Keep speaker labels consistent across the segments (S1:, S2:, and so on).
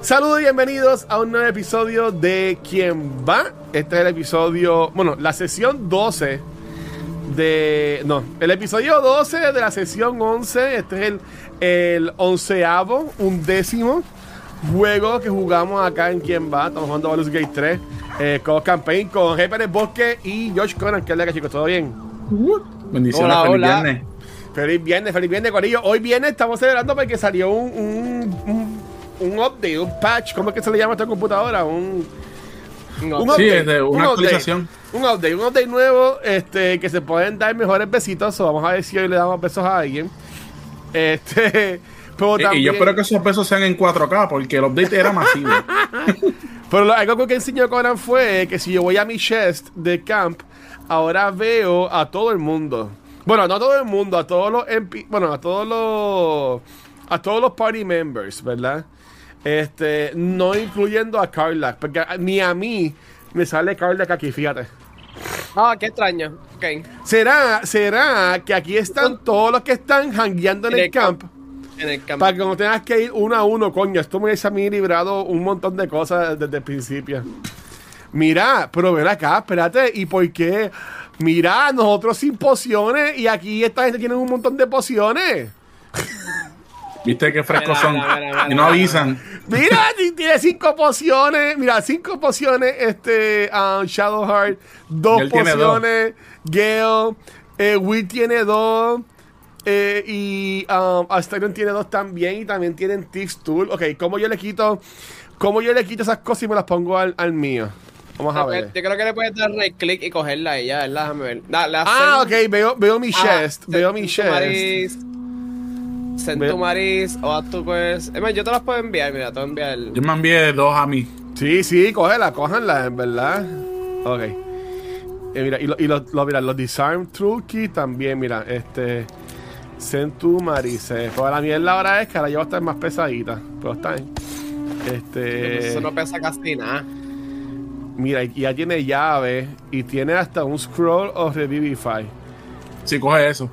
S1: Saludos y bienvenidos a un nuevo episodio de ¿Quién va? Este es el episodio, bueno, la sesión 12 de... No, el episodio 12 de la sesión 11. Este es el, el onceavo, undécimo juego que jugamos acá en ¿Quién va? Estamos jugando Baldur's Gate 3 eh, con Campaign, con Jefe del Bosque y Josh Conan. ¿Qué es la que chicos? ¿Todo bien?
S2: Bendiciones,
S3: Hola,
S2: feliz
S3: hola.
S2: viernes.
S1: Feliz viernes, feliz viernes, Corillo. Hoy viernes estamos celebrando porque salió un, un, un, un update, un patch. ¿Cómo es que se le llama a esta computadora? Un,
S3: No.
S1: un update,
S2: es de una
S1: un update,
S2: actualización.
S1: Un update, un update nuevo este, que se pueden dar mejores besitos. O vamos a ver si hoy le damos besos a alguien. Este, pero
S2: Eh, Y- Y,
S1: también,
S2: yo espero que esos pesos sean en 4K porque el update era masivo.
S1: Pero lo- algo que enseñó Conan fue que si yo voy a mi chest de camp, ahora veo a todo el mundo. Bueno, no a todo el mundo, a todos los MP, bueno, a todos los a todos los party members, ¿verdad? Este, no incluyendo a Carlac, porque a- ni a mí me sale Carlac aquí, fíjate.
S3: Ah, qué extraño. Ok.
S1: ¿Será, será que aquí están todos los que están hangueando en
S3: En
S1: el
S3: el
S1: camp?
S3: En el campo.
S1: Para que no tengas que ir uno a uno, coño. Esto me ha librado un montón de cosas desde el principio. Mira, pero ven acá, espérate. ¿Y por qué? Mira, nosotros sin pociones y aquí esta gente tiene un montón de pociones.
S2: Viste qué frescos
S3: Mira,
S2: son.
S3: mira, mira,
S2: Y
S3: mira,
S2: no avisan.
S1: Mira, ti- tiene cinco pociones. Mira, cinco pociones. Este, ah, Shadowheart, dos
S2: Gale tiene
S1: pociones. Gale, eh, Will tiene dos. eh, y um, Astarion tiene dos también. Y también tienen Thief's Tool. Ok, ¿cómo yo le quito? ¿Cómo yo le quito esas cosas y me las pongo al, al mío? Vamos a
S3: Yo
S1: ver.
S3: creo- Eh, yo creo que le puedes dar right click y cogerla y ya, ¿verdad? Déjame ver. Da- le das
S1: Ah,
S3: send-
S1: ok, veo, veo mi
S3: Ah,
S1: chest.
S3: send
S1: Veo mi
S3: to
S1: chest.
S3: Maris, Send
S1: Veo-
S3: tu maris o haz tu quest. Es más, yo te las puedo enviar, mira, te voy a enviar.
S2: Yo me envié dos a mí.
S1: Sí, sí, cógela, cójanla, en verdad. Ok. Eh, mira, y, lo- y los, los- mira, los Disarm Toolkit también, mira, este. Sentu Marice. Pero la mierda ahora es que la llevo a estar más pesadita. Pero está bien. Este.
S3: Eso no pesa casi nada.
S1: Mira, y ya tiene llave. Y tiene hasta un scroll of Revivify.
S2: Sí, coge eso.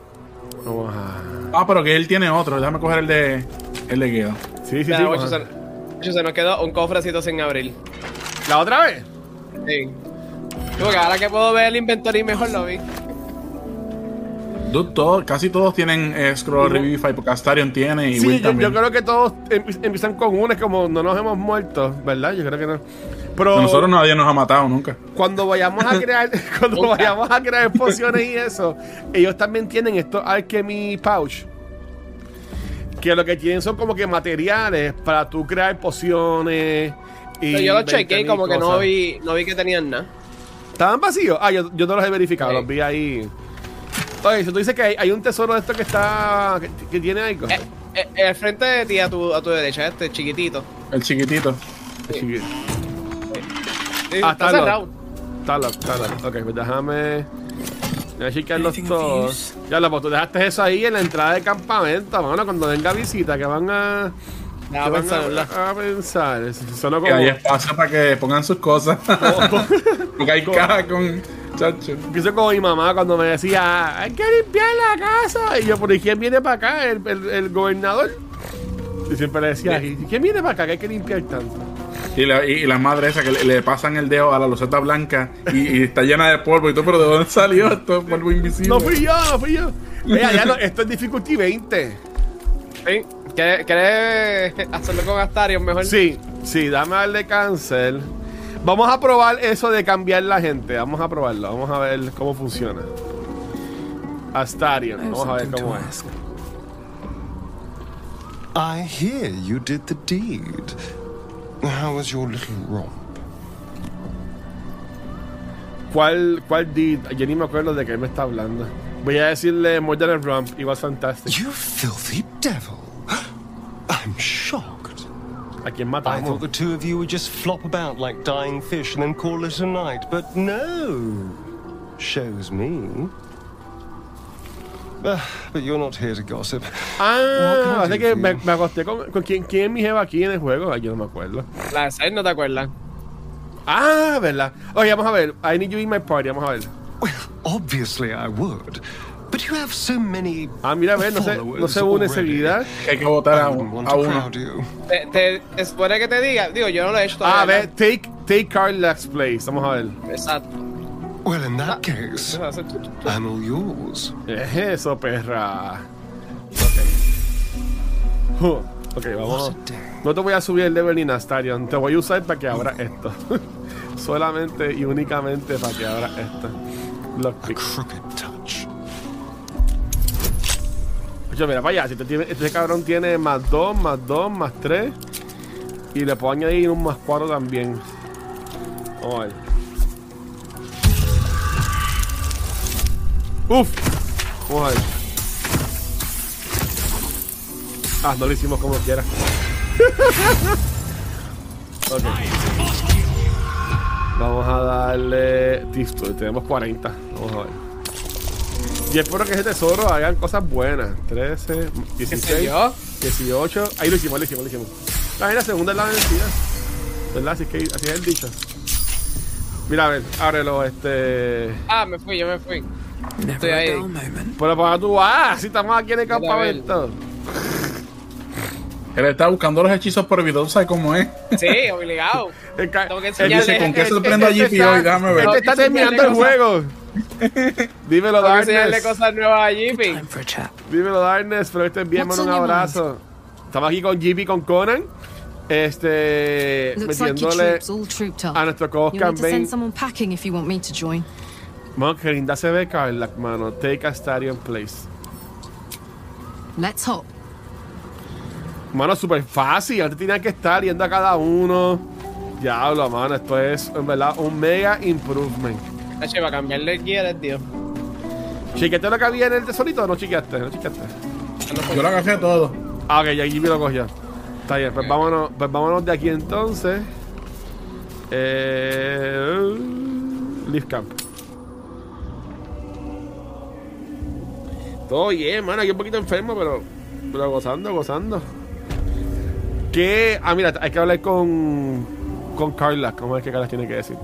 S1: Vamos a.
S2: Ah, pero que él tiene otro. Déjame coger el de. El de queda.
S1: Sí, sí, sí.
S3: Mira,
S1: coja.
S3: ocho, se, ocho, se nos quedó un cofrecito sin abrir.
S1: ¿La otra vez?
S3: Sí. Porque ahora que puedo ver el inventario mejor lo vi.
S2: Dude, todo- casi todos tienen eh, Scroll Revivify porque Astarion tiene y
S1: Sí,
S2: Will
S1: yo, yo
S2: también.
S1: creo que todos empi- empiezan con una. Es como no nos hemos muerto, ¿verdad? Yo creo que no. Pero.
S2: A Nosotros nadie nos ha matado nunca.
S1: cuando vayamos a crear cuando
S3: Nunca.
S1: vayamos a crear pociones y eso ellos también tienen Ah, estos alchemy pouch que lo que tienen son como que materiales para tú crear pociones y
S3: Pero yo lo
S1: 20.000
S3: chequeé y como que no
S1: cosas.
S3: vi, no vi que tenían nada.
S1: estaban vacíos ah yo, yo no los he verificado
S3: Sí.
S1: los vi ahí oye si tú dices que hay, hay un tesoro de esto que está que, que tiene algo
S3: Eh, eh, el frente de ti a tu, a tu derecha, este chiquitito.
S2: El chiquitito.
S1: Sí.
S3: Sí,
S1: Ah,
S3: está
S1: está
S3: cerrado.
S1: Está loco, está loco. Ok, pues déjame. Déjame chequearlos todos. Ya lo, pues tú dejaste eso ahí en la entrada del campamento, mano. Cuando venga visita, que van a.
S3: Ah,
S1: que van
S3: pensar, ¿verdad?
S1: a, a pensar. Es- Solo
S2: Que
S1: como.
S2: hay espacio para que pongan sus cosas.
S1: Oh.
S2: porque hay caja con. Chacho.
S1: Pienso como mi mamá cuando me decía, hay que limpiar la casa. Y yo, ¿por quién viene para acá? ¿El, el, el gobernador? Y siempre le decía, "¿Y quién viene para acá? Que hay que limpiar tanto.
S2: Y, la, y, y las madres esas que le, le pasan el dedo a la loseta blanca y, y está llena de polvo y todo, pero ¿de dónde salió esto? Polvo invisible.
S1: No fui yo, no fui yo. Mira, ya no, esto es Difficulty 20.
S3: Sí. ¿Quieres- ¿Quieres hacerlo con Astarion mejor?
S1: Sí, sí, dame darle cancel. Vamos a probar eso de cambiar la gente. Vamos a probarlo. Vamos a ver cómo funciona. Astarion, vamos a ver cómo es.
S4: I hear you did the deed. How was your little romp?
S1: ¿Cuál, cuál did? Yo ni me acuerdo de qué me está hablando. Voy a decirle More Than a Rump. It was fantastic.
S4: You filthy devil! I'm shocked.
S1: ¿A quién
S4: I thought
S1: matamos?
S4: the two of you would just flop about like dying fish and then call it a night, but no! Shows me. Ah, but you're not here to gossip.
S1: Ah,
S4: No,
S1: hace que
S4: creo que
S1: me,
S4: sí.
S1: me acosté con, con quién, quién es mi jeva aquí en el juego. Ay, yo no me acuerdo.
S3: La de Said, no te acuerdas.
S1: Ah, verdad. Oye, vamos a ver. I need you in my party. Vamos a ver.
S4: Well, obviously I would. But But you have so many.
S1: Ah, mira, a ver, no se, no se une seguida.
S2: Hay que votar a,
S4: I wouldn't want
S2: a
S4: to
S2: uno.
S4: crowd you.
S3: Te, te, es buena que te diga, digo, yo no lo he hecho todavía.
S1: Ah, a ver,
S3: ¿no?
S1: take, take Carlax place. Vamos a ver.
S3: Exacto.
S4: Well, in that case,
S3: Eso, eso, tú, tú, tú.
S4: I'm all yours.
S1: Eso, perra. Ok. Huh. Ok, vamos.
S4: What a day.
S1: No te voy a subir el level ni Nastarion. Te voy a usar para que abras esto. Solamente y únicamente para que abras esto.
S4: A
S1: Lockpick.
S4: crooked touch.
S1: Yo, mira, vaya, si te tiene- este cabrón tiene más 2, más 2, más 3. Y le puedo añadir un más 4 también. Vamos a ver. Uf. Vamos a ver. Ah, no lo hicimos como quiera. Ok. Vamos a darle. Listo, tenemos 40. Vamos a ver. Y espero que ese tesoro hagan cosas buenas. 13,
S3: sé
S1: 16,
S3: yo?
S1: 18. Ahí lo hicimos, lo hicimos, lo hicimos. La, la segunda es la vencida. ¿Verdad? Así, es que, así es el dicho. Mira, a ver, ábrelo, este.
S3: Ah, me fui, yo me fui.
S5: Never
S3: Estoy ahí.
S5: a dull moment.
S1: Pero para tú, ah, si estamos aquí en el
S3: Mira, a ver.
S1: campamento.
S2: Él está buscando los hechizos prohibidos, ¿sabes cómo es?
S3: Sí, obligado.
S1: El ca-
S3: Tengo que
S1: el-
S2: Él
S3: Ya
S2: dice,
S3: le-
S2: ¿con qué
S3: el-
S2: sorprendo a
S1: el- el-
S2: GP hoy? Déjame ver.
S1: Él te está
S3: Enseñarle
S1: terminando el
S3: cosas.
S1: juego. Dímelo,
S3: Tengo que enseñarle
S1: Darkness.
S3: cosas nuevas a Jippy.
S5: Time for a chat.
S1: Dímelo, Darkness. Pero este es bien,
S5: What's
S1: mano. Un
S5: on your
S1: abrazo. Estamos aquí con GB y con Conan. Este.
S6: Looks like your
S1: metiéndole.
S6: troops all trooped up.
S1: a nuestro co-op
S6: You'll need to
S1: campaign.
S6: send someone packing if you want me to join.
S1: Mano, que linda se ve Carlac, mano. Take a Stadium Place.
S6: Let's hop.
S1: Mano, súper fácil. Antes tenían que estar yendo a cada uno. Diablo, mano. Esto es, en verdad, un mega improvement.
S3: Nacho, va a cambiarle el gear, tío.
S1: ¿Chiquete lo que había en el tesorito o no chiqueaste? No chiqueaste.
S2: Yo lo agarré todo.
S1: Ah, ok, ya Jimmy lo cogió. Está bien, pues vámonos, pues vámonos de aquí entonces. Eh, Leaf Camp. Todo bien, mano. Aquí un poquito enfermo, pero, pero gozando, gozando. ¿Qué? Ah, mira, hay que hablar con, con Carla. ¿Cómo es que Carla tiene que decir?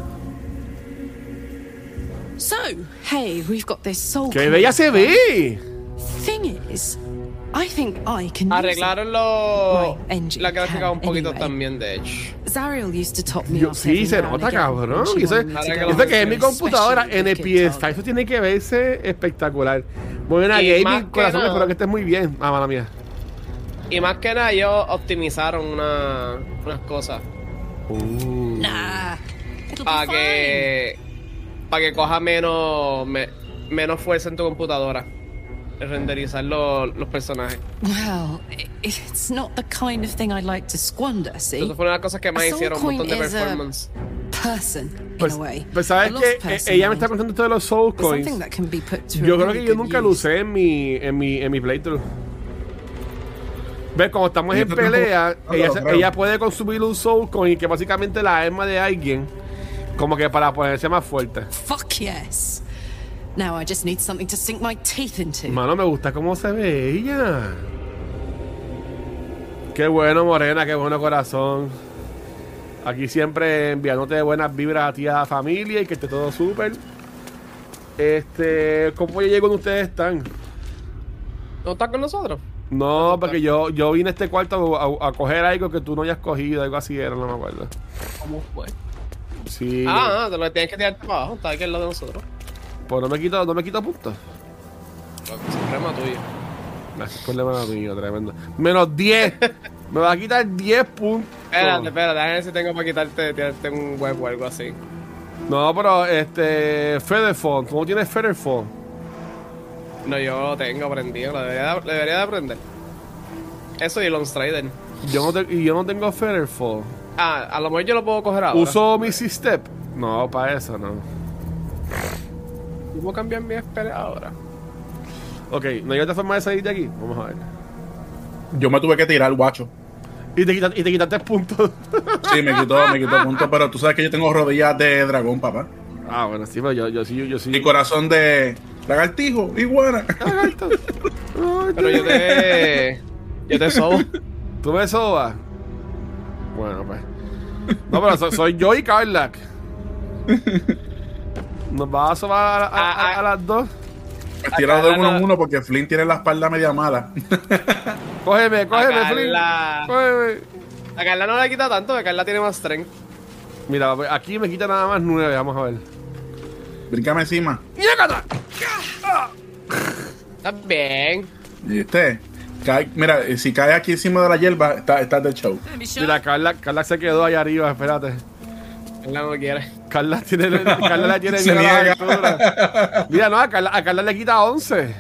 S6: So, hey, we've got this soul.
S1: ¡Qué bella se ve!
S6: Thing is, I think I can. use it.
S3: Arreglaron los...
S6: Right, engine
S3: la gráfica un
S6: can
S3: poquito
S6: anyway.
S3: también, de hecho.
S6: Zariel used to top me
S1: Yo-
S6: off
S1: sí,
S6: every
S1: se
S6: now and
S1: nota,
S6: again when
S1: cabrón.
S6: she
S1: Y Eso,
S6: wanted me to
S3: Ahora
S1: eso
S3: que
S6: go
S3: lo
S1: es que es mi
S6: especially
S1: computadora
S6: with
S1: en el
S6: good
S1: pieza.
S6: target.
S1: Eso tiene que verse espectacular. Muy buena,
S3: Y más
S1: Gaming,
S3: que
S1: corazón.
S3: nada-
S1: Espero que estés muy bien. Ah, mala mía.
S3: Y más que nada, ellos optimizaron una, unas cosas.
S6: Nah, it'll be
S3: Para
S6: fine.
S3: que... Para que coja menos... me- menos fuerza en tu computadora. Renderizar los, los personajes.
S6: Well, i- it's not the kind of thing I'd like to squander, see?
S3: Eso fue una de las cosas que más
S6: A Soul
S3: hicieron, un montón de
S6: Coin is a-
S3: performance.
S6: Person,
S1: Pues,
S6: in a way.
S1: pues
S6: A
S1: sabes
S6: lost
S1: que eh,
S6: person
S1: ella me está
S6: mind,
S1: contando esto de los Soul
S6: but something
S1: Coins.
S6: that can be put to a
S1: Yo creo
S6: really
S1: que yo
S6: good
S1: nunca lo
S6: use.
S1: usé en mi, en mi, en mi playthrough. Ves, cuando estamos
S2: Y
S1: en
S2: esto tampoco-
S1: pelea,
S2: no,
S1: ella,
S2: no,
S1: se-
S2: creo.
S1: ella puede consumir un Soul Coin que básicamente la arma de alguien, como que para ponerse más fuerte.
S6: Fuck yes. Now I just need something to sink my teeth into.
S1: Mano, me gusta cómo se ve ella. Qué bueno, Morena, qué bueno corazón. Aquí siempre enviándote buenas vibras a ti y a la familia y que esté todo súper. Este, ¿cómo yo llego donde ustedes están?
S3: ¿No estás con nosotros?
S1: No, porque yo, yo vine a este cuarto a, a- a coger algo que tú no hayas cogido, algo así era, no me acuerdo.
S3: ¿Cómo fue?
S1: Sí.
S3: Ah, ah, te lo tienes que tirar para abajo. Está aquí al lado de nosotros.
S1: Pues no me quito, no me quito puntos.
S3: Suprema tuyo.
S1: Nah, qué problema mío, tremendo. Menos 10. me va a quitar 10 puntos.
S3: Espérate, espérate, déjame ver si tengo para quitarte, tirarte un web o algo así.
S1: No, pero este. Federphone, ¿cómo tienes Federphone?
S3: No, yo lo tengo aprendido, lo debería, de- lo debería de aprender. Eso y Long Strider.
S1: Yo no, te- y yo no tengo Federphone.
S3: Ah, a lo mejor yo lo puedo coger ahora.
S1: ¿Uso Missy Step? No, para eso no.
S3: ¿Cómo cambiar mi espera ahora?
S1: Ok, ¿no hay otra forma de salir de aquí? Vamos a ver.
S2: Yo me tuve que tirar, guacho.
S1: Y te, quita- y te quitaste puntos.
S2: Sí, me quitó, me quitó punto, pero tú sabes que yo tengo rodillas de dragón, papá.
S1: ah, bueno, sí, pero yo, yo sí, yo, yo sí. Ah,
S2: Y corazón de lagartijo, iguana.
S1: Lagarto. Ay,
S3: Pero yo te. yo te sobo.
S1: ¿Tú me sobas? Bueno, pues. No, pero so- soy yo y Carlac. ¿Nos vas a sobar a, a- a- a las dos?
S2: Tira de
S3: Acá
S2: uno
S1: Ah,
S3: la-
S2: en uno porque Flynn tiene la espalda media mala.
S1: Cógeme, cógeme,
S3: Acá
S1: Flynn.
S3: la-
S1: Cógeme.
S3: A Carla no la quita tanto, que Carla tiene más strength.
S1: Mira, aquí me quita nada más nueve, vamos a ver.
S2: Bríncame encima.
S1: ¡Yácata!
S3: Está bien.
S2: ¿Y usted? Cae- mira, eh, si cae aquí encima de la hierba, está, está del show.
S1: Mira, Carla, Carla se quedó allá arriba, espérate.
S3: Carla no quiere.
S1: Carla, tiene, Carla la tiene
S2: Se
S1: bien a la
S2: niega.
S1: altura. Mira, no, a Carla, a Carla le quita 11.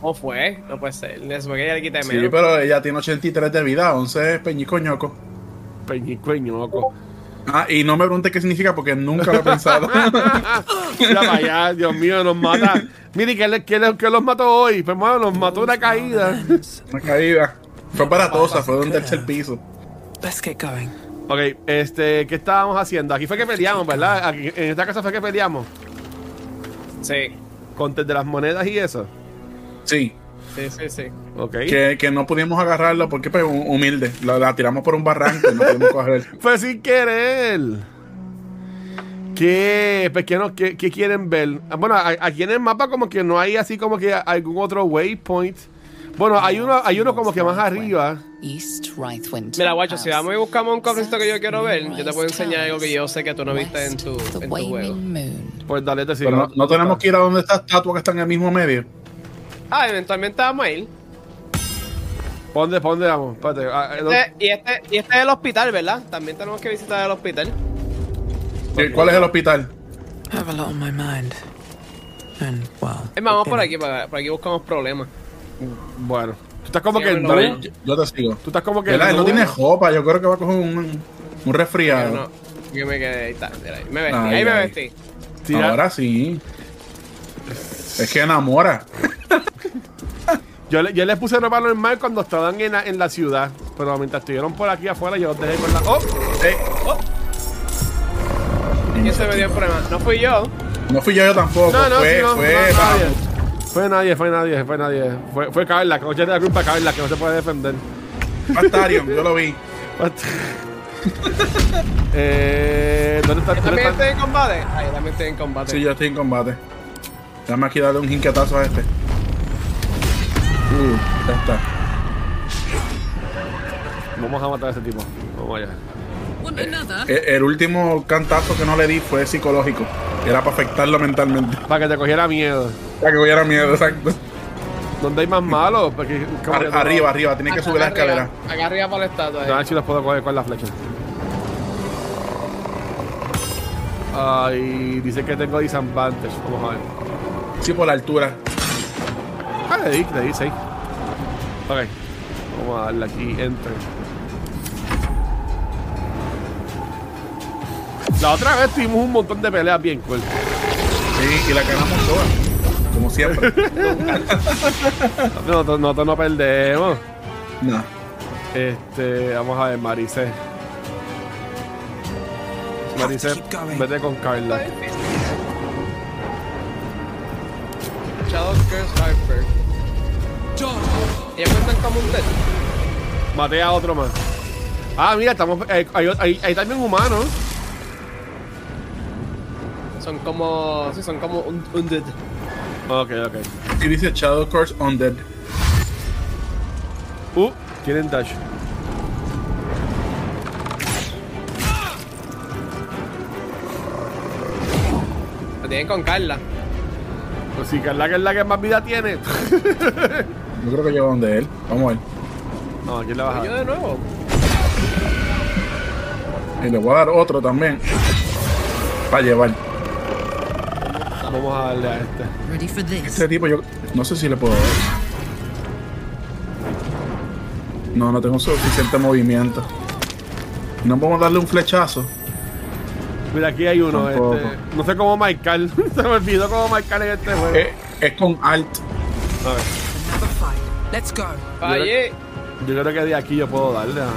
S3: ¿Cómo fue? No puede ser. Después que ella le quita de
S2: Sí,
S3: menos.
S2: pero ella tiene 83 de vida, 11 es peñicoñoco.
S1: Peñico y ñoco.
S2: Ah, y no me pregunte qué significa porque nunca lo he pensado.
S1: Mira para allá, Dios mío, nos mata. Mire, ¿qué, le- qué, le- qué los mató hoy? Pues, mano, nos mató una caída.
S2: Una caída. Fue baratosa, fue de un tercer piso.
S5: Let's get going.
S1: ok, este, ¿qué estábamos haciendo? Aquí fue que peleamos, ¿verdad? Aquí, en esta casa fue que peleamos.
S3: Sí.
S1: Con de las monedas y eso.
S2: Sí,
S3: Sí, sí, sí.
S1: Ok.
S2: que, que no pudimos agarrarlo porque pues hu- humilde. La, la tiramos por un barranco y no pudimos coger.
S1: Fue sin querer. ¿Qué, pues, qué, no- qué- qué quieren ver? Ah, Bueno, a- aquí en el mapa como que no hay así como que algún otro waypoint. Bueno, hay uno, hay uno como que más arriba.
S6: East Rythwind.
S3: Mira, guacho, si vamos y buscamos un cofrecito que yo quiero ver, yo te puedo enseñar algo que yo sé que tú no viste en tu, en tu juego.
S1: Pues dale, te sigo.
S2: Pero no, no tenemos que ir a donde está estatua que está en el mismo medio.
S3: Ah, eventualmente vamos a ir.
S1: Ponde, ponde, vamos. Espérate. ah, eh, no-
S3: Este- y, este, y este es el hospital, ¿verdad? También tenemos que visitar el hospital.
S2: Sí, ¿Cuál es el hospital?
S5: I have a lot on my mind. And, well.
S3: Es más, vamos
S5: it
S3: por
S5: didn't.
S3: aquí, para- por aquí buscamos problemas.
S1: Bueno. Tú estás como
S3: Sí,
S1: que... en
S3: bueno,
S1: duda.
S2: Vale, yo, yo te sigo.
S1: Tú estás como que...
S2: ¿Verdad?
S1: en
S2: Él no
S1: duda.
S2: tiene ropa, yo creo que va a coger un, un
S3: Pero
S2: resfriado.
S3: no, yo me quedé ahí, está, mira, ahí. Me vestí,
S2: Ay,
S3: ahí me
S2: ay.
S3: vestí.
S1: Tira-
S2: Ahora sí. Es que enamora.
S1: Yo, le- yo les puse ropa normal cuando estaban en la, en la ciudad. Pero mientras estuvieron por aquí afuera, yo los dejé con la... ¡Oh!
S2: Eh,
S3: ¿Quién se este me dio el problema? No fui yo.
S2: No fui yo, yo tampoco.
S1: No, no,
S2: fue,
S1: sí, no,
S2: fue,
S1: no,
S2: Babu.
S1: nadie. Fue nadie, fue nadie, fue nadie. Fue, fue Carla, que no tiene la culpa a Carla, que no se puede defender.
S2: Bastarion, yo lo vi.
S1: eh, ¿Dónde está?
S3: Yo
S1: ¿Dónde
S3: también
S1: está?
S3: estoy en combate. Ay, yo también estoy en combate.
S2: Sí, yo estoy en combate. Dame aquí darle un jinquetazo a este. Uh, ya está.
S1: Vamos a matar a ese tipo. Vamos allá.
S2: E- El, último cantazo que no le di fue psicológico. Era para afectarlo mentalmente.
S1: Para que te cogiera miedo.
S2: Para que hubiera miedo, exacto.
S1: ¿Dónde hay más malos? Porque, como
S2: Ar-
S1: que no-
S2: arriba, arriba, tienes que
S3: Acá
S2: subir la
S3: arriba,
S2: escalera.
S3: Acá arriba para la estatua.
S1: No,
S3: eh. ahí.
S1: a ver si los puedo coger con la flecha. Ay, dice que tengo disadvantage. Vamos a ver.
S2: Sí, por la altura.
S1: Ah, le di, le di seis. Ok. Vamos a darle aquí, enter. La otra vez tuvimos un montón de peleas bien cool.
S2: Sí, y la ganamos todas. Como siempre.
S1: Nosotros, nosotros no perdemos.
S2: no.
S1: Este, vamos a ver, Marice. Marice,
S5: Keep going.
S1: vete con Carla.
S3: Shadow Curse Harper. Ellos cuentan como un test.
S1: Maté a otro más. Ah, mira, estamos. eh, hay, hay- hay también humanos.
S3: Son como. Sí, son como un, un dead.
S1: Ok, ok.
S2: Y dice Shadow Course Undead.
S1: Uh, tienen dash.
S3: Lo tienen con Carla.
S1: Pues si Carla que es la que más vida tiene.
S2: Yo creo que llevo donde él. Vamos a ver.
S1: No, aquí la
S3: Yo
S1: baja.
S3: de nuevo.
S2: Y le voy a dar otro también. Para llevar.
S1: Vamos a darle a este.
S6: Ready for this.
S2: Este tipo yo no sé si le puedo dar. No, no tengo suficiente movimiento. No podemos darle un flechazo.
S1: Mira, aquí hay uno.
S2: Tampoco.
S1: Este, no sé cómo marcar. Se me olvidó cómo marcar en este juego.
S2: Eh, es con alt.
S1: A ver,
S5: Another fight. Let's go.
S3: Fallé.
S1: yo creo que de aquí yo puedo darle. a ver.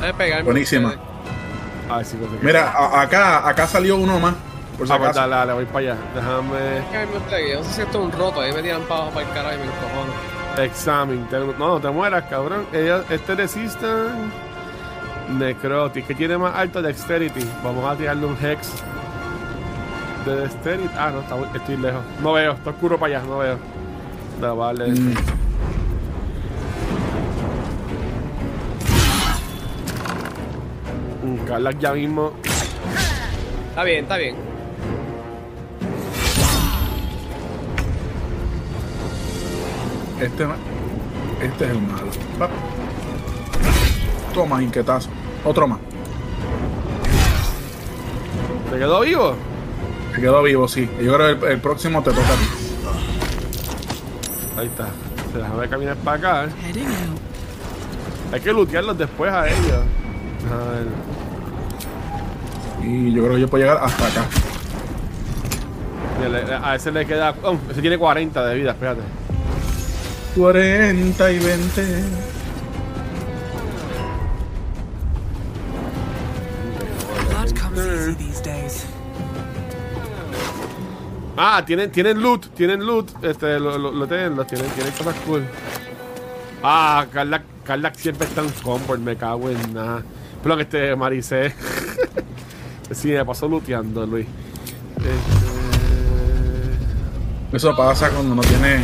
S3: Déjame pegarme.
S2: Buenísima.
S1: A ver si consigo.
S2: Mira, a- acá, acá salió uno más. Por si
S1: Ah, pues
S2: acaso.
S1: dale, dale, voy para allá. Déjame.
S3: Déjame ustedes, Yo no sé si esto es un roto. Ahí me tiran para abajo para el carajo y me encojono.
S1: Examen. Te- no, no te mueras, cabrón. Ellos, este resisten. Necrotic, que tiene más alto Dexterity. Vamos a tirarle un Hex de Dexterity. Ah, no, está, estoy lejos. No veo, está oscuro para allá, no veo. No, vale. Mm, Karlak ya mismo.
S3: Está bien, está bien.
S2: Este, no- este es el malo. Va. Toma, inquietazo. Otro más.
S1: ¿Se quedó vivo?
S2: Se quedó vivo, sí. Yo creo que el, el próximo te toca a ti.
S1: Ahí está. Déjame caminar para acá. ¿eh?
S6: Heading out.
S1: Hay que lootearlos después a ellos. A ver.
S2: Y yo creo que yo puedo llegar hasta acá.
S1: Y le- A ese le queda. oh, ese tiene 40 de vida, espérate.
S2: 40 y 20.
S5: Blood comes easy these days.
S1: Ah, tienen, tienen loot, tienen loot. Este, lo, lo, lo tienen, lo tienen, tienen cosas cool. Ah, Carla, Carla siempre está en combo, me cago en nada. Pero que este maricé. sí, me pasó looteando, Luis. Este,
S2: Eso pasa cuando no tiene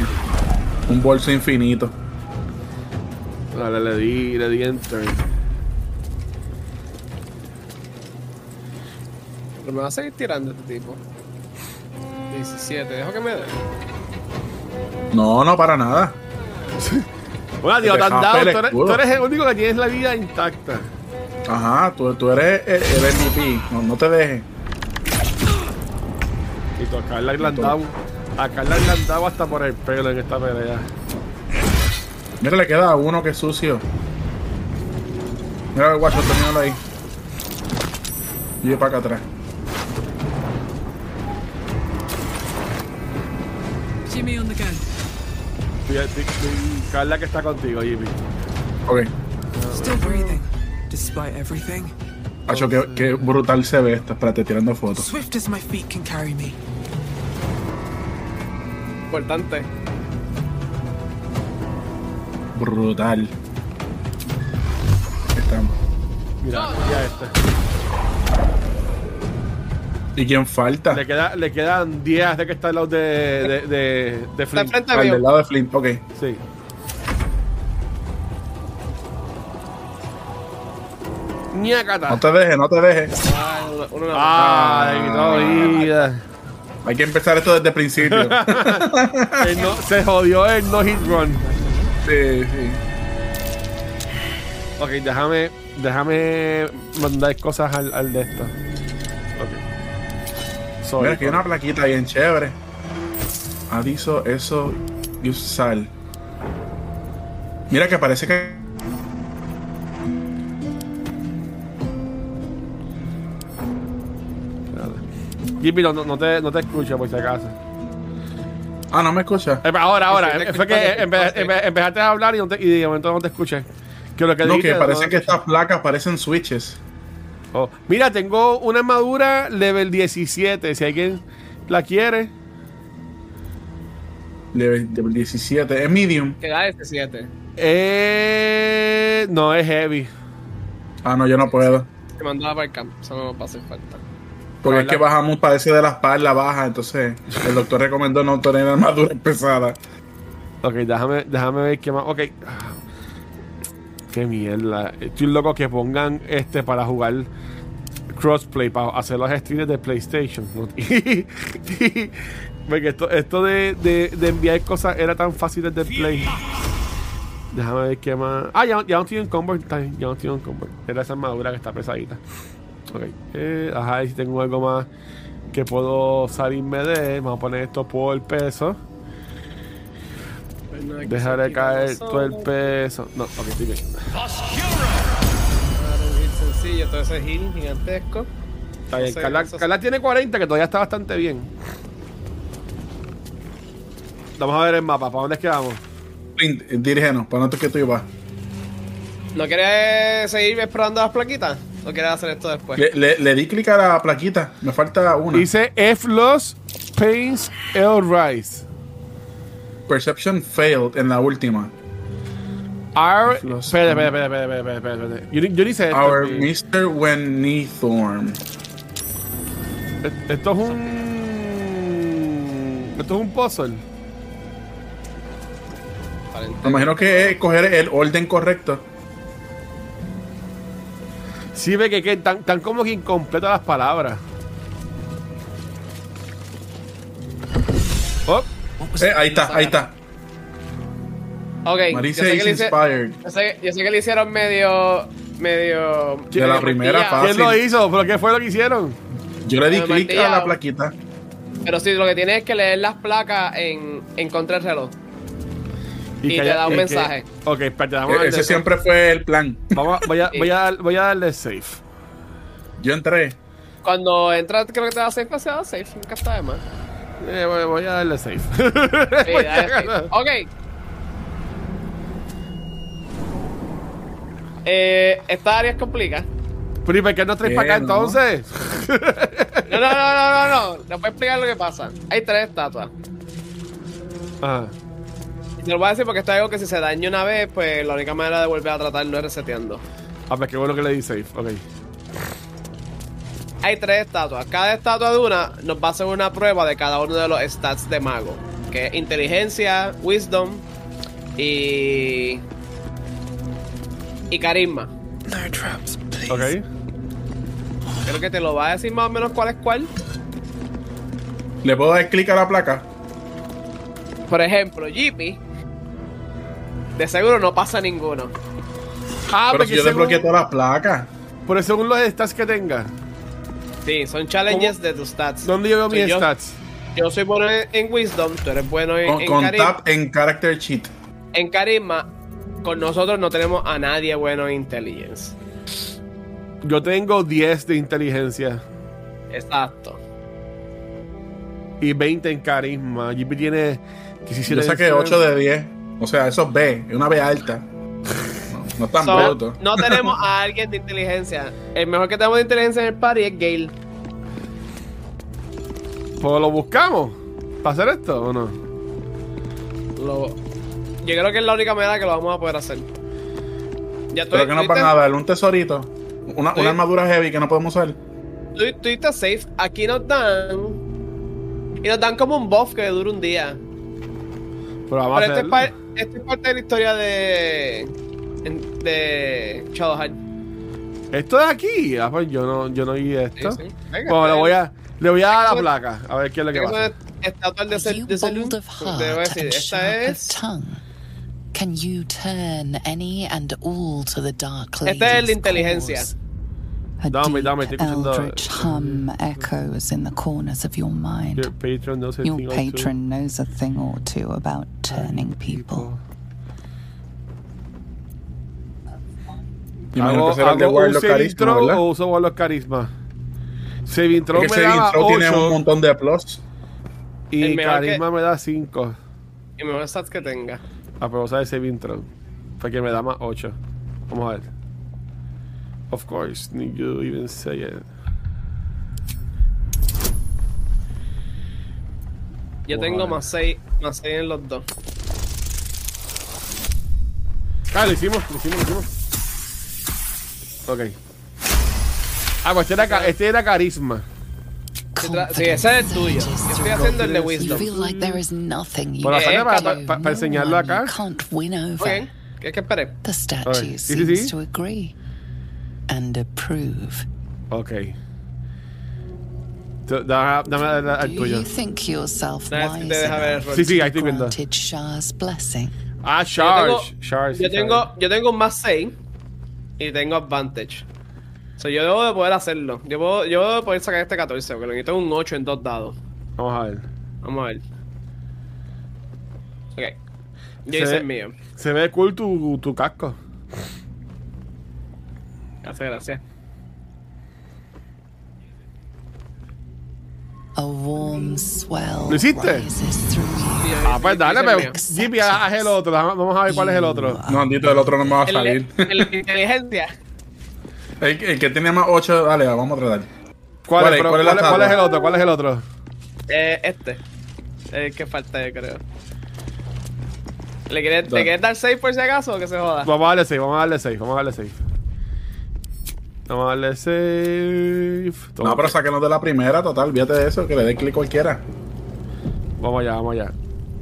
S2: un bolso infinito.
S1: Dale, le di, le di enter.
S3: Pero me va a seguir tirando este tipo. 17, dejo que me dé.
S2: No, no, para nada.
S1: Bueno, tío,
S2: Te
S1: te han
S2: dejaste
S1: dado.
S2: el
S1: Tú eres,
S2: escudo.
S1: tú eres el único que tienes la vida intacta.
S2: Ajá, tú, tú eres el, el MVP. No, no te dejes.
S1: Y tú a Carla le han dado. A Carla le han dado hasta por el pelo en esta pelea.
S2: Mira, le queda uno que es sucio. Mira el guacho, terminalo ahí. Y yo para acá atrás.
S5: Jimmy on the go.
S1: Estoy- estoy- estoy- Carla que está contigo, Jimmy.
S2: Ok.
S5: Still breathing, despite everything.
S2: Guacho, qué, qué brutal se ve esto. Espérate, tirando fotos.
S5: Swift as my feet can carry me.
S3: Importante.
S2: Brutal. Ahí Estamos.
S1: Mira, mira este.
S2: ¿Y quién falta?
S1: Le, queda, le quedan 10 hasta que está al lado de, de, de, de
S3: Está
S1: Flint.
S3: enfrente
S2: Al del
S3: mío.
S2: lado de Flint. Ok.
S1: Sí.
S2: No
S1: Ñacata.
S2: te dejes, no te dejes.
S3: Ah, uno- uno nada más.
S1: Ah, le quitó vida.
S2: Hay que empezar esto desde el principio.
S1: El no- se jodió el no hit run.
S2: sí, sí.
S1: Ok, déjame, déjame mandar cosas al, al de esto. Ok. Sorry,
S2: Mira, aquí hay una plaquita bien chévere. Adiso, eso y sal. Mira que parece que.
S1: Jimmy, no, no- no te, no te escucho por si acaso.
S2: Ah, no me escucha.
S1: Eh, Ahora, ahora.
S3: Sí, sí, te
S1: Fue que
S3: escucho, te
S1: empe-
S3: escucho.
S1: empe- empezaste a hablar y, no te- y de momento no te escuché. Que lo que
S2: No,
S1: dijiste,
S2: que parece
S1: te
S2: que
S1: escuché.
S2: estas placas parecen switches.
S1: Oh, Mira, tengo una armadura level 17. Si alguien la quiere.
S2: Level level 17. Es medium.
S3: Que da 17.
S1: Eh, no, es heavy.
S2: Ah, no, yo no puedo.
S3: Te mandaba para el campo, eso no va a hacer falta.
S2: Porque es que bajamos, parece de la espalda baja. Entonces, el doctor recomendó no tener armadura pesada.
S1: Ok, déjame, déjame ver qué más. Ok. Ah, Qué mierda. Estoy loco que pongan este para jugar crossplay, para hacer los streams de PlayStation. ¿no? Porque esto, esto de, de- de enviar cosas era tan fácil desde el Play. Déjame ver qué más. Ah, ya, ya no tienen combo. está bien, Ya no tienen combo. Era esa armadura que está pesadita. Ok. eh, ajá, y si tengo algo más que puedo salirme de. Vamos a poner esto por peso.
S3: Pues nada, que
S1: Dejaré
S3: se tira
S1: caer
S3: solo,
S1: todo el peso. No, ok, estoy bien.
S3: dar un hit sencillo, todo ese heal gigantesco.
S1: Está bien.
S3: Ese-
S1: Carla,
S3: eso-
S1: Carla tiene 40, que todavía está bastante bien. Vamos a ver el mapa. ¿Para dónde es que vamos?
S2: Flint, eh, dirígenos, para no que tú ibas.
S3: ¿No quieres seguir explorando las plaquitas? ¿O quieres hacer esto después?
S2: Le, le- le di clic a la plaquita. Me falta una.
S1: Hmm. Dice F. Los Pains L. Rise.
S2: Perception failed en la última.
S1: Our. Espera,
S2: Los-
S1: espera, espera, espera, espera, espera, espera. Yo, ni- yo ni sé esto.
S2: Our
S1: Este sí.
S2: Mr. Wenny Thorn.
S1: E- Esto es un. Esto es un puzzle.
S3: aparentemente.
S2: Me imagino que es coger el orden correcto.
S1: Sí, ve que, que tan, tan como que incompleta las palabras. Oh,
S2: Eh, ahí está, ahí está.
S3: Ok, yo
S2: Marisa
S3: sé,
S2: is
S3: que le hice-
S2: inspired.
S3: yo sé- yo sé que le hicieron medio. medio.
S2: De la primera
S3: martillado.
S2: fase.
S1: ¿Quién lo hizo? ¿Pero qué fue lo que hicieron?
S2: Yo le di
S3: Me
S2: clic a la
S3: martillado.
S2: plaquita.
S3: Pero sí, lo que tienes es que leer las placas en, en contra del reloj. Y
S1: que
S3: te
S1: haya-
S3: da un
S1: y que-
S3: mensaje.
S1: ok, espérate, vamos a
S2: E-
S1: darle
S2: Ese
S1: safe.
S2: siempre fue el plan.
S1: Vamos a- voy, a,
S3: Sí.
S1: voy, a, voy a darle safe.
S2: Yo entré.
S3: Cuando entras, creo que te da safe, pues se da safe. Nunca está de más.
S1: Eh, voy, voy a darle safe. Pues,
S3: Sí, dale safe. ok. Eh, esta área es complicada.
S1: Pero ¿y por qué no traes para acá
S2: Eh, no.
S1: entonces?
S3: No, no, no, no, no, no. Les voy a explicar lo que pasa. Hay tres estatuas.
S1: Ajá.
S3: Y te lo voy a decir porque esto es algo que si se daña una vez, pues la única manera de volver a tratarlo es reseteando.
S1: Ah, pues qué bueno que le di safe. Ok.
S3: Hay tres estatuas. Cada estatua de una nos va a hacer una prueba de cada uno de los stats de mago. Que es inteligencia, wisdom y... Y carisma.
S5: No traps, please.
S1: Ok.
S3: Creo que te lo va a decir más o menos cuál es cuál.
S2: ¿Le puedo dar clic a la placa?
S3: Por ejemplo, Jeepy. De seguro no pasa ninguno.
S1: Ah,
S2: Pero
S1: porque
S2: si yo
S1: según,
S2: desbloqueé todas las placas.
S1: pero según los stats que tenga,
S3: Sí, son challenges de tus stats.
S1: ¿dónde yo veo
S3: Sí,
S1: mis
S3: yo-
S1: stats?
S3: Yo soy bueno en, en Wisdom, tú eres bueno en,
S2: Con,
S3: en
S2: con
S3: carisma.
S2: tap en character cheat.
S3: En carisma, con nosotros no tenemos a nadie bueno en Intelligence.
S1: Yo tengo 10 de inteligencia
S3: Exacto.
S1: y 20 en carisma. JP tiene 17
S2: Yo saqué 8 de 10. O sea, eso es B. Es una B alta. No, no es tan
S3: So,
S2: bruto.
S3: no tenemos a alguien de inteligencia. El mejor que tenemos de inteligencia en el party es Gale.
S1: Pues lo buscamos. ¿Para hacer esto o no?
S3: Lo- yo creo que es la única manera que lo vamos a poder hacer. Ya tú,
S2: Pero que
S3: tú
S2: nos van
S3: diste-
S2: a dar un tesorito. Una,
S3: Sí.
S2: una armadura heavy que no podemos usar.
S3: tú- tú diste safe. Aquí nos dan. Y nos dan como un buff que dura un día.
S1: Pero vamos
S3: Pero
S1: a
S3: esto es,
S1: hacerlo.
S3: par- esto es parte de la historia de. en- de Shadowheart.
S1: Esto de aquí. Ah, pues yo no, yo no vi esto.
S3: Sí, sí. Venga,
S1: Bueno, le
S3: está
S1: voy
S3: bien. este
S1: a, le voy a dar a la
S3: Eso-
S1: placa. A ver qué es lo que
S3: Creo que
S1: pasa.
S3: es una estatua de
S6: Are
S3: Sel-
S6: you
S3: de Selun.
S6: bold of
S3: Te voy a
S6: heart
S3: decir,
S6: and
S3: esta
S6: sharp of
S3: es.
S6: tongue? Can you turn any and all to the dark
S3: Esta es el de
S6: lady's
S3: inteligencia.
S6: cause? A
S1: Dame,
S6: deep
S1: dame, estoy escuchando-
S6: eldritch hum echoes in the corners of your mind.
S1: Your patron knows a
S6: Your
S1: thing or two.
S6: patron knows a thing or two about turning people.
S2: Yo imagino
S1: Hago,
S2: que será el de
S1: hago un
S2: Warlock
S1: saving
S2: Carisma,
S1: throw
S2: ¿verdad?
S1: o uso Warlock Carisma. Saving throw
S2: Porque
S1: me
S2: ese
S1: daba
S2: intro tiene un
S1: 8
S2: montón de plus.
S1: y
S3: El mejor que-
S1: Carisma me da Ah, 5.
S3: El mejor stats que tenga.
S1: A propósito de saving throw. Porque me da más 8. Vamos a ver. Of course, need you even say it.
S3: Yo
S1: Wow.
S3: tengo más 6 más seis en los dos.
S1: Ah, lo hicimos, lo hicimos, lo hicimos. Ok. Ah, pues este era, ca- este era carisma.
S3: Sí, tra- sí, ese es el tuyo. Yo estoy haciendo el de
S6: You feel
S3: Wisdom.
S6: like there is nothing you
S1: Bueno,
S3: Eh,
S1: saca para,
S3: para-
S1: para, para enseñarlo
S6: no one
S1: acá.
S6: you can't win
S3: Ok.
S6: over.
S3: ¿Qué que esperé?
S6: The statue
S1: sí, sí,
S6: seems
S1: sí.
S6: to agree and approve.
S1: Ok. Tú- Dame, dame Ah, el, el
S6: Do
S1: tuyo.
S6: you think yourself
S3: Nada, si
S6: wise
S3: te deja ver el
S6: enough
S3: rol.
S1: Sí, sí, ahí estoy viendo.
S6: granted Shah's blessing?
S1: Ah,
S3: Yo
S1: Charge.
S3: tengo-
S1: Charge. sí,
S3: Yo tengo,
S1: charge.
S3: yo tengo un más 6 y tengo advantage. So, yo debo de poder hacerlo. Yo, puedo, yo debo de poder sacar este 14, porque lo necesito un 8 en dos dados.
S1: Vamos a ver.
S3: Vamos a ver. Ok. Yo
S1: Se
S3: hice
S1: ve-
S3: el mío.
S1: Se ve cool tu, tu casco.
S3: Gracias, gracias.
S6: A warm swell
S1: ¿Lo hiciste?
S6: rises through you.
S3: Sí, yo-
S1: Ah, pues
S3: yo hice
S1: dale,
S3: el
S1: pero
S3: mío.
S1: Jippy, haz el otro. Dame- Vamos a ver cuál es el otro.
S6: You
S2: No, Andito, el otro no me va a
S3: Ah. El de-
S2: salir.
S3: el de inteligencia.
S2: El, el que tiene más 8, dale, vamos a tratar.
S1: ¿Cuál,
S2: ¿Cuál
S1: es,
S2: es?
S1: pero
S2: ¿Cuál es la
S1: cuál es- cuál es el
S2: tabla?
S1: otro? ¿Cuál es el otro?
S3: Eh, este. El que falta, yo creo. ¿Le quieres, ¿Le quieres dar 6 por si acaso o que se joda?
S1: Vamos a darle safe, vamos a darle safe, vamos a darle safe. Vamos a darle safe. Toma.
S2: No, pero sáquenos de la primera, total. Fíjate de eso, que le dé clic cualquiera.
S1: Vamos allá, vamos allá.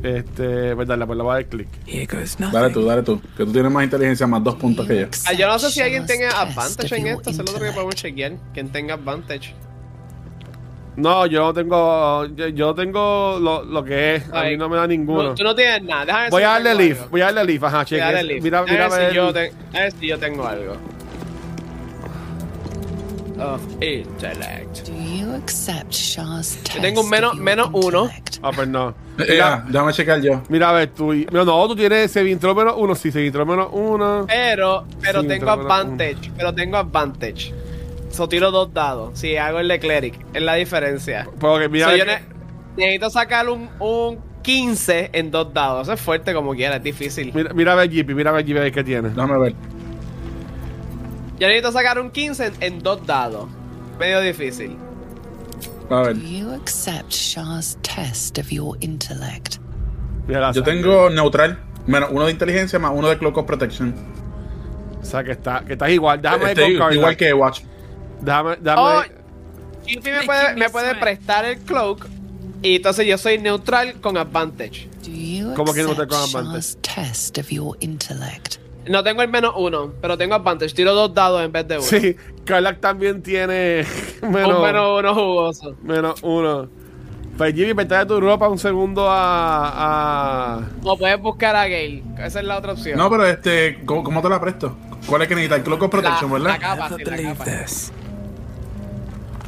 S1: Este, pues dale, pues le voy a dar clic.
S5: Here goes nothing.
S2: Dale tú, dale tú. Que tú tienes más inteligencia, más dos puntos que yo.
S3: Ah, yo no sé si alguien
S6: Shall us
S3: tenga
S6: test
S3: advantage
S6: of
S3: en
S6: your
S3: esto, es el otro que
S6: intellect.
S3: podemos chequear. Quien tenga advantage.
S1: No, yo no tengo. Yo, yo tengo lo, lo que es. A
S3: Ay,
S1: mí no me da ninguno.
S3: No, tú no tienes nada. Déjame ver
S1: Voy
S3: si
S1: a
S3: yo
S1: darle
S3: tengo
S1: leaf,
S3: algo.
S1: voy a darle leaf. Ajá,
S3: Voy
S1: cheque.
S3: a darle leaf.
S1: Mira, mira,
S3: a, ver
S1: ver
S3: si yo
S1: el-
S3: ten- a ver si yo tengo algo. Of intellect.
S6: Do you accept Shah's test?
S3: Yo tengo un menos-
S6: of your
S3: menos uno.
S6: intellect?
S1: Ah, pues no.
S2: Eh, Ya, déjame checar yo.
S1: Mira, a ver, tú. y- No, no, tú tienes Sevintro menos uno. Sí, Sevintro menos uno.
S3: Pero, pero
S1: Sí, te
S3: tengo
S1: lo voy a dar
S3: advantage. Pero tengo advantage. So tiro dos dados. Si hago el de cleric. Es la diferencia.
S1: Pues ok, mira.
S3: So,
S1: a ver
S3: yo
S1: qué-
S3: ne- necesito sacar un, un 15 en dos dados. Eso es fuerte como quiera, es difícil.
S1: Mira, mira a ver Jeepy, mira a ver Jeepy a ver qué tiene.
S2: Déjame ver.
S3: Yo necesito sacar un 15 en, en dos dados. Medio difícil.
S2: A ver.
S6: Do you accept Shah's test of your intellect?
S1: Mira la
S2: Yo
S1: saca.
S2: tengo neutral. Menos uno de inteligencia, más uno de Clock of Protection.
S1: O sea, que, está, que estás igual. Déjame
S2: Este,
S1: ver con Carla.
S2: igual que Watch.
S1: Déjame,
S3: Oh,
S1: déjame.
S3: Jiffy me puede, me puede prestar el cloak. Y entonces yo soy neutral con advantage.
S6: Do you
S1: ¿Cómo que no te
S6: accept
S1: cojan antes?
S6: Shah's test of your intellect?
S3: No tengo el menos uno, pero tengo advantage. Tiro dos dados en vez de uno.
S1: Sí, Carlac también tiene menos,
S3: Un
S1: menos.
S3: menos uno jugoso.
S1: uno. Pues Jimmy, presta tu ropa un segundo a. a...
S3: O puedes buscar a Gale. Esa es la otra opción.
S2: No, pero este, ¿cómo, cómo te la presto? ¿Cuál es que necesita? El Clock of
S3: la,
S2: Protection,
S3: la
S2: ¿verdad?
S3: capa,
S5: Never
S3: sí, la
S5: believe
S3: capa.
S5: this.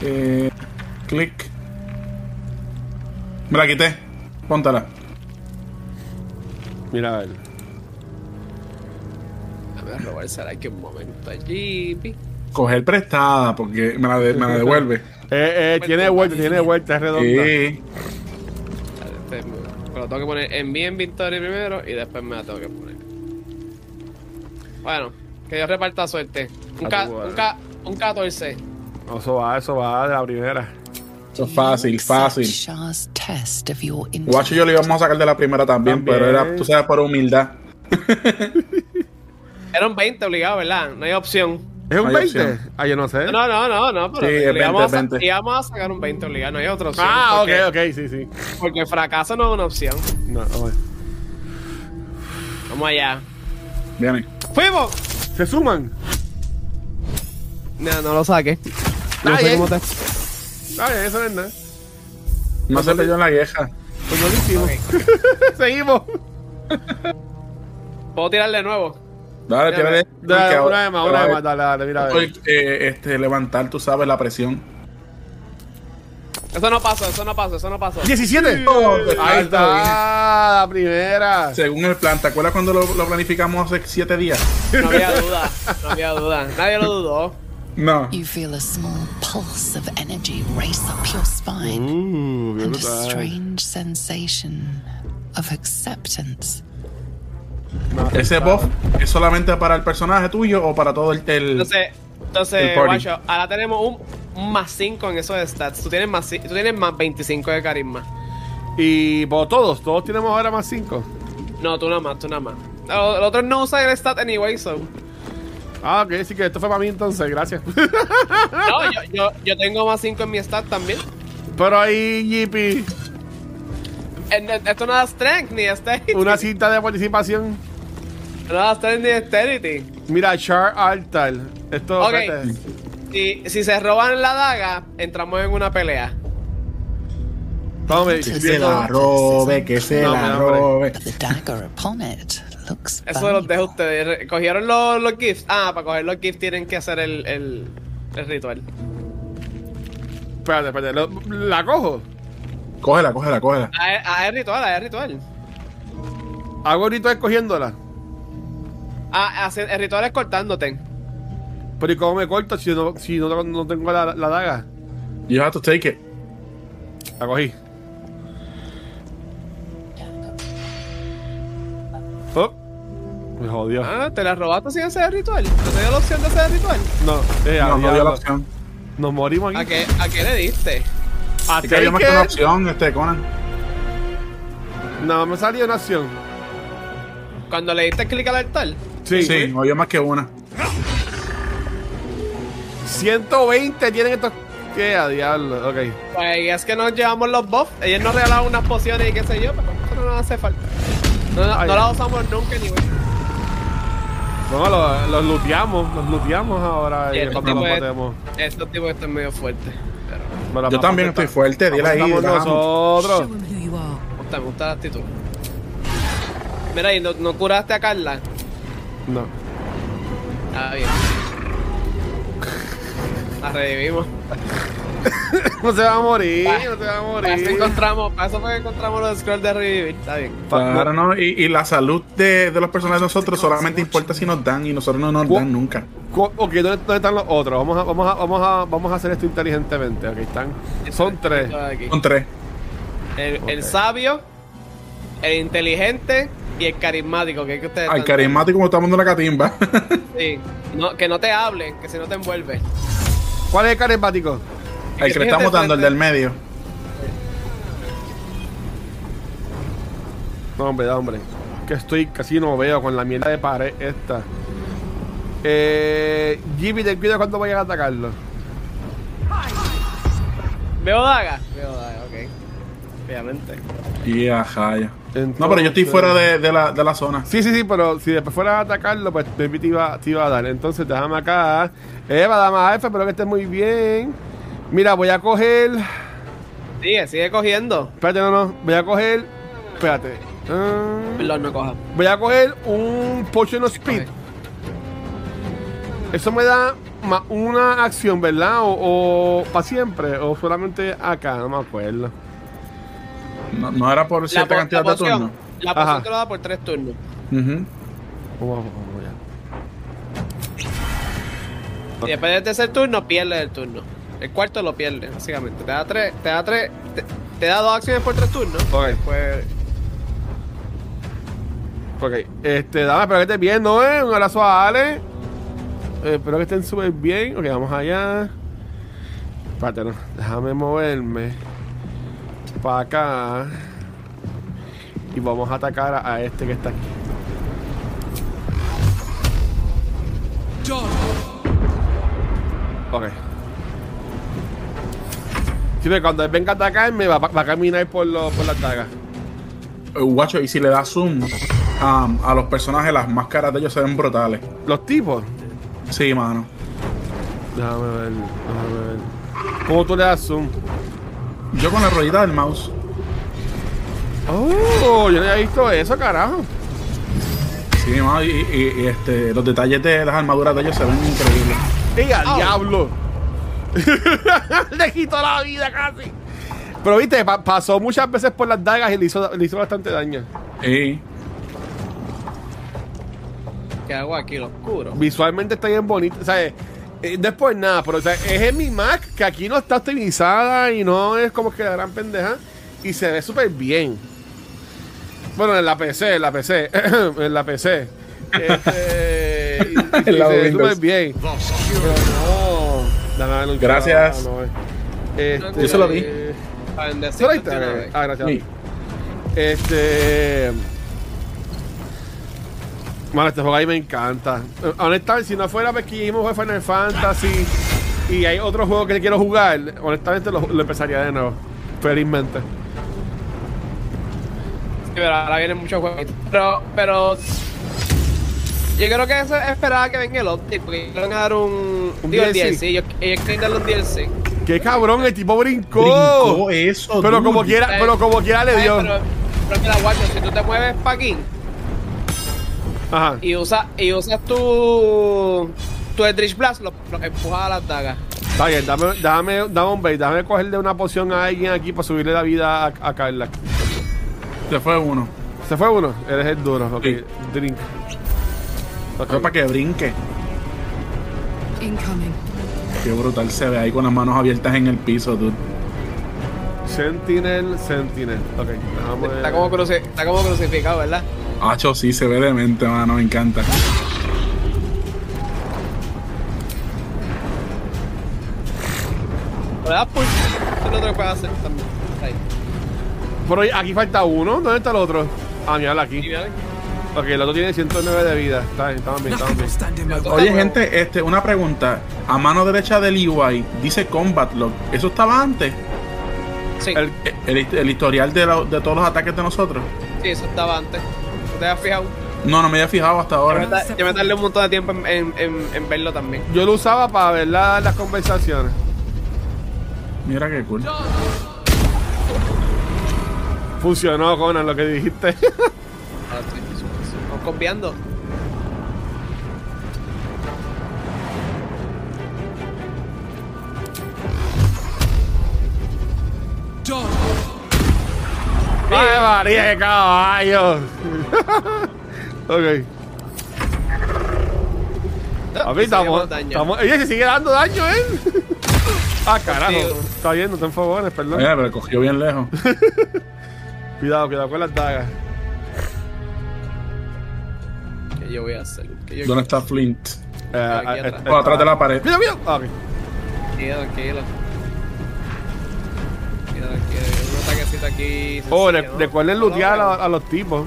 S2: Eh, clic. Me la quité. Póntala.
S1: Mira, a ver.
S3: Déjame robársela aquí un momento a Jiffy.
S2: Coger prestada, porque me la, de- me la devuelve.
S1: Eh, eh,
S3: Pues,
S1: tiene vuelta, tiene vuelta, es redonda.
S2: Sí.
S3: Dale, este, me- me lo tengo que poner en bien Victoria primero y después me la tengo que poner. Bueno, que Dios reparta suerte. Un,
S1: A
S3: ca-
S1: tu
S3: un,
S1: madre.
S3: ca- un 14.
S1: Eso va, eso va de la primera.
S2: Eso es
S6: Do you
S2: fácil,
S6: accept
S2: fácil.
S6: Shah's test of your
S2: Guacho y yo
S6: intellect?
S2: lo íbamos a sacar de la primera también,
S1: También.
S2: pero era, tú sabes, por humildad.
S3: Era un 20 obligado, ¿verdad? No hay opción.
S1: ¿Es un
S2: Hay
S1: 20?
S2: opción.
S1: Ah, yo no sé.
S3: No, no, no, no, pero
S2: Sí, es
S3: le íbamos
S2: 20,
S3: a sa-
S2: 20.
S3: íbamos a sacar un 20 obligado, no hay otra opción.
S1: ah, ok,
S3: porque,
S1: ok, sí, sí.
S3: Porque fracaso no es una opción.
S1: No, ok.
S3: Vamos allá.
S2: Viene.
S3: ¡Fuimos!
S1: ¿Se suman?
S3: No, no lo saques. No
S1: Está
S3: sé
S1: bien.
S3: cómo te...
S1: Está bien, eso no es nada.
S2: No se peleó en la guerra.
S1: Pues no lo hicimos. Seguimos.
S3: Puedo tirar de nuevo.
S2: Dale,
S3: Ya,
S2: tírale.
S1: Dale,
S2: Porque
S1: una vez más, una
S2: ahora-
S1: vez más.
S2: ahora
S1: Dale, dale, mira, a ver.
S2: estoy, eh, este, levantar, tú sabes, la presión.
S3: Eso no pasó, eso no pasó, eso no pasó.
S1: 17.
S2: Oh,
S1: Ahí está, la primera.
S2: Según el plan, ¿te acuerdas cuando lo, lo planificamos hace siete días?
S3: No había duda, no había duda. Nadie lo dudó.
S2: No.
S6: You feel a small pulse of energy race up your spine.
S1: Uh, qué
S6: and a
S1: brutal.
S6: strange sensation of acceptance.
S2: Ese buff es solamente para el personaje tuyo o para todo el. el-
S3: Entonces,
S2: El
S3: entonces
S2: party.
S3: guacho, ahora tenemos un, un más 5 en eso de stats. Tú tienes más, ci- tú tienes más 25 de carisma.
S1: Y pues, todos, todos tenemos ahora más 5.
S3: No, tú nada más, tú nada más. Lo- Los otros no usan el stat anyway, so.
S1: Ah, ok, sí que esto fue para mí entonces, gracias.
S3: No, yo, yo, yo tengo más 5 en mi stat también.
S1: Pero ahí, Yippee,
S3: En- en- Esto Eh, no da strength ni dexterity.
S1: una cinta de participación.
S3: No da strength ni dexterity.
S1: Mira, Char Altar. Esto,
S3: Ok.
S1: espérate.
S3: Si, si se roban la daga, entramos en una pelea.
S1: Tome,
S2: Que se la
S1: viendo-
S2: robe, que se
S1: No,
S2: la
S1: hombre, hombre.
S2: robe.
S6: But the dagger upon it looks
S3: Eso los
S6: valuable.
S3: dejo a ustedes. ¿Cogieron los, los gifts? Ah, para coger los gifts tienen que hacer el, el, el ritual.
S1: espérate, espérate. lo- la cojo.
S2: Cógela, cógela, cógela.
S3: Ah, es- ah, es ritual, ah, es ritual.
S1: Hago ahorita escogiéndola.
S3: Ah, hace- el ritual es cortándote.
S1: Pero ¿y cómo me corto si no, si no, no tengo la, la daga?
S2: You have to take it.
S1: La cogí. Oh, me jodió.
S3: Ah, te la robaste sin hacer el ritual. No te dio la opción de hacer el ritual.
S1: No, eh,
S2: No, no dio
S1: diablo.
S2: la opción.
S1: Nos morimos
S3: ¿A
S1: aquí.
S3: qué, ¿A qué le diste?
S1: A
S2: Te cayó más que una
S1: Taker.
S2: opción, este Conan.
S1: No, me salió una acción.
S3: Cuando le diste clic al altar,
S1: Sí.
S2: Sí, no había más que una.
S1: 120 tienen estos. ¿Qué a diablo? Ok.
S3: pues y es que nos llevamos los buffs. Ellos nos regalaban unas pociones y qué sé yo, pero eso no nos hace falta. No, no,
S1: Ay.
S3: no las usamos nunca ni
S1: No, los, los looteamos, los looteamos ahora.
S3: Bien,
S1: después
S3: tipo
S1: los
S3: es-
S1: matemos.
S3: Estos tipos están medio fuertes. Pero
S1: Pero
S2: Yo
S1: vamos,
S2: también estoy fuerte, dile ahí.
S1: estamos
S2: vamos.
S6: Show
S1: nosotros.
S6: him who you are.
S3: me gusta, me gusta la actitud. Mira, y no, no curaste a Carla.
S1: No.
S3: Ah, bien. La revivimos.
S1: No se va a morir,
S3: Ah,
S1: no se va a
S3: Para eso
S1: morir.
S3: encontramos, para eso fue que encontramos los scrolls de revivir. Está bien.
S2: Claro, no, y, y la salud de, de los personajes de nosotros solamente importa si nos dan y nosotros no nos dan nunca.
S1: Co- Ok, ¿dónde, dónde están los otros? Vamos a, vamos, a, vamos, a, vamos a hacer esto inteligentemente. Ok, están. Son tres.
S3: Aquí.
S2: Son tres.
S3: El, el
S1: Ok.
S3: sabio, el inteligente y el carismático, que es que ustedes
S2: Al
S3: están-
S2: carismático como estamos en la catimba.
S3: Sí. No, que no te hable, que si no te envuelve.
S1: ¿Cuál es el carismático?
S2: Al que le estamos dando, el del medio.
S1: No, hombre, da, hombre. Que estoy casi no veo con la mierda de pared esta. Eh, Jimmy, ten cuidado cuando vayas a atacarlo.
S3: Veo daga. Veo daga, ok. Obviamente.
S2: Y ajá, ya.
S1: Entonces-
S2: No, pero yo estoy fuera de, de la, de la zona.
S1: Sí, sí, sí, pero si después fueras a atacarlo, pues maybe te iba, te iba a dar. Entonces, déjame acá. Eva, dama F, espero que estés muy bien. Mira, voy a coger.
S3: Sigue, sigue cogiendo.
S1: Espérate, no, no. Voy a coger. Espérate. Ah,
S3: Perdón, no coja.
S1: voy a coger un Potion of Speed. Eso me da ma- una acción, ¿verdad? O, para siempre, o solamente acá, no me acuerdo.
S2: No, no era por
S3: La,
S2: cierta
S3: po-
S2: cantidad
S3: la
S2: de
S3: poción,
S2: turnos.
S3: la poción
S1: Ajá.
S3: te lo da por tres turnos.
S2: Ujú.
S1: Vamos, vamos, vamos ya.
S3: Y después del tercer turno, pierdes el turno. El cuarto lo pierdes, básicamente. Te da tres, te da tres, te, te da dos acciones por tres turnos. Pues,
S1: Ok.
S3: Después,
S1: Ok, este, dame, espero que estés bien, ¿no? eh? Un abrazo a Ale. Eh, espero que estén súper bien. Ok, vamos allá. Espérate, no. Déjame moverme para acá. Y vamos a atacar a, a este que está aquí. Ok. Sí, pero cuando él venga a atacarme, va, va a caminar por, lo- por las dagas.
S2: Eh, Guacho, y si le das zoom um, a los personajes, las máscaras de ellos se ven brutales.
S1: Los tipos.
S2: Sí, mano.
S1: Déjame ver, déjame ver. ¿Cómo tú le das zoom?
S2: Yo con la ruedita del mouse.
S1: Oh, yo no había visto eso, carajo.
S2: Sí, mano, y, y- y, este, los detalles de las armaduras de ellos se ven increíbles.
S1: ¡Ey, al diablo! le quitó la vida casi. Pero viste, pa- pasó muchas veces por las dagas y le hizo, le hizo bastante daño.
S2: Sí.
S3: ¿qué hago aquí? Lo oscuro.
S1: Visualmente está bien bonito. O sea, eh, eh, no es por nada, pero o sea, es en mi Mac que aquí no está optimizada y no es como que la gran pendeja. Y se ve súper bien. Bueno, en la PC, en la PC, en la PC. Este, y- y
S2: En la
S1: se ve súper
S2: Windows.
S1: bien. Pero no. Dame a ver un
S2: Gracias.
S1: clavado, no, eh. Este,
S2: Yo se lo vi.
S3: Para bendecirte
S1: ¿solo ahí está?
S3: de una vez.
S1: Ah, gracias.
S2: Sí.
S1: Este. Bueno, este juego ahí me encanta. Eh, Honestamente, si no fuera porque hicimos juego de Final Fantasy y hay otro juego que quiero jugar, honestamente lo, lo empezaría de nuevo. Felizmente.
S3: Sí, pero ahora vienen muchos juegos. Pero, pero. Yo creo que eso esperaba que venga el update, porque le van a dar un.
S1: Un
S3: digo, el
S1: DLC.
S3: DLC. Ellos, ellos quieren darle un DLC.
S1: ¡Qué cabrón! El tipo brincó.
S2: Brincó eso,
S1: Oh. pero
S2: dude.
S1: como quiera,
S3: Eh,
S1: pero como quiera le
S3: Ay,
S1: dio.
S3: Pero, pero mira, guacho, si tú te mueves para aquí
S1: Ajá.
S3: y usas, y usas tu. Tu Eldritch Blast, lo, lo empujas a las dagas.
S1: Está bien, dame, dame, dame un bait, dame cogerle una poción a alguien aquí para subirle la vida a, a Carla.
S2: Se fue uno.
S1: ¿Se fue uno? Eres el duro. Ok,
S2: Sí.
S1: drink. Ok.
S2: Fue para que brinque.
S6: Incoming.
S2: Qué brutal se ve ahí con las manos abiertas en el piso, dude.
S1: Sentinel, Sentinel. Ok, déjame-
S3: Está como, cruci está como crucificado, ¿verdad?
S2: Hacho, sí, se ve demente, mano. Me encanta.
S3: Pero das push. Eso es lo otro que puedes hacer también. Ahí.
S1: Pero oye, aquí falta uno. ¿Dónde está el otro? Ah, míralo
S3: Y
S1: aquí.
S3: mira,
S1: Ok, el otro tiene 109 de vida. Está bien, estamos bien, estamos
S5: Nothing
S1: bien.
S5: will stand in my way.
S2: Oye, gente, este, una pregunta. A mano derecha del EY dice Combat Log. ¿Eso estaba antes?
S3: Sí,
S1: El-
S2: El, el historial de, la- de todos los ataques de nosotros.
S3: sí, eso estaba antes. ¿No ¿Te has fijado?
S2: No, no me había fijado hasta
S3: Yo me,
S2: ahora.
S3: ta- yo me tardé un montón de tiempo en, en- en- en verlo también.
S1: Yo lo usaba para ver la- las conversaciones.
S2: Mira qué cool.
S1: Funcionó, Conan, lo que dijiste.
S3: Ahora sí, sí, sí. Vamos copiando.
S5: Dodge.
S1: ¡Ay, María, qué caballo! ok. Papi,
S3: Y seguimos
S1: estamos,
S3: daño.
S1: estamos. Oye, se sigue dando daño, ¿eh? ah, carajo.
S3: Contigo.
S1: Está bien, no te enfogones, perdón.
S2: Mira, pero cogió bien lejos.
S1: Cuidado, cuidado con las dagas.
S3: ¿Qué yo voy a hacer? ¿Qué yo
S2: ¿Dónde está Flint?
S1: Eh,
S3: Aquí
S1: eh,
S3: atrás.
S1: eh,
S2: O atrás de la pared.
S1: Cuidado, cuidado. Ah, ok.
S3: Tranquilo, tranquilo. Tranquilo, tranquilo. Un ataquecito aquí.
S1: Oh,
S3: sencillo,
S1: re-
S3: ¿no?
S1: recuerden
S3: No,
S1: lootear
S3: no,
S1: a, a los tipos.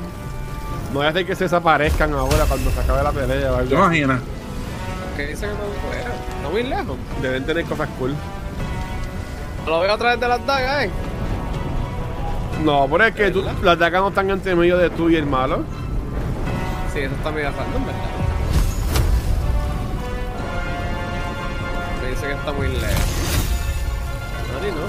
S1: No voy a hacer que se desaparezcan ahora cuando se acabe la pelea o
S2: ¿Te
S1: algo.
S2: imaginas?
S3: ¿Qué dice que no veo? No muy lejos.
S1: Deben tener cosas cool.
S3: Lo veo a través de las dagas, eh.
S1: No, pero es que tú- las dagas no están entre medio de tú y el malo.
S3: Sí, eso está medio random, ¿verdad? Me dice que está muy lejos. Mari, no, no.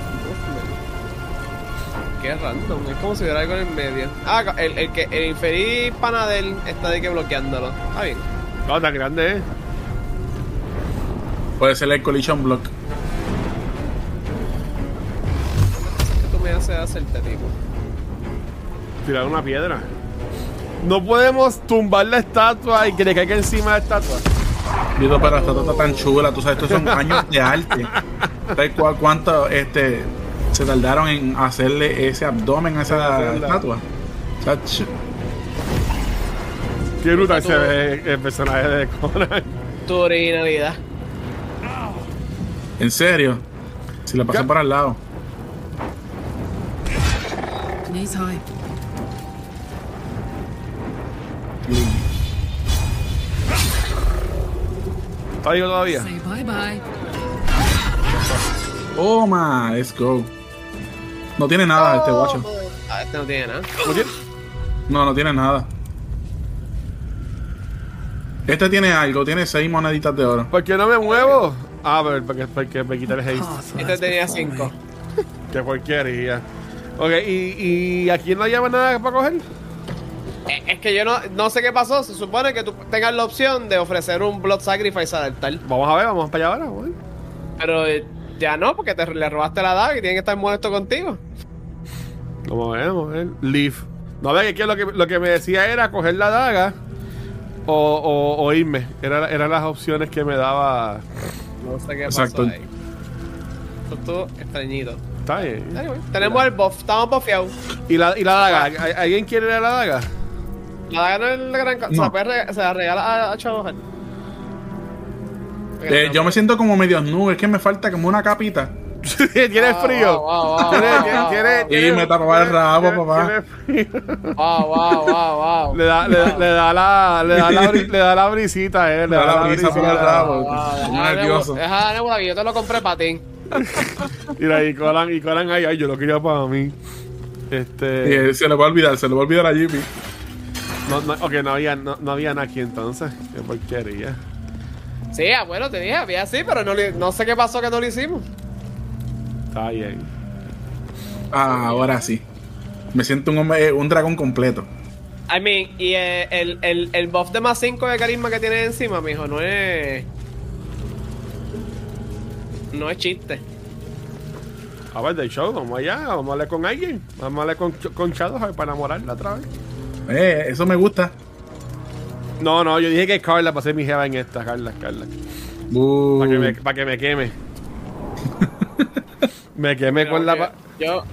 S3: no. Qué random, es como si hubiera algo en el medio. Ah, ca- el, el que el infeliz pana de él está de que bloqueándolo. Está bien.
S1: No, tan grande, ¿eh?
S2: Puede ser el collision block.
S3: Eso es que tú me haces hacerte tipo.
S1: Tirar una piedra. No podemos tumbar la estatua y que le caiga encima de la estatua.
S2: Vito, pero esta tota tan chula, tú sabes, estos son años de arte. ¿Sabes cuál- cuánto este, se tardaron en hacerle ese abdomen a esa estatua? Chacho.
S1: Qué brutal se ve el personaje de Conan.
S3: Tu originalidad.
S2: En serio, si la pasé
S1: ¿Qué?
S2: por al lado.
S6: Knees high.
S1: ¿Está vivo todavía?
S6: Say bye bye.
S2: Toma, Oh, let's go. No tiene nada este guacho.
S3: Ah, este no tiene nada.
S1: ¿No tiene?
S2: No, no tiene nada. Este tiene algo, tiene seis moneditas de oro.
S1: ¿Por qué no me muevo? Ah, pero porque, porque me quita el haste.
S5: Path
S3: Este
S5: lies
S3: tenía
S5: before me.
S3: 5.
S1: Qué porquería. Ok, ¿y, y aquí no lleva nada para coger?
S3: Eh, Es que yo no, no sé qué pasó. Se supone que tú tengas la opción de ofrecer un Blood Sacrifice al altar.
S1: Vamos a ver, vamos para allá ahora. voy.
S3: Pero eh, ya no, porque te, le robaste la daga y tienen que estar molestos contigo.
S1: Vamos a ver, vamos a ver. Leaf. No, ve que lo que, lo que me decía era coger la daga o, o- o irme. Era- Eran las opciones que me daba.
S3: No sé qué
S2: Exacto.
S3: pasó ahí. Esto estuvo extrañito.
S1: Está bien.
S3: Anyway, tenemos el buff, estamos buffiados.
S1: ¿Y la, y la daga? ¿Al- ¿Alguien quiere la daga?
S3: La daga no es la gran cosa.
S2: No.
S3: Se, la puede re- se la regala a, a Chavo Hall.
S2: Eh, yo me siento como medio nube, es que me falta como una capita.
S1: ¿Tienes
S3: ah,
S1: frío?
S3: wow, wow,
S1: ¿Tienes-
S3: wow,
S1: tienes-
S3: wow,
S1: tienes-
S3: wow.
S2: Y me tapaba el rabo,
S1: tienes-
S2: papá.
S1: tienes frío?
S3: Wow, wow, wow, wow.
S1: Le da, le, da- le da la, le da la, bri- le da la brisita, eh. Le da la
S2: brisa por el
S1: brisita.
S2: rabo.
S3: Ah,
S2: Estoy
S3: deja de
S2: nervioso.
S3: nebula- Deja de nebula, que yo te lo compré para ti.
S1: Mira, y Colan, y Colan, ay, ay, yo lo quería para mí. Este.
S2: Y, eh, se le va a olvidar, se le va a olvidar a Jimmy.
S1: No, no, ok, no había, no, no había nada aquí entonces. Qué porquería.
S3: Sí, ah, bueno, te dije, había así, pero no, le- no sé qué pasó que no lo hicimos.
S1: Está bien.
S2: Ah, ahora sí. Me siento un hombre, eh, un dragón completo.
S3: I mean, y eh, el, el, el buff de más 5 de carisma que tiene encima, mijo, no es. No es chiste.
S1: A ver, del show, vamos allá, vamos a hablar con alguien. Vamos a hablar con, Ch- con Shadowheart para enamorarla otra vez.
S2: Eh, eso me gusta.
S1: No, no, yo dije que Carla para ser mi jeva en esta, Carla, Carla.
S2: Uh,
S1: Para que me, para que me queme. me queme con la.
S3: Creo
S1: pa-
S3: que Yo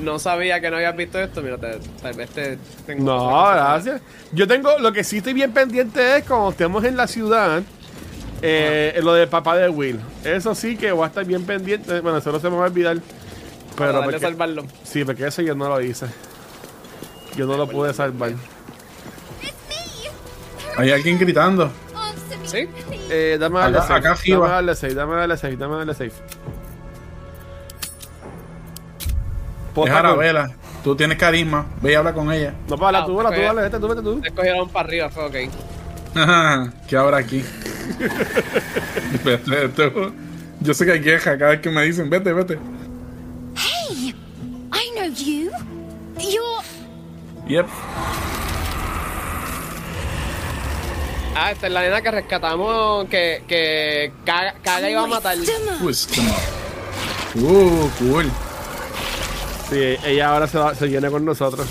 S3: no sabía que no habías visto esto, mira, te- este, tal vez te tengo.
S1: No,
S3: otra cosa.
S1: gracias. Yo tengo, lo que sí estoy bien pendiente es cuando estemos en la ciudad, eh, lo de papá de Will. Eso sí que voy a estar bien pendiente. Bueno, eso no se me va a olvidar. Pero
S3: Para darle
S1: porque-
S3: salvarlo.
S1: Sí, porque eso yo no lo hice. Yo no lo pude salvar.
S7: It's me,
S2: Hay alguien gritando.
S7: Answer me,
S3: Sí.
S7: please.
S1: Eh, dame a la
S2: Acá-
S1: safe.
S2: acá
S1: dame
S2: arriba.
S1: a la safe, dame a la safe, dame a la safe.
S2: Es
S1: Posta, con-
S2: Arabella. Tú tienes carisma. Ve y habla con ella.
S1: No, para la tú, la tú,
S3: Ah,
S1: dale, vete tú, vete tú.
S3: Escogieron para arriba, fue ok.
S2: ¿Qué habrá aquí? Vete tú. Yo sé que hay queja cada vez que me dicen, vete, vete.
S7: Hey, I know you. You're.
S2: Yep.
S3: Ah, esta es la nena que rescatamos, que, que caga, caga y va a matar.
S7: Wisdom.
S2: Wisdom. Uh, cool.
S1: Sí, ella ahora se, va- se viene con nosotros.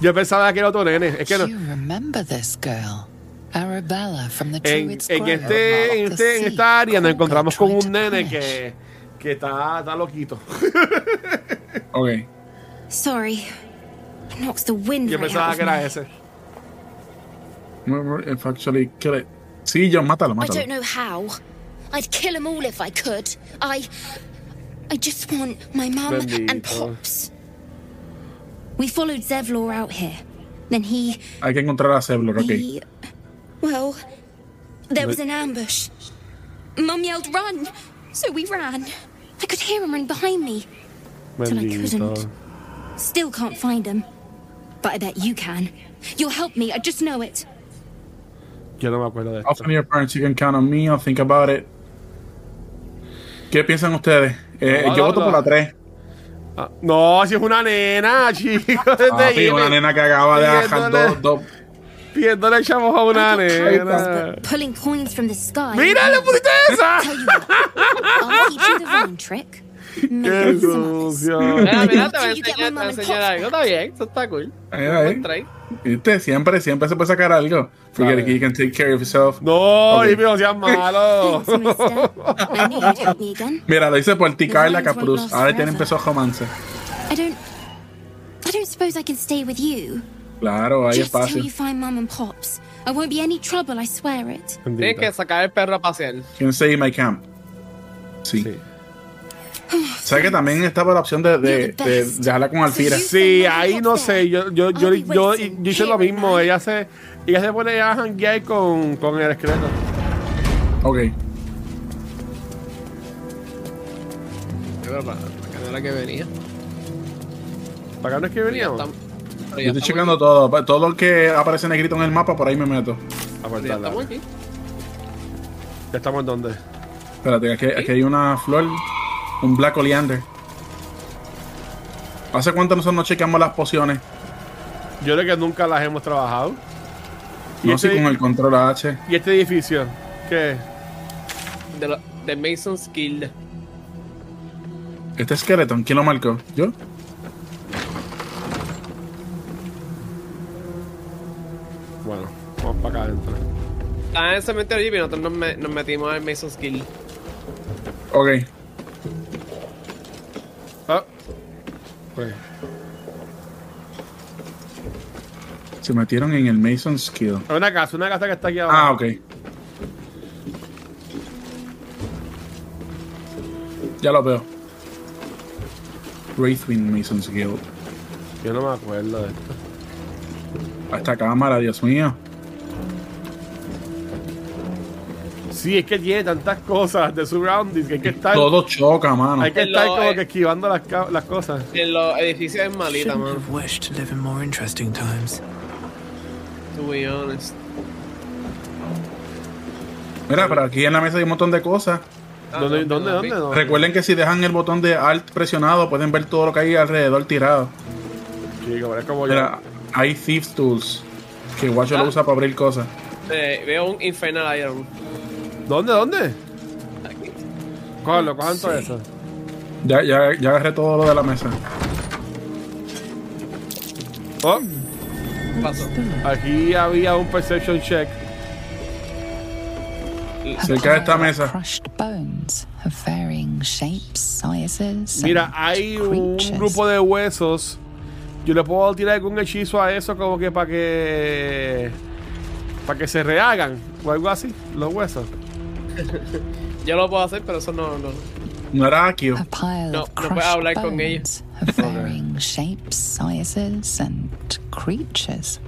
S1: Yo pensaba que era otro nene. Es que no.
S5: You remember this girl, Arabella from the
S1: En,
S5: Druid's
S1: en,
S5: Grove,
S1: este, en,
S5: the
S1: este- en
S5: sea
S1: esta área nos
S5: Korga
S1: encontramos con
S5: tried
S1: un
S5: to
S1: nene
S5: punish.
S1: que, que está, está loquito.
S2: Ok.
S7: Sorry. It knocks the wind
S1: Yo
S7: right out
S1: pensaba
S7: of
S1: que era
S7: me.
S1: ese.
S2: Murmur if actually kill it. Sí, John, mátalo,
S7: I don't
S2: mátalo.
S7: know how. I'd kill them all if I could. I. I just want my mum and
S1: Bendito.
S7: Pops. We followed Zevlor out here. Then he.
S2: Hay que encontrar a Zeblor, ok.
S7: he well, there was an ambush. Mum yelled, run! So we ran. I could hear him run behind me.
S1: Bendito.
S7: couldn't. Still can't find him. But I bet you can. You'll help me, I just know it.
S1: Yo no me acuerdo de esto.
S2: Often your parents, you can count on me, I'll think about it. ¿Qué piensan ustedes? Eh,
S1: No,
S2: yo
S1: no,
S2: voto
S1: no.
S2: por la 3.
S1: Ah, no, si es una nena, chicos.
S2: Papi, Ah, una nena que acaba de bajar
S1: Pidiéndole-
S2: dos, dos.
S1: Pidiéndole chavos a una nena.
S7: But pulling coins from the sky.
S1: ¡Mira, le pusiste esa!
S7: Tell you what, I'll teach you the round trick.
S1: ¡Qué
S7: Maybe some others.
S1: sucio!
S3: Mira, mira, te voy a
S7: You get
S3: enseñar, te voy
S7: my
S3: a
S7: mom and
S3: enseñar
S7: pop.
S3: algo. Está bien, eso está cool.
S2: Ahí,
S1: ¿Eh?
S2: ahí.
S3: Buen try.
S2: eh, ¿Viste? Siempre, siempre se puede sacar algo. Forget it, you can take care of yourself.
S1: No,
S2: Ok.
S1: Jimmy, no seas malo.
S7: Thanks, mister. I knew you'd help me again.
S2: Mira, lo hice por ti,
S7: Los
S2: Carla
S7: hombres
S2: Capruz.
S7: buenos
S2: Ahora tiene
S7: forever.
S2: empezó romance.
S7: I don't. I don't suppose I can stay with you.
S2: Claro, hay
S7: Just till
S2: espacio.
S7: you find Mum and Pops. I won't be any trouble, I swear it.
S3: Tienes que sacar el perro a pasear.
S2: Can say my camp. Sí.
S1: Sí.
S2: ¿Sabes que también estaba la opción de, de,
S7: You're the
S2: de
S7: best.
S2: dejarla con Alfira?
S7: Sí.
S1: Sí, ahí no sé, yo, yo, yo,
S3: pues
S7: I'll be
S1: yo,
S7: waiting.
S1: yo hice lo
S7: Here,
S1: mismo,
S7: man.
S1: ella se, ella se pone a janguear con, con el esqueleto.
S2: Ok.
S3: Pero para, para que no era que venía.
S1: ¿Para acá no es que
S3: Pero ya
S1: veníamos?
S3: estamos- pero ya
S2: Yo estoy
S3: estamos
S2: checando todo. pa- Todo lo que aparece negrito en el mapa, por ahí me meto.
S3: aquí, Ya estamos aquí.
S1: ¿Ya estamos en dónde?
S2: Espérate, aquí, aquí hay una flor. Un black oleander. ¿Hace cuánto nosotros no chequeamos las pociones?
S1: Yo creo que nunca las hemos trabajado. ¿Y,
S2: No
S1: este,
S2: sé con el control H.
S1: ¿y este edificio? ¿Qué?
S3: De, lo- de Mason's Guild.
S2: Este esqueleto, ¿quién lo marcó? ¿Yo?
S1: Bueno, vamos para acá adentro.
S3: Estaba en el cementerio Jeep y nosotros nos, me- nos metimos en Mason's Guild.
S2: Ok.
S1: Ah. Pues,
S2: Se metieron en el Mason's Kill.
S1: hay una casa, una casa que está aquí abajo.
S2: Ah, ok. Ya lo veo. Wraithwind Mason's Guild.
S1: Yo no me acuerdo de esto.
S2: A esta cámara, Dios mío.
S1: Sí, es que tiene tantas cosas de surroundings que hay que estar,
S2: Todo choca, mano.
S1: hay que
S3: Lo-
S1: estar como
S3: eh.
S1: que esquivando las, ca- las cosas.
S3: En los edificios es malita, man.
S5: Shouldn't have wished to live in more interesting times.
S3: To be honest.
S2: Mira, pero aquí en la mesa hay un montón de cosas.
S3: Ah,
S1: ¿Dónde,
S3: no,
S1: dónde,
S3: no,
S1: dónde?
S3: no.
S1: No.
S2: Recuerden que si dejan el botón de Alt presionado, pueden ver todo lo que hay alrededor tirado.
S1: Chico, pero es como yo.
S2: Mira, hay Thieves Tools. Que Guacho lo usa para abrir cosas.
S3: Eh, veo un Infernal Iron.
S1: ¿Dónde, dónde? Cógelo, cojan todo eso.
S2: Ya, ya, ya agarré todo lo de la mesa.
S1: Oh,
S3: ¿Qué pasó?
S1: aquí había un perception check.
S2: Cerca de esta mesa.
S8: crushed bones of varying shapes, sizes.
S1: Mira, hay un grupo de huesos. Yo le puedo tirar algún hechizo a eso como que para que... Para que se rehagan o algo así, los huesos.
S3: Yo lo puedo hacer, pero eso no. no.
S2: No era Akio.
S8: A pile
S3: No,
S8: of
S3: no puedo
S8: crushed
S3: hablar con ella.
S8: bones of varying shapes, sizes, and creatures.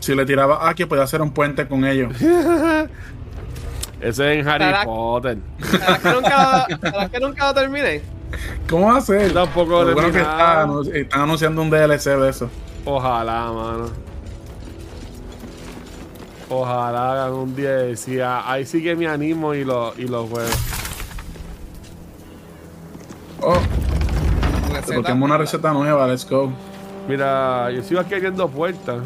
S2: Si le tiraba aquí, podía hacer un puente con ellos.
S1: Eso es en Harry
S3: Carac-
S1: Potter.
S3: ¿Será que nunca, será que nunca lo termine?
S2: ¿Cómo va a ser?
S1: Tampoco
S2: Yo creo que está
S1: terminado.
S2: anu- están anunciando un DLC de eso.
S1: Ojalá, mano. Ojalá hagan un día decía, ahí sí que me animo y lo, y lo juego.
S2: Oh,
S3: Receta.
S2: tenemos una receta nueva, let's go.
S1: Mira, yo sigo aquí abriendo puertas.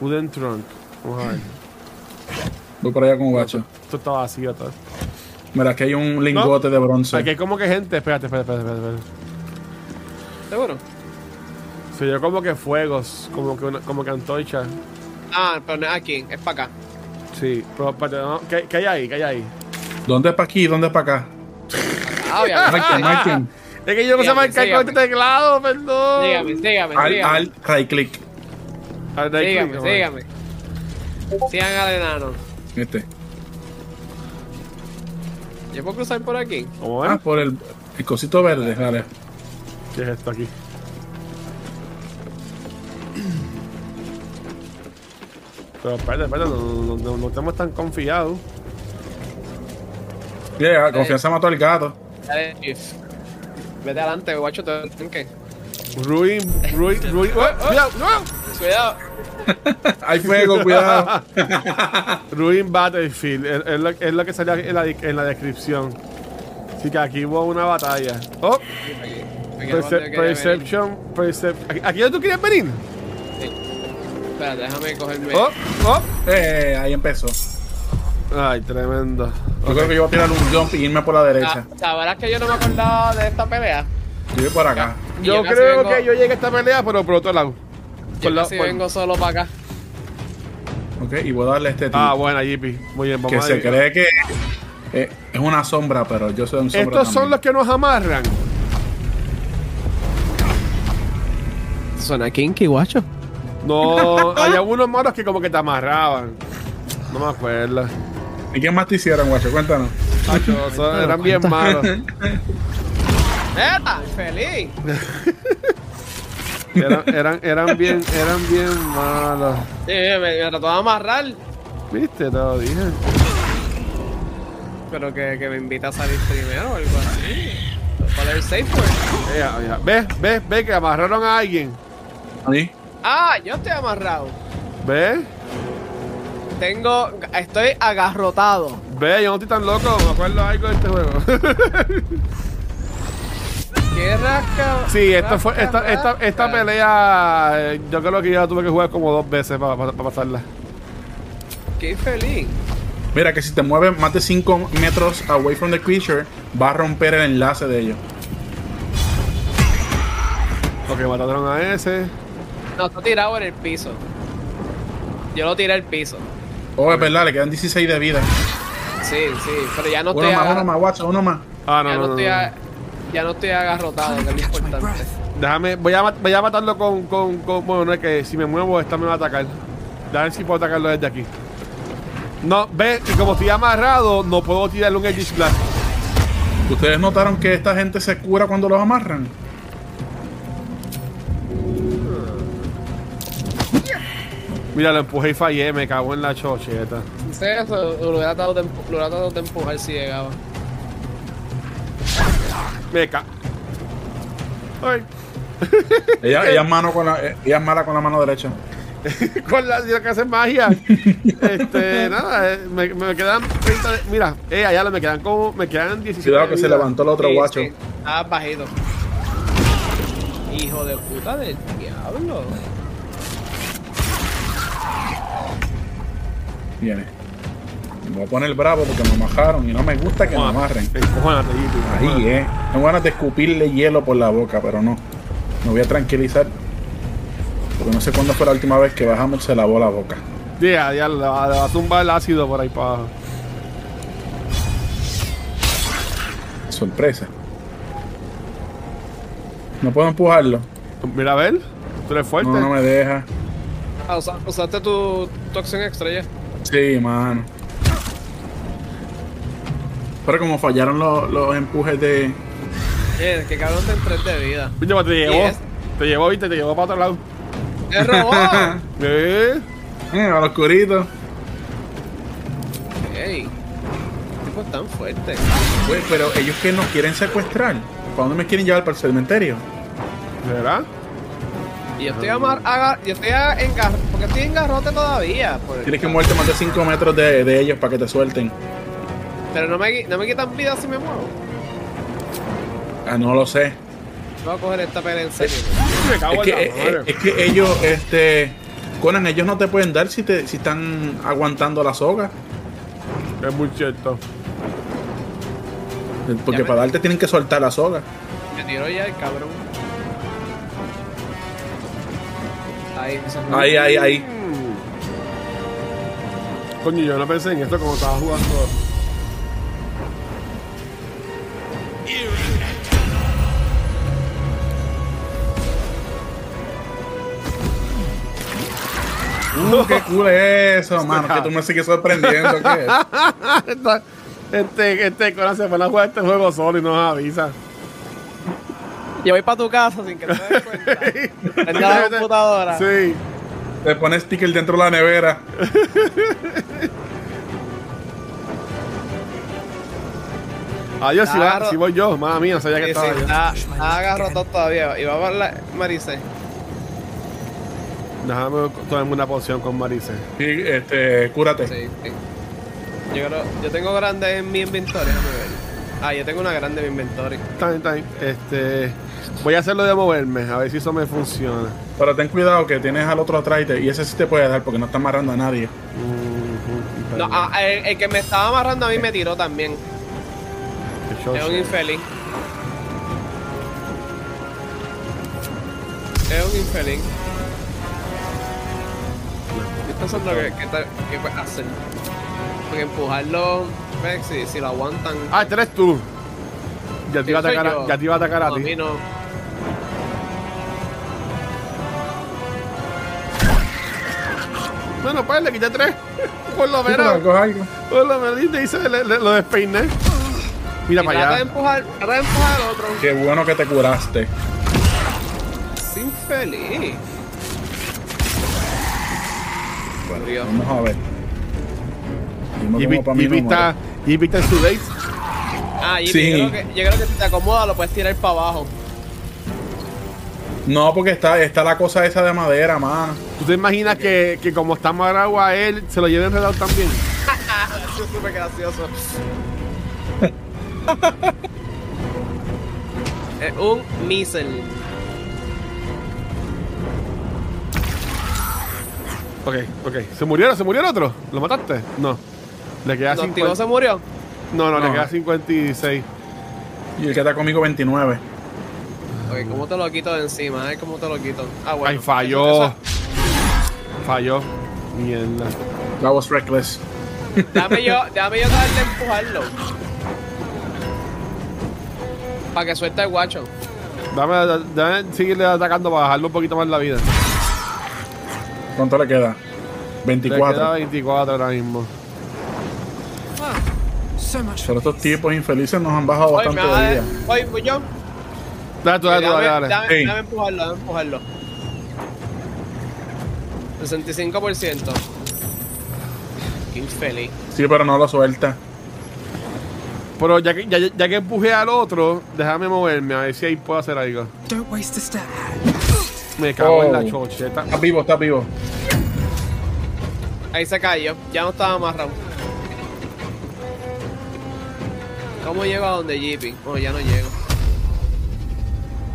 S1: Wooden trunk. Vamos a ver.
S2: Voy por allá con guacho.
S1: Esto está vacío. Está.
S2: Mira, aquí hay un lingote de bronce.
S1: Aquí hay como que gente. Espérate, espérate, espérate. espérate. espérate.
S3: ¿Seguro?
S1: Se oyó como que fuegos, como que, una, como que antorcha.
S3: Ah, pero no es aquí, es para acá.
S1: Sí, pero espérate, no, ¿qué, qué hay ahí? ¿Qué hay ahí?
S2: ¿Dónde es para aquí? ¿Dónde es para acá?
S3: Ah,
S2: Marquen,
S3: obviamente.
S2: marquen.
S1: Es que yo no sé
S3: Sígame,
S1: marcar con este
S3: sígame.
S1: teclado, perdón.
S3: Dígame, dígame,
S2: Al,
S3: dígame.
S2: al, right click.
S1: A ver, dale click,
S3: Dígame,
S1: vamos a ver.
S3: dígame. Sigan al enano.
S2: Este.
S3: ¿Yo puedo cruzar por aquí?
S1: Vamos a
S2: Ah,
S1: ver.
S2: por el, el cosito verde, dale.
S1: ¿Qué es esto aquí? Pero espérate, espérate, no, no, no- no estamos tan confiados. Eh.
S2: Yeah, confianza mató al gato.
S3: Dale, Chief. Vete adelante, guacho, te lo trinque.
S1: Ruin, ruin,
S3: Este
S1: ruin. ¡Oh, oh! Cuidado, no!
S3: Cuidado.
S2: Hay fuego, cuidado.
S1: Ruin Battlefield, es, es lo, es lo que salía en la, di- en la descripción. Así que aquí hubo una batalla. ¡Oh!
S3: Aquí no va a tener
S1: Perce-
S3: que venir.
S1: perception, perception. ¿Aquí, aquí es donde tú querías venir?
S3: Espérate, déjame cogerme.
S1: ¡Oh! ¡Oh!
S2: Eh, ahí empezó.
S1: Ay, tremendo.
S2: Yo creo que yo voy a tirar un jump y irme por la
S3: Ah,
S2: derecha.
S3: Sabrás que yo no me acordaba de esta pelea.
S2: Yo voy por acá.
S3: Y
S1: Yo
S3: casi
S1: creo
S3: vengo-
S1: que yo llegué a esta pelea, pero por otro lado.
S3: Yo
S1: Por la-
S3: casi
S1: por-
S3: vengo solo para acá.
S2: Ok, y voy a darle a este tipo.
S1: Ah, buena, JP. Muy bien, vamos
S2: que
S1: a
S2: se
S1: adivinar.
S2: cree que eh, es una sombra, pero yo soy un sombra.
S1: Estos son los
S2: también.
S1: que nos amarran.
S3: Suena kinky, guacho.
S1: No, hay algunos moros que como que te amarraban. No me acuerdo.
S2: ¿Y quién más te hicieron, guacho? Cuéntanos.
S1: Tacho, eso eran bien malos.
S3: ¡Eta! ¡Feliz!
S1: Eran, eran, eran bien, eran bien malos.
S3: Sí, me, me trató de amarrar,
S1: Viste, te lo dije.
S3: pero que, que me invita a salir primero o algo así. ¿Cuál es el safe word?
S1: Ea, ea. Eh, ah, ¿Ves? ¿Ves? ¿Ves que amarraron a alguien?
S2: ¿Sí?
S3: Ah, yo estoy amarrado.
S1: ¿Ves?
S3: Tengo. Estoy agarrotado.
S1: ¿Ves? Yo no estoy tan loco. Me acuerdo algo de este juego.
S3: ¿Qué rasca?
S1: Sí, esta, fue,
S3: rasca,
S1: esta, esta,
S3: rasca?
S1: esta pelea eh, yo creo que yo la tuve que jugar como dos veces para pasarla.
S3: ¡Qué feliz!
S2: Mira, que si te mueves más de 5 metros away from the creature, va a romper el enlace de ellos.
S1: Ok, mataron a ese.
S3: No, está tirado en el piso. Yo lo tiré al piso.
S2: Oh, es verdad, le quedan 16 de vida.
S3: Sí, sí, pero ya no
S2: Uno
S3: estoy.
S2: más,
S3: aga-
S2: uno más, guacho, uno más.
S1: Ah, no,
S3: ya,
S1: no,
S3: no
S1: no,
S3: estoy
S1: no.
S3: a- ya no estoy agarrotado, que es lo
S5: Catch my
S3: importante.
S5: breath.
S1: Déjame, voy a, mat- voy a matarlo con, con, con- Bueno, no es que si me muevo, esta me va a atacar. A ver si puedo atacarlo desde aquí. No, ve, y como estoy amarrado, no puedo tirarle un Edge Blast.
S2: ¿Ustedes notaron que esta gente se cura cuando los amarran?
S1: Mira, lo empujé y fallé, me cago en la chocheta.
S3: Sí, eso lo hubiera dado de, empu- lo hubiera dado de empujar si llegaba.
S1: Me ca. Ay,
S2: Ella, ella es mano con la, eh, ella es mala con la mano derecha.
S1: con la yo que hace magia. este, nada, eh, me, me quedan 30 de- Mira, eh, allá lo- me quedan como. Me quedan 17.
S2: Cuidado
S1: de
S2: que se
S1: vida.
S2: levantó el otro
S3: Sí,
S2: guacho.
S3: sí, estaba bajito. Hijo de puta del diablo.
S2: Viene. Me voy a poner bravo porque me amajaron y no me gusta que me amarren.
S1: Encojónate, Yipi,
S2: Ahí,
S1: encojónate.
S2: eh. Tengo ganas de escupirle hielo por la boca, pero no. Me voy a tranquilizar. Porque no sé cuándo fue la última vez que bajamos se lavó la boca.
S1: Ya, ya, le va, le va a tumbar el ácido por ahí para abajo.
S2: Sorpresa. No puedo empujarlo.
S1: Mira, a ver. Tú eres fuerte.
S2: No, no me deja.
S3: Ah, usa- usaste tu, tu acción extra ya.
S2: Sí, mano. Pero como fallaron los, los empujes de,
S3: Eh, que cabrón te tres de vida.
S1: Picho, pues, te llevó.
S3: Yes.
S1: Te llevó, viste, te llevó para otro lado.
S3: ¡Es robot!
S1: ¿Eh?
S2: Eh, a los curitos.
S3: ¡Ey! Tipo tan fuerte.
S2: Güey, pero ellos que nos quieren secuestrar. ¿Para dónde me quieren llevar para el cementerio?
S1: ¿Verdad?
S3: Y yo estoy, amar, aga- yo estoy a- en gar- porque estoy en garrote todavía. pues. por el-
S2: Tienes que moverte más de 5 metros de, de ellos para que te suelten.
S3: Pero no me, qui- no me quitan vida si me muevo.
S2: Ah, no lo sé.
S3: Voy a coger esta pelea en serio.
S1: Me cago
S2: Es que,
S1: en la
S2: eh, eh,
S1: madre.
S2: es que ellos, este. Conan, ellos no te pueden dar si, te, si están aguantando la soga.
S1: Es muy cierto.
S2: Porque para darte tienen que soltar la soga.
S3: Me tiró ya el cabrón. Ahí, esa-
S2: Ahí, ahí, ahí.
S1: Coño, yo no pensé en esto como estaba jugando.
S2: Uh, qué cool es eso, mano. Que tú me sigues sorprendiendo. ¿qué es?
S1: Esta- este, este Conan se fue a jugar este juego solo y no nos avisa.
S3: Yo voy para tu casa sin que te des cuenta. Prende la computadora.
S1: Sí.
S2: Te pones sticker dentro de la nevera.
S1: Adiós, si, va,
S3: Claro.
S1: si voy yo, madre mía, no sabía que
S3: Sí,
S1: estaba
S3: sí,
S1: yo.
S3: está, está agarrotado todavía. Y va a hablar Marice.
S1: Déjame tomarme una poción con Marice.
S2: Y este, cúrate.
S3: Sí, sí. Yo, creo, yo tengo grande en mi inventorio, déjame ver. Ah, yo tengo una grande en mi inventorio.
S1: Time, time. Este, voy a hacerlo de moverme, a ver si eso me funciona.
S2: Pero ten cuidado que tienes al otro atrás y, te- y ese sí te puede dar porque no está amarrando a nadie.
S1: Ujú,
S3: No, ah, el, el que me estaba amarrando a mí me tiró también.
S1: qué
S3: Es un
S1: chocho.
S3: infeliz. Es un infeliz. Estoy pensando que, que, tal- que puede hacer. Porque empujarlo, ve, si, si lo aguantan.
S1: Ah, este eres tú. Ya te iba a
S3: Este Soy
S1: atacar a,
S3: yo.
S1: ya te iba a, atacar a
S3: No, mí
S1: ti.
S3: no.
S1: Bueno, pues le quité tres. Por lo
S2: Sí, pero
S1: menos.
S2: coge algo.
S1: Por lo menos, y te hice, le- le- lo despeiné. Mira
S3: Y trata
S1: para
S3: de
S1: allá.
S3: empujar, trata de empujar al otro.
S2: Qué bueno que te curaste.
S3: Es infeliz. Murió.
S2: Vamos a ver. Dime
S1: Y
S2: cómo pa' mí no
S1: Yipi está
S2: muere.
S1: Yipi está en su base.
S3: Ah, y
S2: Sí.
S3: yo, creo que, yo creo que si te acomoda lo puedes tirar para abajo.
S2: No, porque está, está la cosa esa de madera, mano.
S1: ¿Tú te imaginas que, que como está amarrado a él, se lo lleven enredado también?
S3: Eso es súper gracioso. es un missile.
S1: Ok, ok. ¿Se murieron? ¿Se murió el otro? ¿Lo mataste? No. Le queda
S3: ¿No activó,
S1: 50.
S3: se murió?
S1: No, no, le
S2: No.
S1: queda 56.
S2: Y el que está conmigo 29.
S3: Ok, ¿cómo te lo quito de encima? Ay, ¿Cómo te lo quito? Ah, bueno.
S1: Ay, falló.
S3: Eso-
S1: Falló. Mierda.
S2: That was reckless.
S3: eso- Déjame yo, déjame yo tratar de empujarlo. Para que suelte el guacho.
S1: Dame, dame seguirle atacando para bajarle un poquito más la vida.
S2: ¿Cuánto le queda?
S1: Le queda
S2: 24.
S1: 24 ahora mismo.
S5: So much for
S2: Pero estos tipos infelices nos han bajado
S3: Hoy me
S2: bastante
S3: va a
S2: de
S3: dar.
S2: vida.
S3: Hoy, pues yo.
S1: Dale tú, dale tú,
S3: Dame-
S1: dale, dale.
S3: dame-
S2: Sí.
S3: dame empujarlo, dame empujarlo. 65%. Qué infeliz.
S2: Sí, pero no lo suelta.
S1: Pero ya que, ya, ya que empujé al otro, déjame moverme a ver si ahí puedo hacer algo.
S5: Don't waste a step.
S1: Me cago en la
S2: Oh.
S1: chocheta.
S2: Está vivo, está vivo.
S3: Ahí se cayó, ya no estaba amarrado. ¿Cómo llego a donde Jeepy? Bueno, ya no llego.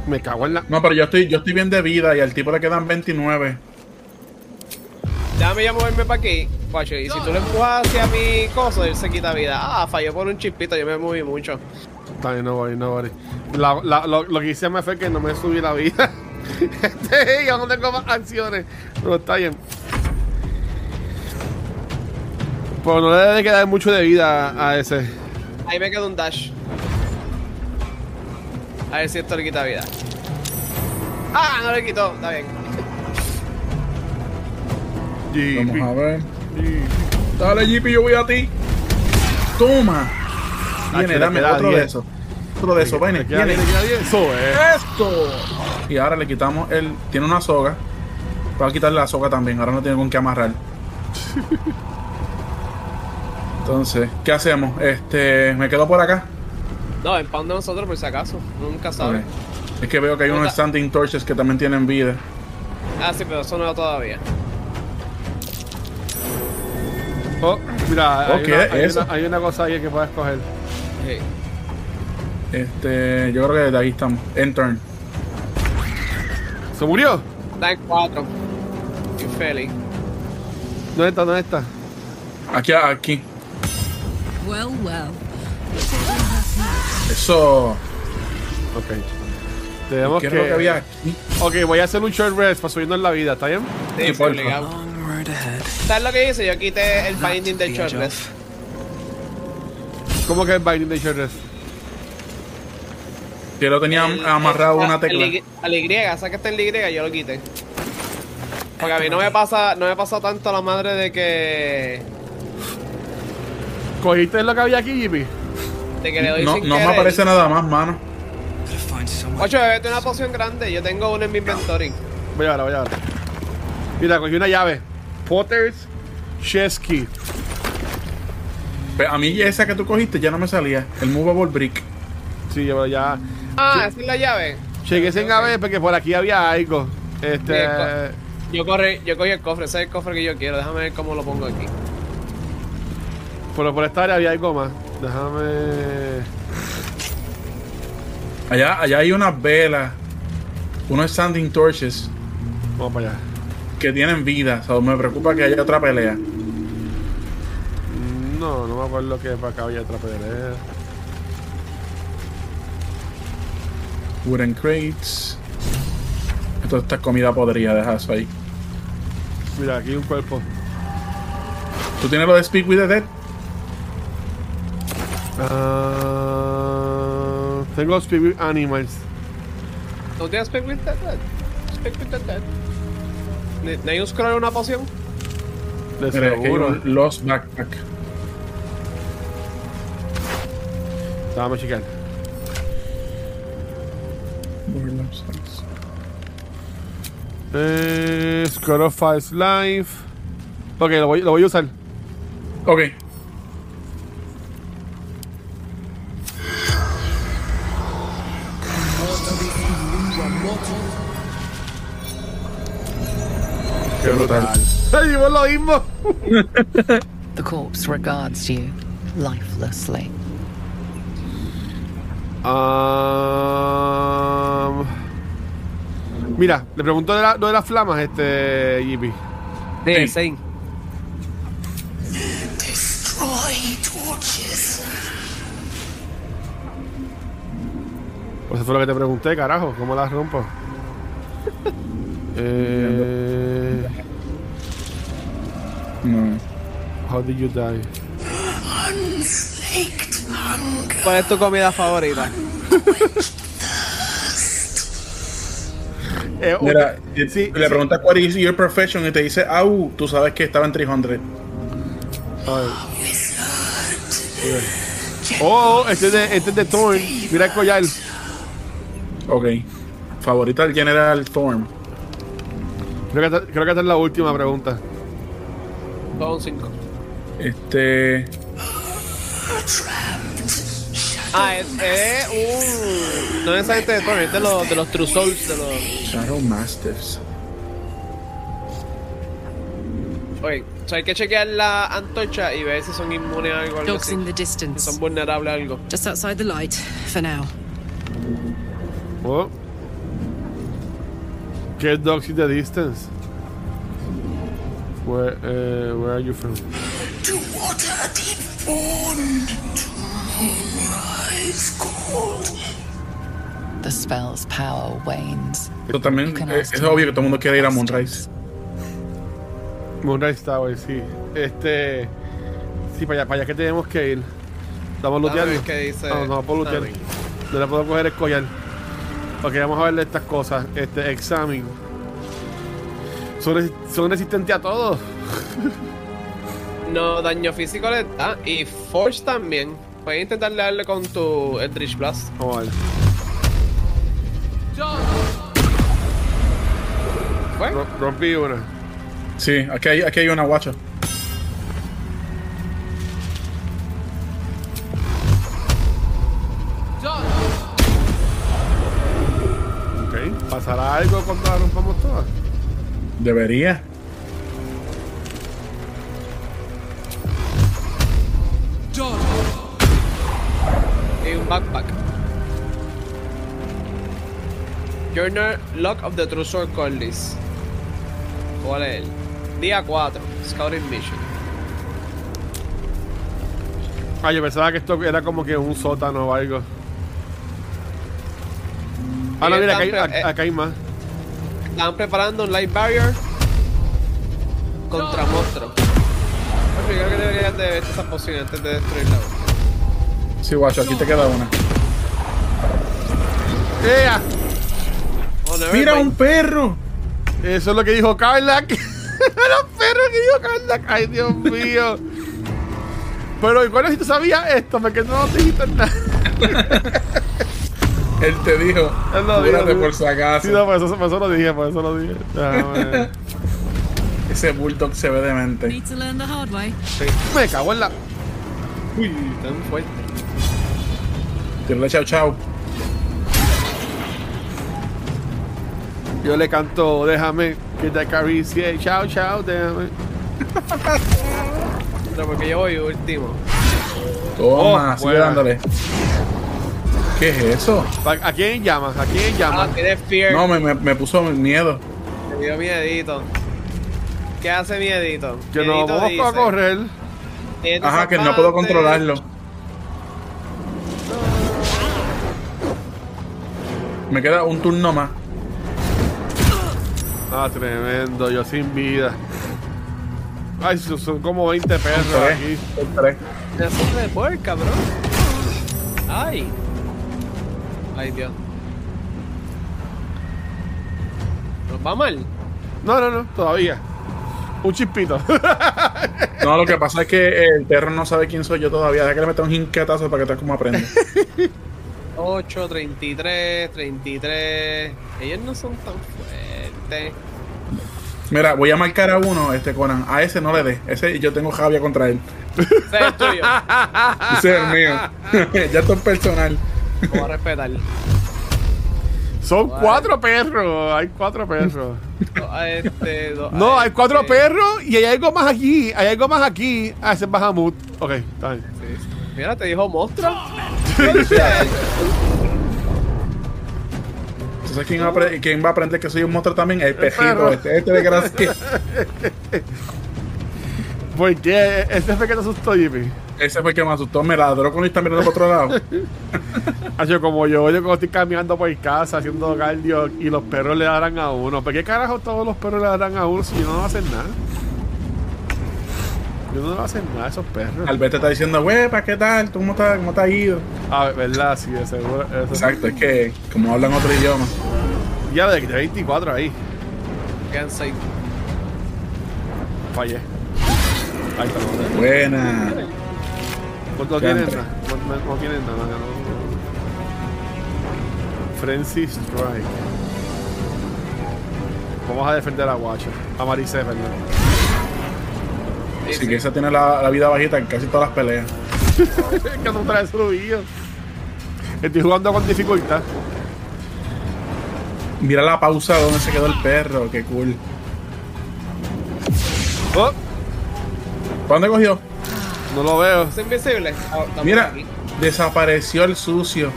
S1: Me cago en la.
S2: No, pero yo estoy, yo estoy bien de vida y al tipo le quedan 29.
S3: Déjame ya moverme para aquí, guacho. Y si tú lo empujas hacia mi cosa, él se quita vida. Ah, falló por un chispito, yo me moví mucho.
S1: Está bien, no voy, no voy. La- la- lo, lo que hice me fue que no me subí la vida. Este, yo no tengo más acciones. Pero está bien. Pero no le debe quedar mucho de vida a ese.
S3: Ahí me quedó un dash. A ver si esto le quita vida. Ah, no le quitó, está bien.
S2: Vamos a ver. Dale, Jeepy, yo voy a ti. Toma.
S1: Nacho,
S2: Viene,
S1: le
S2: dame
S1: queda
S2: otro
S1: 10.
S2: de esos. monstruo de Sovene.
S1: Queda bien,
S2: Tiene
S1: le queda bien. Eso es.
S2: esto. Y ahora le quitamos el. Tiene una soga. Va a quitarle la soga también. Ahora no tiene con qué amarrar. Entonces, ¿qué hacemos? Este, me quedo por acá.
S3: No, en pan de nosotros por si acaso. Nunca sabes.
S2: Es que veo que hay unos
S3: Venga.
S2: standing torches que también tienen vida.
S3: Ah, sí, pero eso no era todavía.
S1: Oh, mira, hay,
S2: Ok,
S1: una, hay,
S2: eso.
S1: una, hay una cosa ahí que puedes coger.
S3: Sí.
S2: Este, yo creo que desde ahí estamos. En turn.
S1: ¿Se murió?
S3: Está en cuatro. Infeliz.
S1: ¿Dónde está? ¿Dónde está?
S2: Aquí, aquí.
S6: Well, well.
S2: Eso.
S1: Ok. Tenemos
S2: ¿Qué
S1: que...
S2: es lo que había aquí?
S1: Ok, voy a hacer un short rest para subirnos la vida, ¿está bien?
S2: Sí, porfa.
S3: obligado.
S5: Long road ahead.
S3: ¿Sabes lo que hice? Yo quité el
S2: Ah,
S5: Not
S3: binding
S5: to
S3: del
S5: the edge
S3: shortlist.
S5: of.
S1: ¿Cómo que es Binding de short rest?
S2: Que lo tenía am- amarrado a una tecla.
S3: A la Y, esa que está en la Y, yo lo quité. Porque a mí no me pasa, no me pasa tanto la madre de que.
S1: ¿Cogiste lo que había aquí, Jimmy?
S3: de que le doy
S2: No,
S3: sin
S2: no me
S3: querer.
S2: aparece nada más, mano.
S5: Gotta find someone.
S3: Ocho, bebete una poción grande. Yo tengo uno en mi inventory.
S1: Voy ahora, voy ahora. Mira, cogí una llave. Potter's Chest Key.
S2: Pe- A mí esa que tú cogiste ya no me salía. El movable brick.
S1: Sí, yo ya.
S3: Ah, esa es la llave.
S1: Chequé sin
S3: Ok.
S1: llave porque por aquí había algo. Este.
S3: Bien, Yo corre, yo cogí el cofre, ese es el cofre que yo quiero. Déjame ver cómo lo pongo aquí.
S1: Pero por esta área había algo más. Déjame.
S2: Allá, allá hay unas velas. Unos standing torches
S1: Vamos para allá.
S2: que tienen vida. O sea, me preocupa que haya otra pelea.
S1: No, no me acuerdo que para acá había otra pelea.
S2: Wooden crates. Toda esta comida podría dejar eso ahí.
S1: Mira, aquí hay un cuerpo.
S2: ¿Tú tienes lo de Speak with the Dead?
S1: Ah, tengo Spirit Animals.
S3: ¿No tienes Speak with the Dead? Speak with the Dead. ¿Ne- ¿No hay un scroll o una poción?
S1: De
S2: Mira, aquí hay
S1: seguro.
S2: un Lost Backpack.
S1: Déjame checar. Eh, Scroll of Files Life. Ok, lo voy, lo voy a usar.
S2: Ok. Qué brutal.
S1: ¡Ay, digo lo mismo!
S8: The corpse regards you lifelessly.
S1: Um, mira, le pregunto de, la- lo de las flamas, este Jimmy.
S3: Sí,
S1: Pues eso fue lo que te pregunté, carajo. ¿Cómo las rompo? eh,
S2: No.
S1: how did you die?
S3: ¿Cuál es tu comida favorita?
S1: Eh, ok,
S2: Mira, y-
S1: sí,
S2: le
S1: sí.
S2: preguntas cuál is your profession y te dice, au, tú sabes que estaba en 300.
S1: A ver. Oh, oh, este es de, este es de Thorn. Mira el collar.
S2: Ok. Favorita del General Thorn.
S1: Creo que, esta- creo que esta es la última pregunta.
S3: Todo un 5.
S2: Este.
S3: Ah, es, es un. No necesariamente de Thorn, Este es de los, de los True Souls. De los...
S2: Shadow Masters.
S3: Oye, o sea, hay que chequear la antorcha y ver si son inmunes a algo. algo
S6: Dogs
S3: así.
S6: in the
S3: Si
S6: distance.
S3: son vulnerables a algo.
S6: Just outside the light, for now.
S1: Oh. Get dogs in the distance. Where, eh, where are you from?
S9: To water deep born, to moonrise cold.
S8: The spell's power wanes.
S2: Pero también
S8: Can I
S2: eh,
S8: ask
S2: es
S8: you-
S2: obvio que todo el mundo quiere ir a Moonrise.
S1: Moonrise Tower, sí. Este. Sí, para allá, para allá que tenemos que ir. Estamos
S3: Dame
S1: looteando.
S3: ver qué dice.
S1: No, no puedo lootear.
S3: Sammy.
S1: No le puedo coger el collar. Ok, vamos a verle estas cosas. Este, examen. Son, resi- son resistentes a todos.
S3: No, daño físico le da. Y Forge también. Puedes intentar darle con tu Eldritch Blast.
S1: Vamos a ver.
S3: ¿Fue?
S1: Ro- Rompí una.
S2: Sí, aquí hay, aquí hay una guacha.
S1: Ok. ¿Pasará algo cuando la rompamos todas?
S2: Debería.
S3: Y un backpack. Journal Lock of the True Circle List. ¿Cuál es él? Día 4, Scouting Mission.
S1: Ah, yo pensaba que esto era como que un sótano o algo. Ah, no,
S3: Sí, eh.
S1: mira, acá hay,
S3: están pre-
S1: acá- acá hay más.
S3: Están preparando un light barrier contra monstruos. Oye, yo creo que deberías de ver esa poción antes de destruirla.
S2: Sí, guacho, aquí te queda una.
S1: ¡Ea!
S3: Oh, never
S2: ¡Mira
S3: mind.
S2: un perro!
S1: Eso es lo que dijo Carla. que- Era un perro que dijo Carla. Ay, Dios mío. Pero, ¿y cuál es si tú sabías esto? Porque no dijiste nada.
S2: Él te dijo,
S1: Él lo dijo,
S2: cúrate
S1: sí.
S2: por si acaso.
S1: Sí, no, por eso, por eso lo dije, por eso lo dije. Déjame ver.
S2: Ese bulldog se ve demente.
S6: Need to learn the hard way.
S1: Me cago en la.
S3: Uy, tan fuerte.
S2: Tírale chau chau.
S1: Yo le canto, déjame que te acaricie. Chao, chao, déjame.
S3: No, porque yo voy último.
S2: Toma,
S1: Oh,
S2: sigue
S1: buena.
S2: dándole. ¿Qué es eso?
S1: ¿A a quién llamas? ¿A quién
S3: Ah,
S1: llamas?
S3: tiene
S1: Eh.
S3: fear.
S2: No, me, me, me puso miedo.
S3: Me dio miedito. ¿Qué hace miedito?
S1: Que nos
S3: Miedito
S1: vamos a
S3: dice,
S1: correr.
S3: "Miedito
S2: Ajá, que no puedo
S3: zampante".
S2: controlarlo. Me queda un turno más.
S1: Ah, tremendo, yo sin vida. Ay, son- son como 20 perros Ah, aquí.
S2: Tres, tres.
S3: Me hace de puerca, bro. Ay. Ay, Dios. Nos va mal.
S1: No, no, no, todavía. Un chispito.
S2: No, lo que pasa es que el perro no sabe quién soy yo todavía. Deja que le meta un jinquetazo para que veas cómo aprende.
S3: 8, 33, 33. Ellos no son tan fuertes.
S2: Mira, voy a marcar a uno, este Conan. A ese no le dé. Ese yo tengo Javier contra él.
S3: Ese es el tuyo. Lo
S2: Ese es el mío. ya esto es personal.
S3: voy a respetar.
S1: Son cuatro perros. Hay cuatro perros.
S3: Do- Este, do-
S1: No, hay cuatro
S3: este.
S1: perros y hay algo más aquí. Hay algo más aquí. Ah, ese es Bahamut. Ok, está bien.
S3: Mira, te dijo monstruo.
S2: Entonces, ¿quién va, a apre- quién va a aprender que soy un monstruo también? El pejito,
S1: perro.
S2: este, este de gracia.
S1: Porque este fue que te asustó, Jimmy.
S2: Ese fue el que me asustó, me ladró cuando está mirando para otro lado.
S1: Ah, yo como yo, yo como estoy caminando por casa haciendo cardio y los perros le darán a uno. ¿Por qué carajo todos los perros le darán a uno si yo no voy a hacer nada? Yo no voy a hacer nada a esos perros.
S2: Albert te está diciendo, wepa, ¿qué tal? ¿Tú ¿Cómo estás? ¿Cómo te has ido?
S1: Ah, ¿verdad? Sí, de seguro. eso.
S2: Exacto, es que como hablan otro idioma.
S1: Ya de de 24 ahí.
S3: Quedan seis.
S1: Fallé. Ahí está. no sé.
S2: Buena.
S1: No, no tienen
S2: Siempre.
S1: nada. No, no- no tienen nada. no. Frenzy Strike. Vamos a defender a Guacho. A Maricé, perdón.
S2: Así que esa tiene la, la vida bajita en casi todas las peleas.
S1: que no trae subido. Estoy jugando con dificultad.
S2: Mira la pausa donde se quedó el perro, qué cool.
S1: Oh,
S2: ¿Para dónde cogió?
S1: no lo veo.
S3: ¿Es invisible? Ah, estamos
S2: Mira,
S3: aquí.
S2: desapareció el sucio.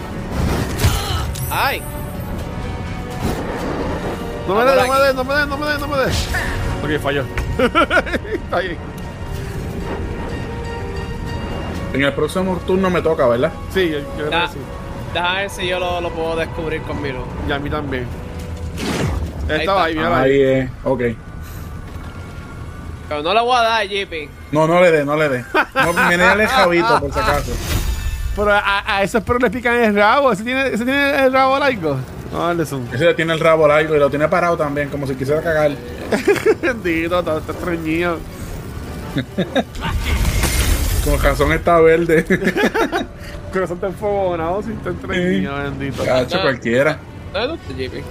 S3: ¡Ay!
S1: No me
S3: Ah,
S1: des,
S3: por
S1: no me des, no me des, no me des, no me des. Ok, falló. Está bien.
S2: En el próximo turno me toca, ¿verdad?
S1: Sí, yo, yo creo
S3: Da-
S1: que sí.
S3: Deja ver si yo lo, lo puedo descubrir conmigo.
S1: Y a mí también.
S3: Ahí
S1: Estaba
S3: está.
S1: ahí, mira ahí.
S2: Ahí, eh, ok.
S3: Pero no la voy a dar, JP.
S2: No, no le dé, no le dé. No, menéale el jabito, por si acaso.
S1: Pero a, a esos perros le pican el rabo. ¿Ese tiene, ese tiene el rabo largo? No, dale zoom.
S2: Ese le tiene el rabo largo y lo tiene parado también, como si quisiera cagar.
S1: Bendito, está, está estreñido.
S2: Con razón está verde.
S1: Corazón tan fogonado si está entretenido, bendito.
S2: Cacho, cualquiera.
S3: ¿Dónde está JP?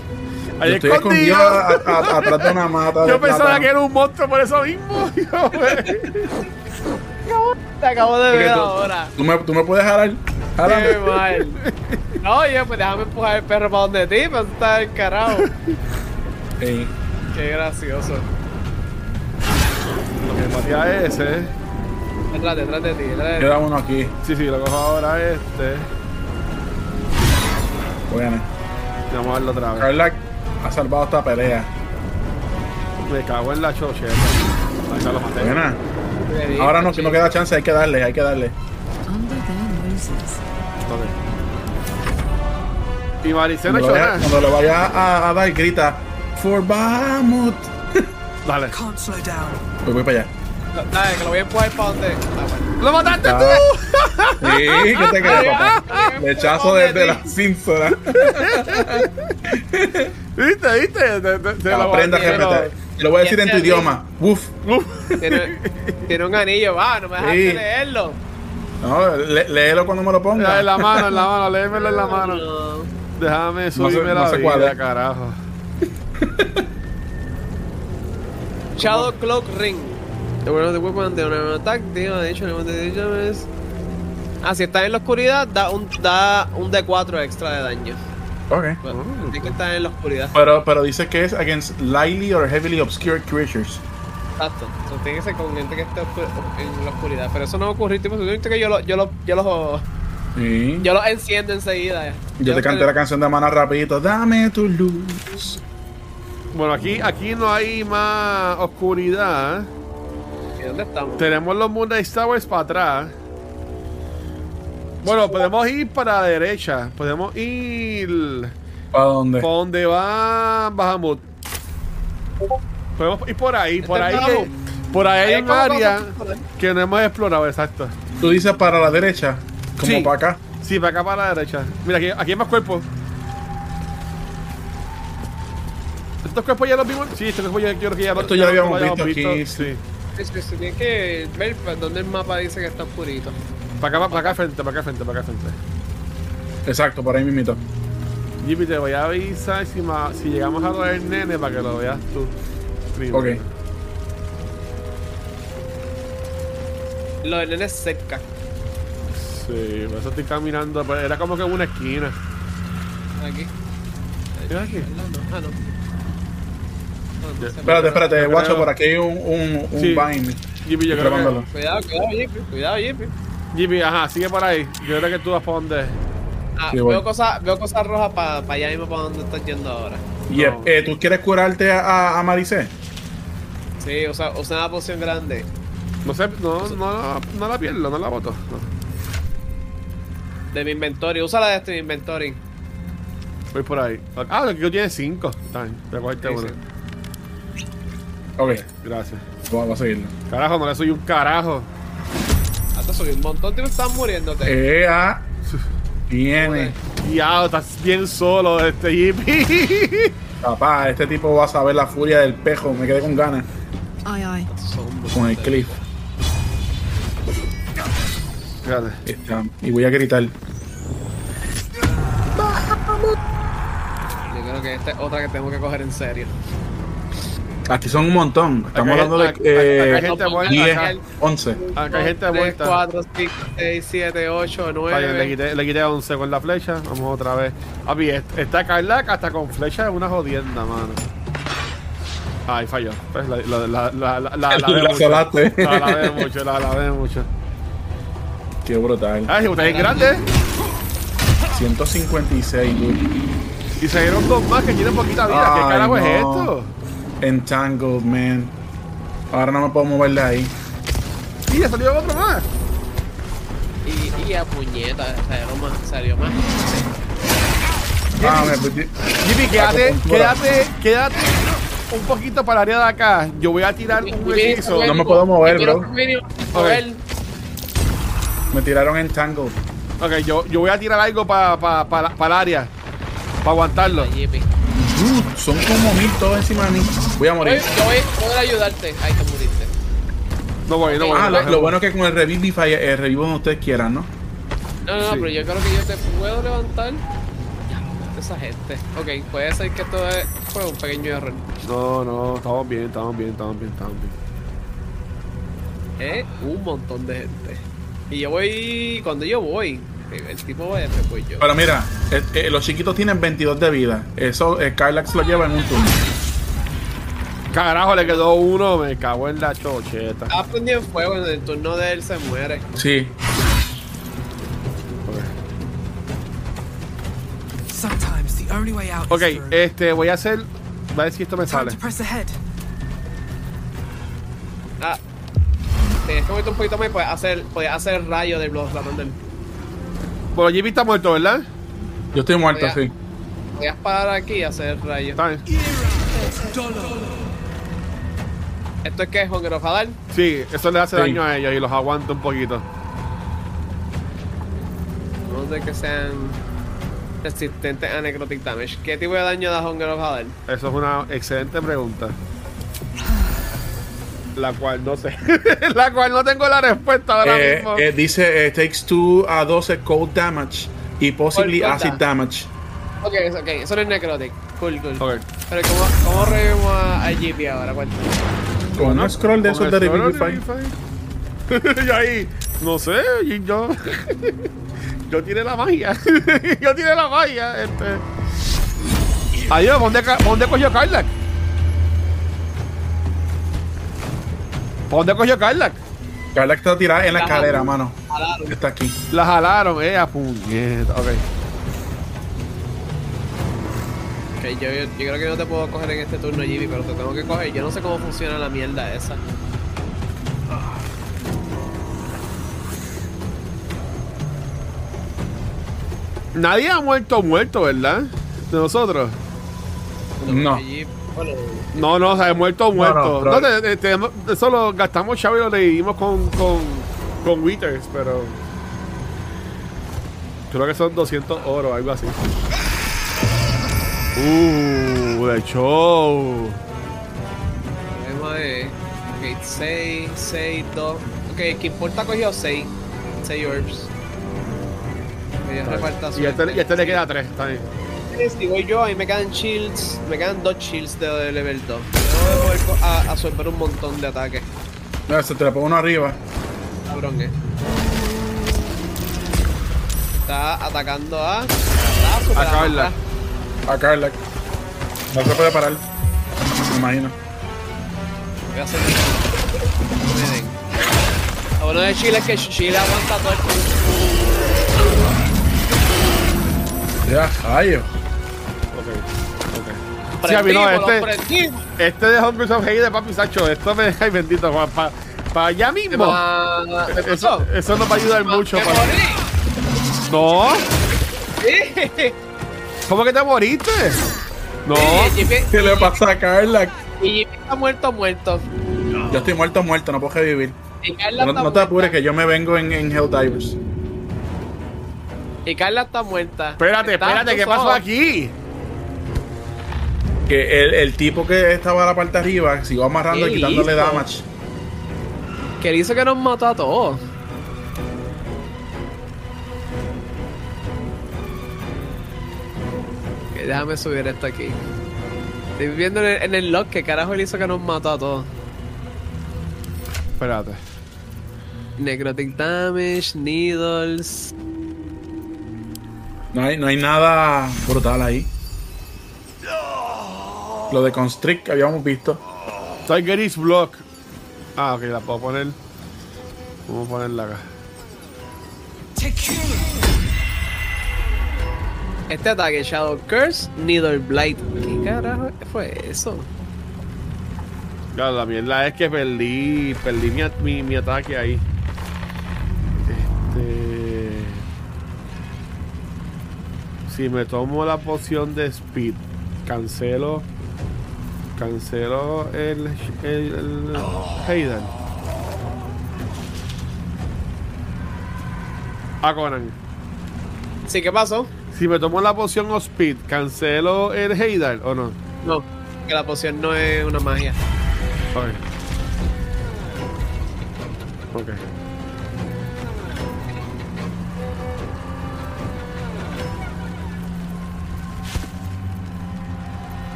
S1: Ahí
S2: Yo estoy escondido a- a- a- atrás de una mata. de
S1: Yo pensaba
S2: plátano.
S1: que era un monstruo por eso mismo. Yo, güey.
S3: Te acabo de
S2: Porque
S3: ver
S2: tú-
S3: ahora.
S2: ¿Tú me, tú me puedes jalar?
S3: Qué
S2: Jálame.
S3: mal. No, yo, pues déjame empujar el perro para donde ti, pero tú estás encarado.
S2: Ey,
S3: Qué gracioso.
S1: Lo que maté a ese.
S3: Detrás, detrás de ti, detrás de ti.
S2: queda uno aquí.
S1: Sí, sí, lo cojo ahora a este.
S2: Bueno,
S1: Y Vamos a darlo otra vez.
S2: Carlac ha salvado esta pelea.
S1: Me cago en la chochera. Ahí está, lo maté.
S2: Buena.
S3: Te dije,
S2: Ahora no, no
S3: chico.
S2: queda chance, hay que darle, hay que darle.
S8: Under their noses.
S1: Ok. Y Maricel no ha
S2: Cuando,
S1: hecho nada.
S2: lo vaya, cuando lo vaya a, a dar, grita: ¡For Bahamut!
S1: Dale.
S5: Can't slow down.
S2: Pues voy para allá.
S3: Da- Dale, que lo voy a empujar para donde. Ah, bueno.
S1: ¡Lo mataste
S2: Ah. Sí, ¿qué te crees, papá?
S3: Ah,
S2: Lechazo desde la ¿eh? cínsola.
S1: tú! ¿Viste? ¿Viste? Te, te, te lo
S2: Aprenda a
S1: maté, pero-
S2: respetar. Te lo voy a decir en tu idioma. Uf.
S3: Tiene, tiene un anillo, va, no me dejaste
S2: Sí.
S3: leerlo.
S2: No, lé- léelo cuando me lo ponga.
S1: En la mano, en la mano, léemelo en la mano.
S3: No.
S1: Déjame subirme
S2: no
S1: la
S2: sé
S1: vida,
S2: cuál es.
S1: carajo.
S3: Shadow Cloak Ring. The weapon of the weapon de un attack, deal an additional amount of damage. Ah, si estás en la oscuridad, da un, da un D4 extra de daño.
S2: Ok.
S3: Bueno, tienes que estar en la oscuridad.
S2: Pero, pero dice que es against lightly or heavily obscured creatures.
S3: Exacto. So, tiene que ser con gente que esté oscu- en la oscuridad. Pero eso no va a ocurrir, tipo, si tú que yo lo, yo lo, yo lo,
S2: Sí.
S3: yo lo enciendo enseguida.
S2: Yo te canté la canción de Maná rapidito. Dame tu luz.
S1: Bueno, aquí, aquí no hay más oscuridad.
S3: ¿Y dónde estamos?
S1: Tenemos los Moonlight Towers para atrás. Bueno, podemos ir para la derecha. Podemos ir
S2: ¿Para dónde?
S1: por donde va Bahamut. Podemos ir por ahí. Por
S3: Este
S1: ahí,
S3: es
S1: que- por ahí
S3: Ahí
S1: hay
S3: es
S1: un
S3: como
S1: área
S3: vamos por ahí.
S1: que no hemos explorado, exacto.
S2: Tú dices para la derecha. Como
S1: Sí.
S2: para acá.
S1: Sí, para acá, para la derecha. Mira, aquí, aquí hay más cuerpos. ¿Estos cuerpos ya los vimos? Sí, estos cuerpos ya, yo creo que ya,
S2: Esto ya lo habíamos visto aquí,
S1: sí.
S3: Sí, sí, sí, Tienes que ver pa- dónde el mapa dice que está oscurito.
S1: Para acá, para acá frente, para acá frente, para acá frente.
S2: Exacto, por ahí mismito.
S1: Jimmy, te voy a avisar si, ma- si llegamos a traer nene para que lo veas tú.
S2: Ok.
S1: primero.
S3: Lo del nene es cerca.
S1: Sí, por eso estoy caminando. pero Era como que en una esquina.
S3: Aquí.
S1: Mira aquí.
S3: Ah, no. Ah, no, se me-
S2: Espérate, espérate,
S1: Yo
S2: guacho,
S1: creo-
S2: por aquí hay un, un, un
S1: Sí.
S2: bind.
S1: Jimmy, yo
S2: Pero
S1: creo
S2: mándalo.
S1: que.
S3: Cuidado, cuidado, Jeepy. Cuidado, Jeepy.
S1: Jimmy, ajá, sigue por ahí. Yo creo que tú vas para donde.
S3: Ah,
S2: Sí, voy.
S3: veo, cosas, veo cosas rojas para allá mismo para donde estás yendo ahora.
S2: Yep.
S1: No.
S2: Eh, ¿Tú quieres curarte a, a, a Maricé?
S3: Sí, usa, usa una poción grande.
S1: No sé, no, no, no, no la pierdo, no la boto. No.
S3: De mi inventorio. Úsala de este mi inventorio.
S1: Voy por ahí. Ah, lo que yo tiene 5. Está bien, voy a cogerte
S3: Sí,
S1: una.
S3: sí.
S2: Ok,
S1: Gracias.
S2: vamos a seguirlo.
S1: Carajo, no le soy un carajo.
S3: Hasta subí Ah, un montón, tío. Estás
S1: Eh.
S3: muriéndote.
S2: Ea. Viene.
S1: Diablo, estás bien solo, este Jimmy.
S2: Papá, este tipo va a saber la furia del pejo. Me quedé con ganas.
S8: Aye, aye.
S2: Con el clip.
S1: Espérate.
S2: Está- Y voy a gritar.
S3: Yo creo que esta es otra que tengo que coger en serio.
S2: Aquí son un montón. Estamos
S1: Acá hay-
S2: hablando de
S1: acá- acá hay
S2: eh,
S1: gente muerta,
S2: 10,
S1: acá hay-
S2: 11.
S1: Acá hay gente muerta.
S3: 4, 5, 6, 7, 8,
S1: Está bien, le
S3: 9.
S1: quité, le quité 11 con la flecha. Vamos otra vez. Papi, est- esta Carlac hasta con flecha es una jodienda, mano. Ay, falló. Pues la, la, la, la, la, la,
S2: La
S1: ve mucho.
S2: salaste.
S1: La lavé mucho, la lavé mucho.
S2: Qué brutal.
S1: Ay, usted es grande. ¿eh?
S2: 156, dude.
S1: Y se dieron dos más que tienen poquita vida. ¿Qué
S2: Ay,
S1: carajo es
S2: no.
S1: esto?
S2: Entangled, man. Ahora no me puedo mover de ahí.
S1: Y ya salió otro más.
S3: Y, y a puñeta. Salió más. Salió más.
S2: Ah, me perdí.
S1: Jimmy, quédate, quédate, quédate un poquito para el área de acá. Yo voy a tirar un hechizo.
S2: Ah, No me puedo mover, bro.
S3: Mover.
S2: Me tiraron Entangled.
S1: Ok, yo, yo voy a tirar algo para pa, pa, pa el área. Para aguantarlo.
S3: Jeepy.
S2: Dude, son como mil todos encima de mí. Voy a
S3: Voy-
S2: morir.
S3: Yo voy a ayudarte. Ahí te muriste.
S1: No, No voy, no voy. no
S2: Ah, lo,
S1: voy.
S2: lo bueno es que con el Revivify eh, revivo donde ustedes quieran, ¿no?
S3: No, no, no,
S1: Sí.
S3: pero yo creo que yo te puedo levantar. Esa gente. Ok, puede ser que esto es- fue un pequeño error.
S1: No, no, estamos bien, estamos bien, estamos bien, estamos bien.
S3: ¿Eh? Un montón de gente. Y yo voy. Cuando yo voy, el tipo va después voy yo.
S2: Pero mira, eh, eh, los chiquitos tienen 22 de vida. Eso eh, Skylax lo lleva en un turno.
S1: Carajo, le quedó uno, me cago en la chocheta.
S3: Está prendido Ah, en fuego, en el turno de él se muere.
S2: Sí.
S5: Sometimes the only way out
S1: Ok,
S5: is through.
S1: este, voy a hacer. Va a ver si esto me
S5: Time
S1: sale.
S5: to press ahead.
S3: Ah. Tienes que moverte este un poquito más y puedes hacer, puedes hacer rayo de los ladrones del.
S1: Bueno, Jimmy está muerto, ¿verdad?
S2: Yo estoy muerto,
S3: Ya.
S2: sí.
S3: Podías parar aquí y hacer rayo.
S1: Está bien.
S3: Esto es que es Hunger of Hadar.
S1: Sí, eso le hace
S2: Sí.
S1: daño a ellos y los aguanto un poquito.
S3: No sé que sean resistentes a necrotic damage. ¿Qué tipo de daño da Hunger of Hadar?
S1: Eso es una excelente pregunta. La cual no sé. la cual no tengo la respuesta ahora
S2: Eh,
S1: mismo.
S2: eh, dice eh, takes 2 a 12 cold damage y possibly
S3: Cold
S2: acid
S3: damage.
S2: damage.
S3: Ok, eso- ok, eso no es necrotic. Cool, cool.
S1: Ok.
S3: Pero ¿cómo, cómo revivimos a, a GP ahora? Cuenta.
S2: Con un scroll de esos de Revivify.
S1: Y ahí, no sé, y yo. yo tiene la magia. yo tiene la magia. Este. Adiós, ¿pa' ¿dónde, ca- pa' ¿dónde cogió Karlak? ¿Para dónde cogió Karlak?
S2: Skylax está tirada en la
S3: Ajá.
S2: escalera, mano.
S3: Jalaron.
S2: Está aquí.
S1: La jalaron, eh, a puñeta. Ok.
S3: Ok, yo, yo, yo creo que no te puedo coger en este turno, Jimmy, pero te tengo que coger. Yo no sé cómo funciona la mierda esa.
S1: Nadie ha muerto, muerto, ¿verdad? De nosotros.
S2: No.
S3: Jeep, bueno,
S1: No, no, o sea, muerto, muerto.
S2: no,
S1: No,
S2: pero-
S1: te- te- te- eso lo gastamos, Chavo, y lo dividimos con, con, con Withers, pero. Creo que son 200 oro, algo así. Uh, de show.
S3: vamos a ver. Ok, 6, 6, 2. Ok, que importa cogió 6. 6 orbs. Ella reparta
S1: Y a este,
S3: suerte.
S1: y a este le queda 3 también.
S3: Si voy Pues, yo, ahí me quedan shields. Me quedan dos shields de, de level 2. Debo de poder co- a- absorber un montón de ataques.
S2: Mira, se te la pongo uno arriba.
S3: Cabrón, eh. Está atacando a. A,
S1: A Carla.
S2: A Carla. No se puede parar. Me imagino.
S3: Voy a hacer. Miren. Lo bueno de Chile es que Chile aguanta todo el tiempo.
S2: Ya, rayo.
S1: Sí, a mí no,
S3: Prendimos,
S1: este-
S3: los prendimos.
S1: Este de Hungry of Hate de Papi Sacho, esto me deja y bendito, Juan. Para allá mismo.
S3: Ah, Ma- ¿Qué
S1: Eso,
S3: pasó?
S1: eso nos va a ayudar mucho.
S3: ¡Me
S1: para-
S3: morí!
S1: No,
S3: Sí.
S1: ¿cómo que te moriste? No.
S3: Y Jimmy-
S2: ¿Qué le pasa a Carla?
S3: y Jimmy está muerto, muerto.
S2: Yo estoy muerto, muerto, no puedo revivir.
S3: Y Carla
S2: No,
S3: está
S2: no te
S3: muerta.
S2: apures que yo me vengo en, en Helldivers.
S3: Y Carla está muerta.
S1: Espérate,
S3: Está
S1: espérate,
S3: en
S1: ¿qué
S3: tus
S1: pasó
S3: ojos.
S1: aquí?
S2: Que el, el tipo que estaba a la parte arriba siguió amarrando y
S3: ¿Qué
S2: quitándole
S3: hizo?
S2: damage.
S3: Que él hizo que nos mató a todos. Ok, Déjame subir esto aquí. Estoy viendo en el, en el log que carajo él hizo que nos mató a todos.
S1: Espérate.
S3: Necrotic damage, needles.
S2: No hay, no hay nada brutal ahí. Lo de Constrict que habíamos visto.
S1: Tiger is Block. Ah, ok, la puedo poner. Vamos a ponerla acá.
S3: Este ataque, Shadow Curse, Needle Blight. ¿Qué carajo fue eso?
S1: Claro, la mierda es que perdí. Perdí mi, at- mi, mi ataque ahí. Este. Si me tomo la poción de speed, cancelo. Cancelo el. el. el Hayden. Ah, Conan.
S3: Sí, ¿qué pasó?
S1: Si me tomo la poción of speed, cancelo el Heidar o no?
S3: No, que la poción no es una magia.
S1: A ver. Ok.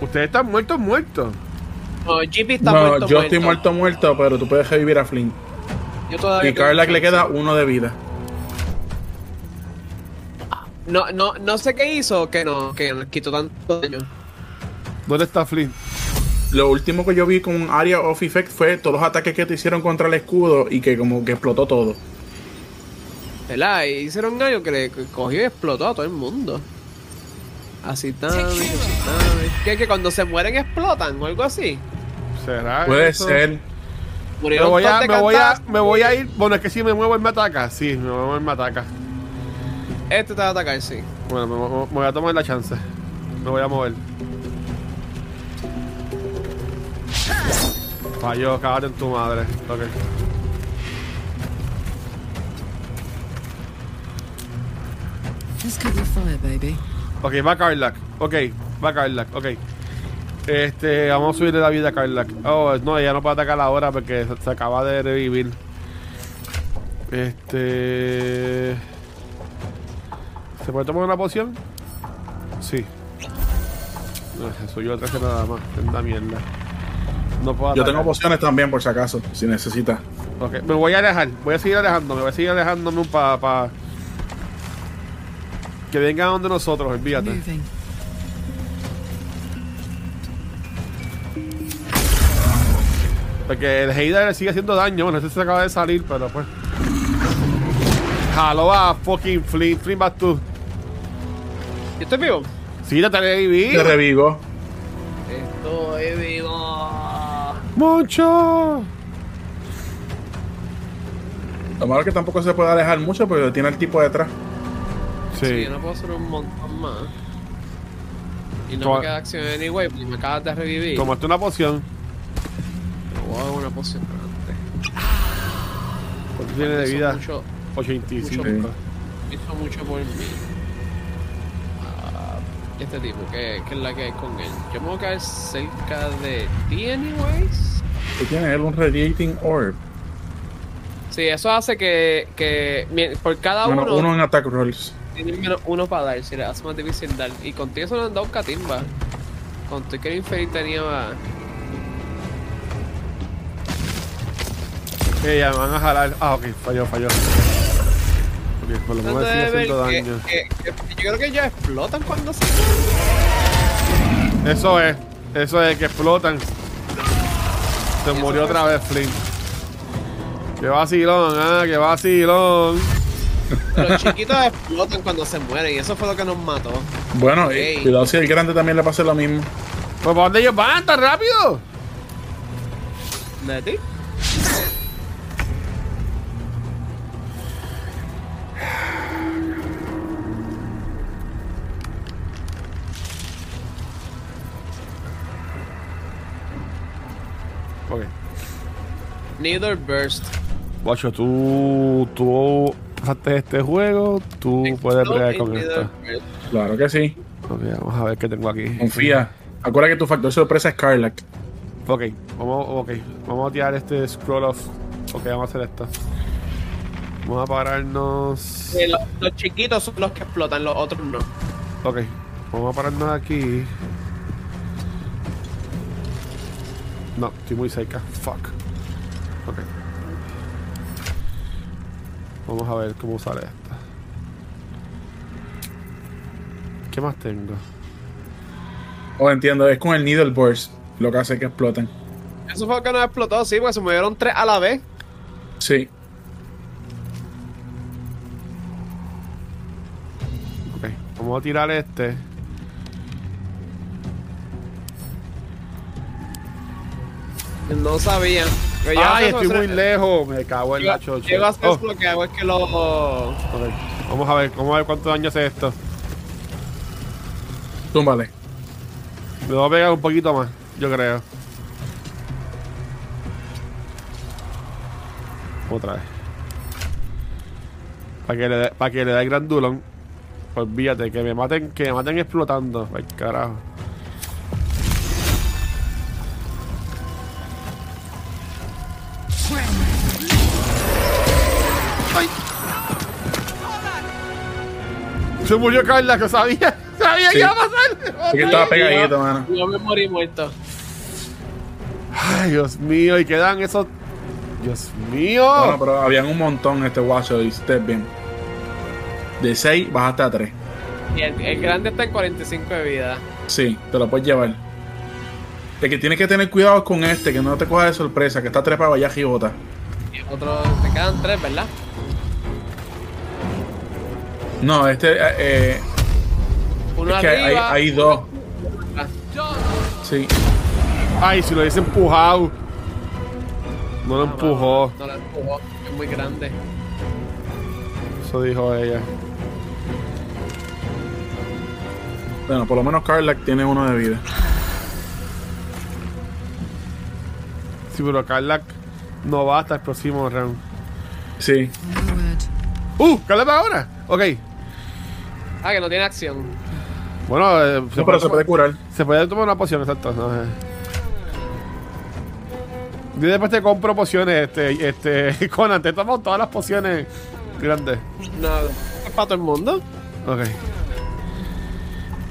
S1: Ustedes están muertos, muertos.
S3: No, GP está
S2: No,
S3: muerto,
S2: yo estoy muerto, muerto, pero tú puedes revivir a Flynn.
S3: Yo todavía
S2: Y Carla que le queda uno de vida.
S3: No, no, no sé qué hizo que no, que nos quitó tanto daño.
S1: ¿Dónde está Flynn?
S2: Lo último que yo vi con Area of Effect fue todos los ataques que te hicieron contra el escudo y que como que explotó todo.
S3: ¿Verdad? Y hicieron algo que le cogió y explotó a todo el mundo. Así tan, así tan. ¿Qué? Que cuando se mueren explotan o algo así.
S1: ¿Será?
S2: Puede
S1: eso?
S2: ser.
S1: Me
S3: Murieron
S1: voy, a,
S3: todos de
S1: me, voy a,
S3: cantazo.
S1: me voy a ir. Bueno, es que si me muevo, él me ataca. Sí, me muevo, él me ataca.
S3: Este te va a atacar, sí.
S1: Bueno, me, mo- me voy a tomar la chance. Me voy a mover. Falló, cagate en tu madre. Ok.
S6: Let's cover fire, baby.
S1: Ok, va Carlac. Ok, va Carlac. Ok. Este, vamos a subirle la vida a Carlac. Oh, no, ella no puede atacar ahora porque se, se acaba de revivir. Este. ¿Se puede tomar una poción? Sí. No, eso yo traje nada más. Tanta mierda. No puedo
S2: Yo
S1: atacar.
S2: tengo pociones también, por si acaso, si necesitas.
S1: Ok, me voy a alejar, voy a seguir alejándome, voy a seguir alejándome para pa... que vengan donde nosotros, olvídate.
S6: Moving.
S1: Porque el Heida le sigue haciendo daño, bueno, este se acaba de salir, pero pues. Jaló a fucking Flynn, Flynn vas tú.
S3: Yo estoy vivo.
S1: Sí, te trataré de
S2: Te
S1: vivir.
S2: revivo.
S3: Estoy vivo.
S1: Mucho.
S2: Lo malo es que tampoco se puede alejar mucho, pero tiene el tipo detrás.
S3: Sí,
S1: Sí.
S3: yo no puedo hacer un montón más. Y no
S1: Toma-
S3: me queda acción anyway, porque me acabas de revivir.
S1: Tomaste una poción.
S3: Pero voy a dar una poción antes.
S1: ¿Cuánto tiene de
S3: Hizo
S1: vida?
S3: Mucho,
S1: 85.
S2: mucho.
S3: hizo mucho por mí. Ah, y este tipo, que, que es la que hay con él. Yo me voy a quedar cerca de ti anyways.
S2: Y tiene él un Radiating Orb.
S3: Sí, eso hace que, que mi- por cada
S2: Bueno,
S3: uno,
S2: uno en Attack Rolls.
S3: tienen menos uno para dar, si le hace más difícil dar. Y contigo eso no han dado catimba. Contigo que era infeliz tenía...
S1: Eh, ya me van a jalar. Ah, ok, falló, falló. Ok, por lo menos sigue
S3: Tratando de ver
S1: haciendo
S3: que-
S1: daño.
S3: que- que- yo creo que ya explotan cuando se.
S1: Eso es, eso es que explotan. Se murió
S3: fue.
S1: otra vez Flynn. Que vacilón, ah, que vacilón.
S3: Los chiquitos explotan cuando se mueren y eso fue lo que nos mató.
S2: Bueno,
S3: Ey.
S2: y cuidado si el grande también le pasa lo mismo.
S1: Pues ¿para dónde ellos van tan rápido?
S3: ¿De ti?
S1: Ok.
S3: Neither burst.
S1: Guacho, tú, tú pasaste este juego, tú puedes pelear
S3: Explode y
S1: Uh, con
S3: neither
S1: esto.
S3: burst.
S2: Claro que sí.
S1: Ok, vamos a ver qué tengo aquí.
S2: Confía. Acuérdate que tu factor sorpresa es Carlac.
S1: Ok, vamos, ok. Vamos a tirar este scroll off. Ok, vamos a hacer esto. Vamos a pararnos.
S3: Eh, lo- los chiquitos son los que explotan, los otros no.
S1: Ok, vamos a pararnos aquí. No, estoy muy cerca. Fuck. Ok. Vamos a ver cómo sale esta. ¿Qué más tengo?
S2: O Oh, entiendo, es con el Needle Burst lo que hace que exploten.
S3: Eso fue lo que nos explotó, sí, porque se movieron tres a la vez.
S2: Sí.
S1: Ok, vamos a tirar este.
S3: No sabían. Pero ya
S1: ¡Ay,
S3: sé
S1: Ah, estoy
S3: hacer-
S1: muy lejos! Me cago en la
S3: Llego,
S1: chocha.
S3: llego a hacer
S1: Oh,
S3: eso, lo que hago es que lo.
S1: ok. Vamos a ver, vamos a ver cuánto daño hace esto.
S2: Túmbale.
S1: Me voy a pegar un poquito más, yo creo. Otra vez. Para que le dé pa' que le dé el grandulón. Olvídate, que me maten, que me maten explotando. Ay, carajo. Se murió Carla, que sabía. Sabía
S2: Sí.
S1: que iba a pasar.
S2: Porque estaba pegadito, mano.
S3: Yo me morí muerto.
S1: Ay, Dios mío, y quedan esos. Dios mío.
S2: Bueno, pero habían un montón este guacho y ustedes bien. De 6 bajaste a 3.
S3: Y el, el grande está en 45 de vida.
S2: Sí, te lo puedes llevar. El que tienes que tener cuidado es con este, que no te coja de sorpresa, que está trepado allá jibota.
S3: Y el otro, te quedan tres, ¿verdad?
S2: No, este eh, eh,
S3: Uno
S2: es que hay,
S3: arriba. Ah.
S2: hay dos. Sí.
S1: Ay, si lo hubiese empujado. No lo empujó,
S3: No la empujó, es muy grande.
S1: eso dijo ella.
S2: Bueno, por lo menos Carlac tiene uno de vida.
S1: Sí, pero Carla no va hasta el próximo round.
S2: Sí.
S6: No word.
S1: ¡Uh! ¿Carla va ahora? Ok.
S3: Ah, que no tiene acción.
S1: Bueno, eh,
S2: No, pero se puede curar.
S1: se puede tomar una poción, exacto. No, eh. Yo después te compro pociones, este, este, Conan, te tomo todas las pociones grandes.
S3: No, es para todo el mundo.
S1: Ok.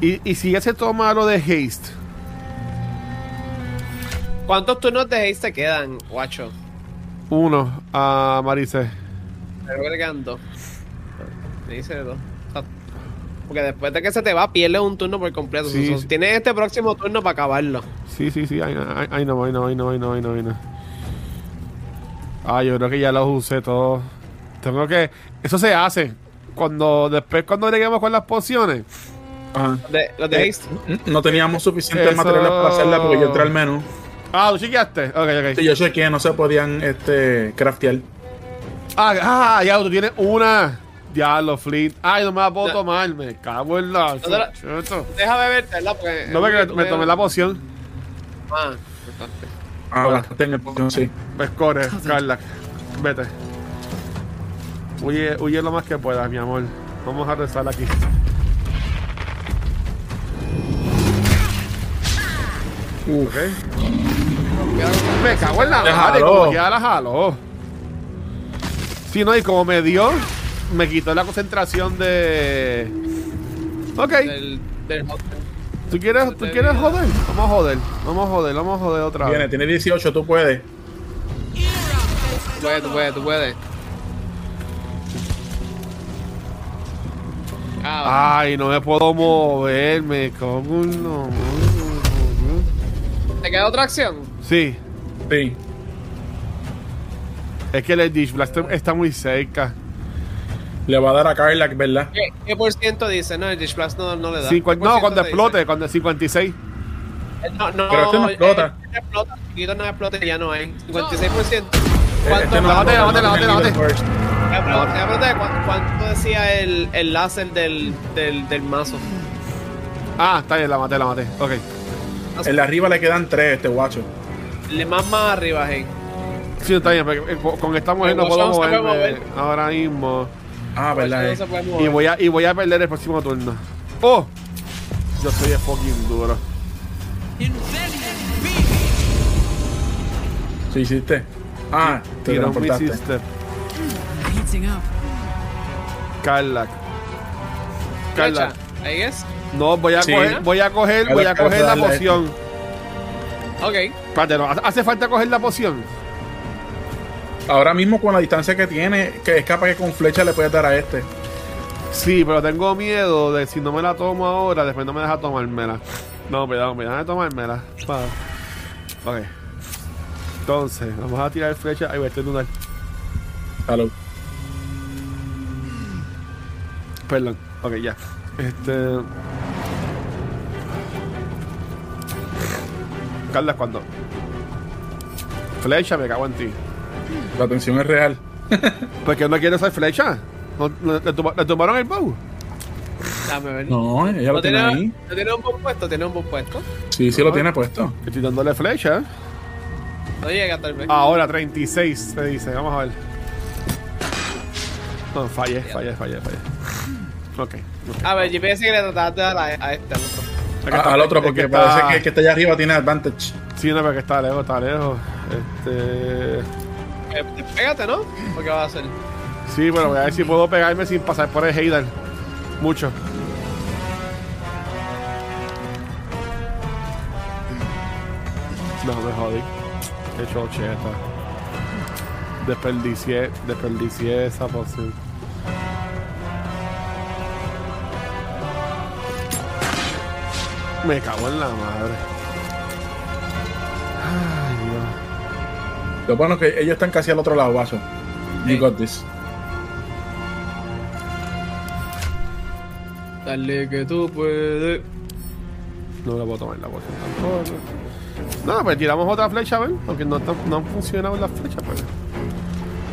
S1: Y, y si ya se toma lo de haste,
S3: ¿Cuántos turnos de haste te quedan, guacho?
S1: uno Ah, a Marice.
S3: Creo que te quedan dos. Me dice dos. O sea, Porque después de que se te va, pierdes un turno por completo.
S1: Sí,
S3: So,
S1: sí.
S3: Tienes este próximo turno para acabarlo.
S1: Sí, sí, sí, ahí no, ahí- ahí no, ahí no, ahí no, ahí no, ahí no, ahí no. Ah, yo creo que ya los usé todos. Tengo que. Eso se hace. Cuando después, cuando lleguemos con las pociones,
S2: Ajá.
S3: De, los de
S2: Eh,
S3: haste.
S2: No teníamos suficientes
S1: Eso-
S2: materiales para hacerla porque yo entré al menú.
S1: Ah, ¿tú chequeaste? Ok, ok.
S2: Sí, yo chequeé, no se podían este, craftear.
S1: Ah, ah, ya, tú tienes una. Diablo, Fleet. Ay, no me la puedo
S3: No.
S1: tomar. Me cago en la.
S3: te la-
S1: chucho.
S3: Déjame verte, ¿verdad? Porque
S1: No, porque me, me tomé la poción.
S3: Ah,
S2: Ah, gastaste en el poción, sí.
S1: Pues corre, Carla. Vete. Huye, huye lo más que puedas, mi amor. Vamos a rezar aquí. Ok. Me cago en la
S2: Te
S1: madre,
S2: jaló.
S1: como que ya la jaló. Sí, no, y como me dio, me quitó la concentración de. Ok.
S3: del, del hotel.
S1: ¿Tú quieres, ¿tú quieres joder? Vamos a joder, vamos a joder, vamos a joder otra
S2: Viene,
S1: vez.
S2: tiene 18, tú puedes.
S3: Tú puedes, tú puedes, tú puedes. Ah,
S1: Ay, no me puedo moverme, ¿cómo no? Ah.
S3: ¿te queda otra acción?
S1: Sí,
S2: Sí.
S1: es que el Dish Blaster está muy cerca.
S2: Le va a dar a Carlac, ¿verdad?
S3: ¿Qué, qué por ciento dice? No, el Dish Blast no, no le da.
S1: Cincu-
S3: ¿Qué por
S1: no,
S3: ciento
S1: cuando
S3: te
S1: explote, cuando 56.
S3: dice? Eh, No, no,
S2: Pero este no explota.
S3: eh, este explota, chiquito no explota, ya no hay. 56%. ¿Cuánto,
S2: Este no-
S1: Lávate,
S2: no-
S1: lávate,
S2: no tiene
S1: lávate,
S2: leader first.
S3: Te voy a preguntar- te voy a preguntar cuán- ¿Cuánto decía el, el láser del, del, del mazo?
S1: Ah, está bien, la maté, la maté. Ok.
S2: El de arriba le quedan 3 este guacho.
S3: El de más más arriba, hey.
S2: Pues
S1: Sí, está bien, porque eh, con- con esta mujer no
S3: Con
S1: puedo
S3: Watson se puede
S1: moverme
S3: mover.
S1: ahora mismo.
S2: Ah, ¿verdad?
S3: Pues
S2: eh?
S3: No se puede
S1: Y
S3: mover.
S1: voy, a, y voy a perder el próximo turno. ¡Oh! Yo soy el fucking duro.
S2: Sí, hiciste. Ah, te
S1: Tira un
S2: transportaste.
S1: missile step.
S6: I'm heating up.
S1: Carlac. Carlac.
S3: Flecha, I guess.
S1: No, voy a
S2: Sí.
S1: coger, voy a coger,
S2: Carla,
S1: voy a
S2: Carla,
S1: coger la
S2: dale a
S1: poción.
S3: Ok.
S1: Espérate, no, hace falta coger la poción.
S2: Ahora mismo con la distancia que tiene, que escapa que con flecha le puedes dar a este.
S1: Sí, pero tengo miedo de si no me la tomo ahora, después no me deja tomármela. No, cuidado, me deja tomármela. Pa. Ok. Entonces, vamos a tirar flecha. Ahí voy, este lunar.
S2: Salud.
S1: Perdón. Ok, ya. Este. Carla, ¿cuándo? Flecha, me cago en ti.
S2: La tensión es real.
S1: ¿Por qué no quiero usar flecha? ¿No- no- le, toma- le tomaron el bow?
S3: Dame ver.
S2: No, ella lo
S3: ¿No
S2: tiene
S3: tiene,
S2: ahí.
S3: no tiene un buen puesto? ¿Tiene un buen puesto?
S2: Sí, sí lo tiene puesto.
S1: Estoy dándole flecha.
S3: No llega tal vez.
S1: Ahora 36 se dice, vamos a ver. No, fallé, fallé, fallé, fallé. Ok.
S3: A ver, yo pensé que le trataste de dar a, a este. al otro.
S1: Aquí
S2: A-
S1: está,
S2: Ah, al otro,
S1: es
S2: porque
S1: está-
S2: parece que el que está allá arriba tiene advantage.
S1: Sí, no, pero que está lejos, está lejos. Este.
S3: Eh, pégate, ¿no? ¿O qué vas a hacer?
S1: Sí, bueno, voy a ver si puedo pegarme sin pasar por el Heidar. Mucho. No, me jodí. Qué chocheta. Desperdicié, desperdicié esa poción. Me cago en la madre. Ay, Dios.
S2: Lo bueno es que ellos están casi al otro lado, vaso. You got this.
S3: Dale que tú puedes.
S1: No la puedo tomar la poción tampoco. Nada, pues tiramos otra flecha, ¿ven? Aunque no, tan- no han funcionado las flechas, pues.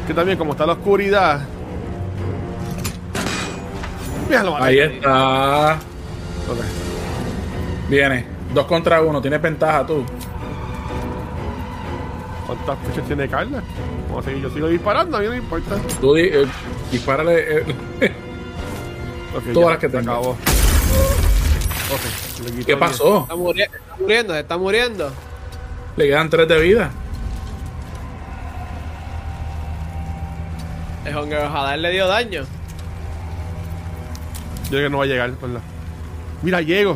S1: Que también, como está la oscuridad. Mira, lo maté.
S2: Ahí está.
S1: Ok.
S2: Viene. Dos contra uno. Tienes ventaja tú.
S1: ¿Cuántas flechas tiene Carla? Vamos a seguir, yo sigo disparando, a mí no me importa.
S2: Tú di- eh, dispárale. eh,
S1: Ok,
S2: Todas
S1: ya,
S2: las que
S1: se
S2: tengo.
S1: acabó. Ok, le quito
S2: ¿Qué
S1: diez.
S2: pasó?
S3: Está, muri- está muriendo, se está muriendo.
S2: Le quedan tres de vida.
S3: El Hunger ojalá le dio daño.
S1: Yo creo que no va a llegar, ¿verdad? Mira, llego.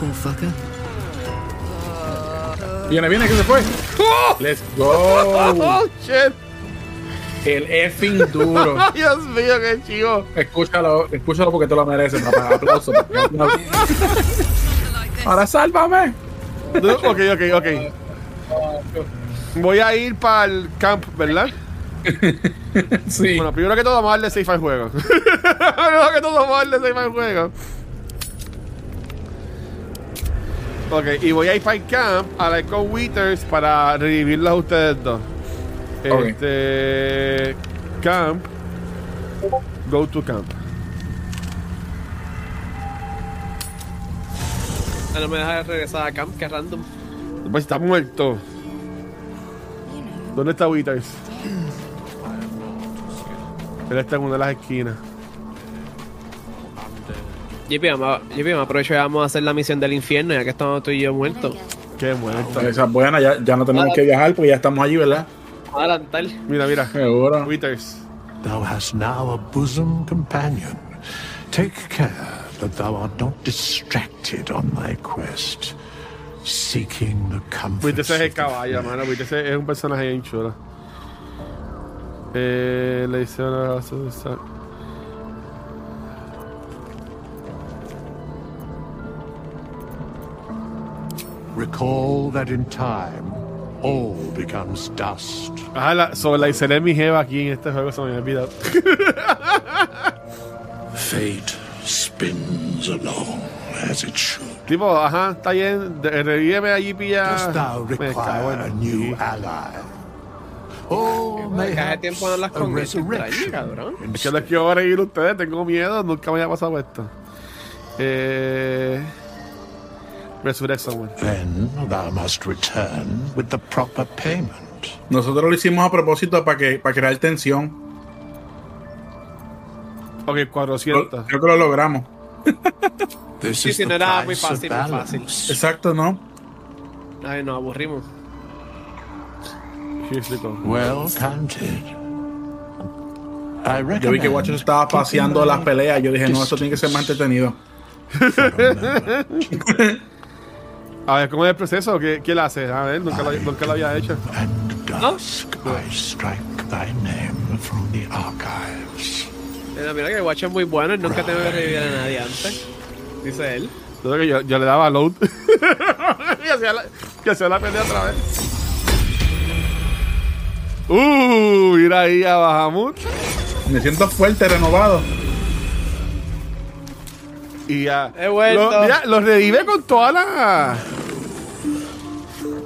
S6: Poor fucker.
S2: Viene, viene, que se fue. Let's go.
S1: ¡Oh, shit!
S2: El effing duro.
S1: ¡Ay, Dios mío, qué chivo!
S2: Escúchalo, escúchalo porque te lo mereces, papá. Aplauso. papá. Aplauso. Ahora sálvame.
S1: No, Ok, ok, ok. Voy a ir para el camp, ¿verdad?
S2: Sí.
S1: Bueno, primero que todo, vamos a darle safe al juego. primero que todo, vamos a darle safe al juego. Ok, y voy a ir para el camp a la con Withers para revivirlas a ustedes dos.
S2: Ok.
S1: Este. Camp. Go to camp.
S3: Ah, No me deja regresar a camp, que random.
S1: Pues está muerto. ¿Dónde está Withers? Él está en una de las esquinas.
S3: JP, vamos a- JP, vamos a aprovechar y vamos a hacer la misión del infierno, ya que estamos tú y yo muertos.
S1: Qué muerto.
S2: Esa es buena, ya, ya no tenemos que viajar porque ya estamos allí, ¿verdad?
S3: Vamos a adelantar.
S1: Mira, mira.
S2: Seguro.
S1: Withers.
S10: Thou hast now a bosom companion. Take care that thou art not distracted on thy quest, seeking the
S1: Withers
S10: comforts
S1: es el
S10: of the
S1: caballo, mano. Withers es es un personaje bien chulo. Eh, le hice una.
S10: Recall that in time, all becomes dust.
S1: Ah, la, sobre la hice mi jeva aquí en este juego, se me había olvidado.
S10: Fate spins along as it should.
S1: tipo, ajá, está bien. de- Revíveme allí, pilla.
S10: Dost thou
S1: Me cago
S10: require a
S1: en-
S10: new ally? Or
S3: Que hace
S10: mayhaps
S3: tiempo no hablas
S10: a
S3: con él, qué extraño,
S10: resurrection
S3: cabrón.
S1: Que les
S10: instead?
S1: quiero reír a ustedes, tengo miedo, nunca me había pasado esto. Eh. Resurrect someone.
S10: Then thou must return with the proper payment.
S2: Nosotros lo hicimos a propósito para que para crear tensión.
S1: Ok,
S2: Lo-
S1: 400.
S2: Creo que lo logramos.
S10: This
S3: Sí,
S10: is
S3: sí,
S10: the
S3: no era muy
S10: price of
S3: fácil, muy fácil.
S10: balance.
S2: Exacto, ¿no?
S3: Ay, nos aburrimos.
S1: Here's the go.
S10: Well counted. I
S2: Yo vi que Watcher
S10: recommend
S2: estaba paseando las peleas. Yo dije, no, esto tiene que ser más entretenido.
S1: A ver, ¿cómo es el proceso? ¿Qué, qué le hace? A ver, nunca lo, nunca lo había hecho.
S10: and dusk I strike thy name from the archives.
S3: Mira, mira que el guacho es muy bueno, él nunca tengo que revivir a nadie antes. Dice él.
S1: Yo creo que yo, yo le daba load. y hacía la, y hacía la pelea otra vez. Uh, ir ahí a Bahamut
S2: Me siento fuerte, renovado.
S1: y ya.
S3: He vuelto.
S1: Lo, mira, lo revive con toda la.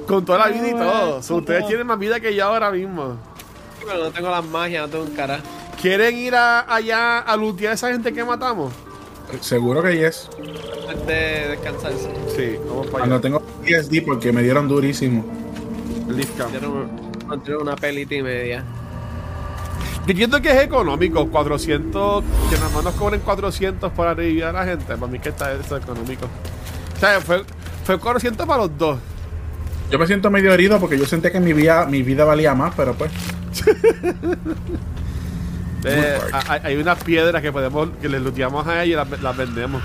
S1: Con toda la vida y todo. O sea, ustedes tienen más vida que yo ahora mismo.
S3: Pero no tengo las magias, no tengo un carajo.
S1: ¿Quieren ir a- allá a lootear a esa gente que matamos?
S2: Seguro que yes.
S3: Antes de descansarse.
S1: Sí, vamos para
S2: Cuando
S1: allá.
S2: tengo PSD porque me dieron durísimo.
S1: Leaf Camp.
S3: Yo no tengo una pelita y media.
S1: Yo entiendo que es económico, 400, que nada más nos cobren 400 para revivir a la gente. Para mí que está eso económico. O sea, fue, fue 400 para los dos.
S2: Yo me siento medio herido porque yo sentía que mi vida, mi vida valía más, pero pues.
S1: Eh, a- a- hay unas piedras que podemos, que les luteamos a ella y las, las vendemos.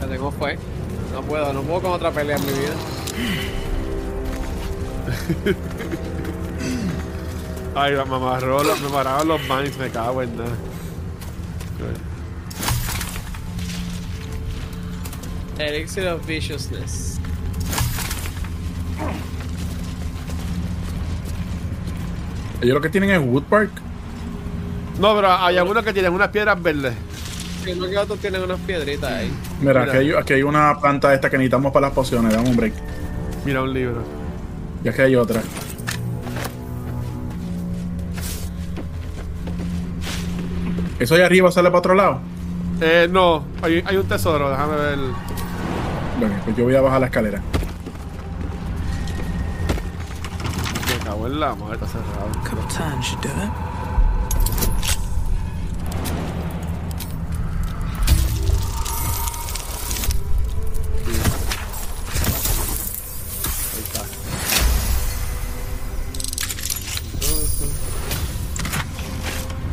S3: La tengo fue. No puedo, no puedo con otra pelea en mi vida.
S1: Ay, me amarró, los- me amarraron los mines, me cago en nada.
S3: Elixir of Viciousness.
S2: Ellos lo que tienen es Woodpark.
S1: No, pero hay algunos que tienen unas piedras verdes.
S3: Sí, no que otros tienen unas piedritas ahí.
S2: Mira,
S1: Mira.
S2: Aquí, hay, aquí hay una planta de esta que necesitamos para las pociones. Dame un break.
S1: Mira un libro.
S2: Y aquí hay otra. ¿Eso allá arriba sale para otro lado?
S1: Eh, no, hay, hay un tesoro, déjame ver.
S2: Bueno, pues yo voy a bajar la escalera.
S1: Me cago en la madre, está cerrado.
S5: A couple times should do it.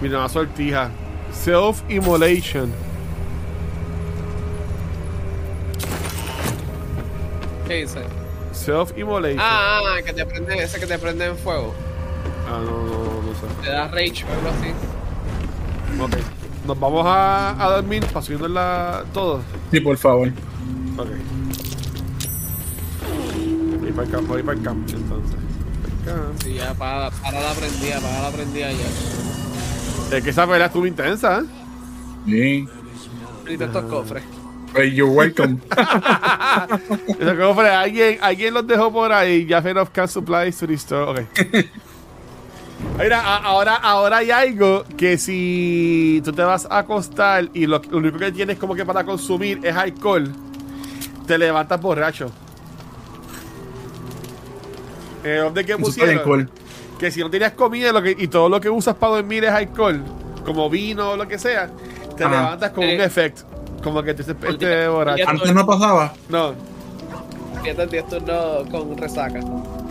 S1: Mira, una sortija. Self-immolation.
S3: ¿Qué dice?
S1: Self-immolation.
S3: Ah, ah, que te prende, ese que te prende en fuego.
S1: Ah, no, no, no sé.
S3: Te da rage o algo así.
S1: Ok. Nos vamos a, a dormir para subirnos la. todos.
S2: Sí, por favor.
S1: Ok. Voy para el campo, voy para el campo entonces. Para el campo.
S3: Sí, ya para, para la prendida, para la prendida ya.
S1: Es que esa pelea estuvo intensa, ¿eh?
S2: Bien.
S3: Ahorita estos cofres.
S2: Hey, Pues, you're welcome.
S1: Esa que fue, alguien, alguien los dejó por ahí. Ya fed of can supplies to the store. Ok. Mira, a- ahora, ahora hay algo que si tú te vas a acostar y lo, lo único que tienes como que para consumir es alcohol, te levantas borracho. Eh, ¿Dónde que
S2: Eso está bien
S1: pusieron?
S2: cool.
S1: que si no tenías comida lo que- y todo lo que usas para dormir es alcohol, como vino o lo que sea, te
S2: Ajá.
S1: levantas con un
S3: Eh.
S1: efecto. Como que te este,
S3: Olvida-
S1: borracho.
S3: olvida-
S2: Antes no pasaba.
S1: No,
S3: Fíjate el 10 turnos con resaca.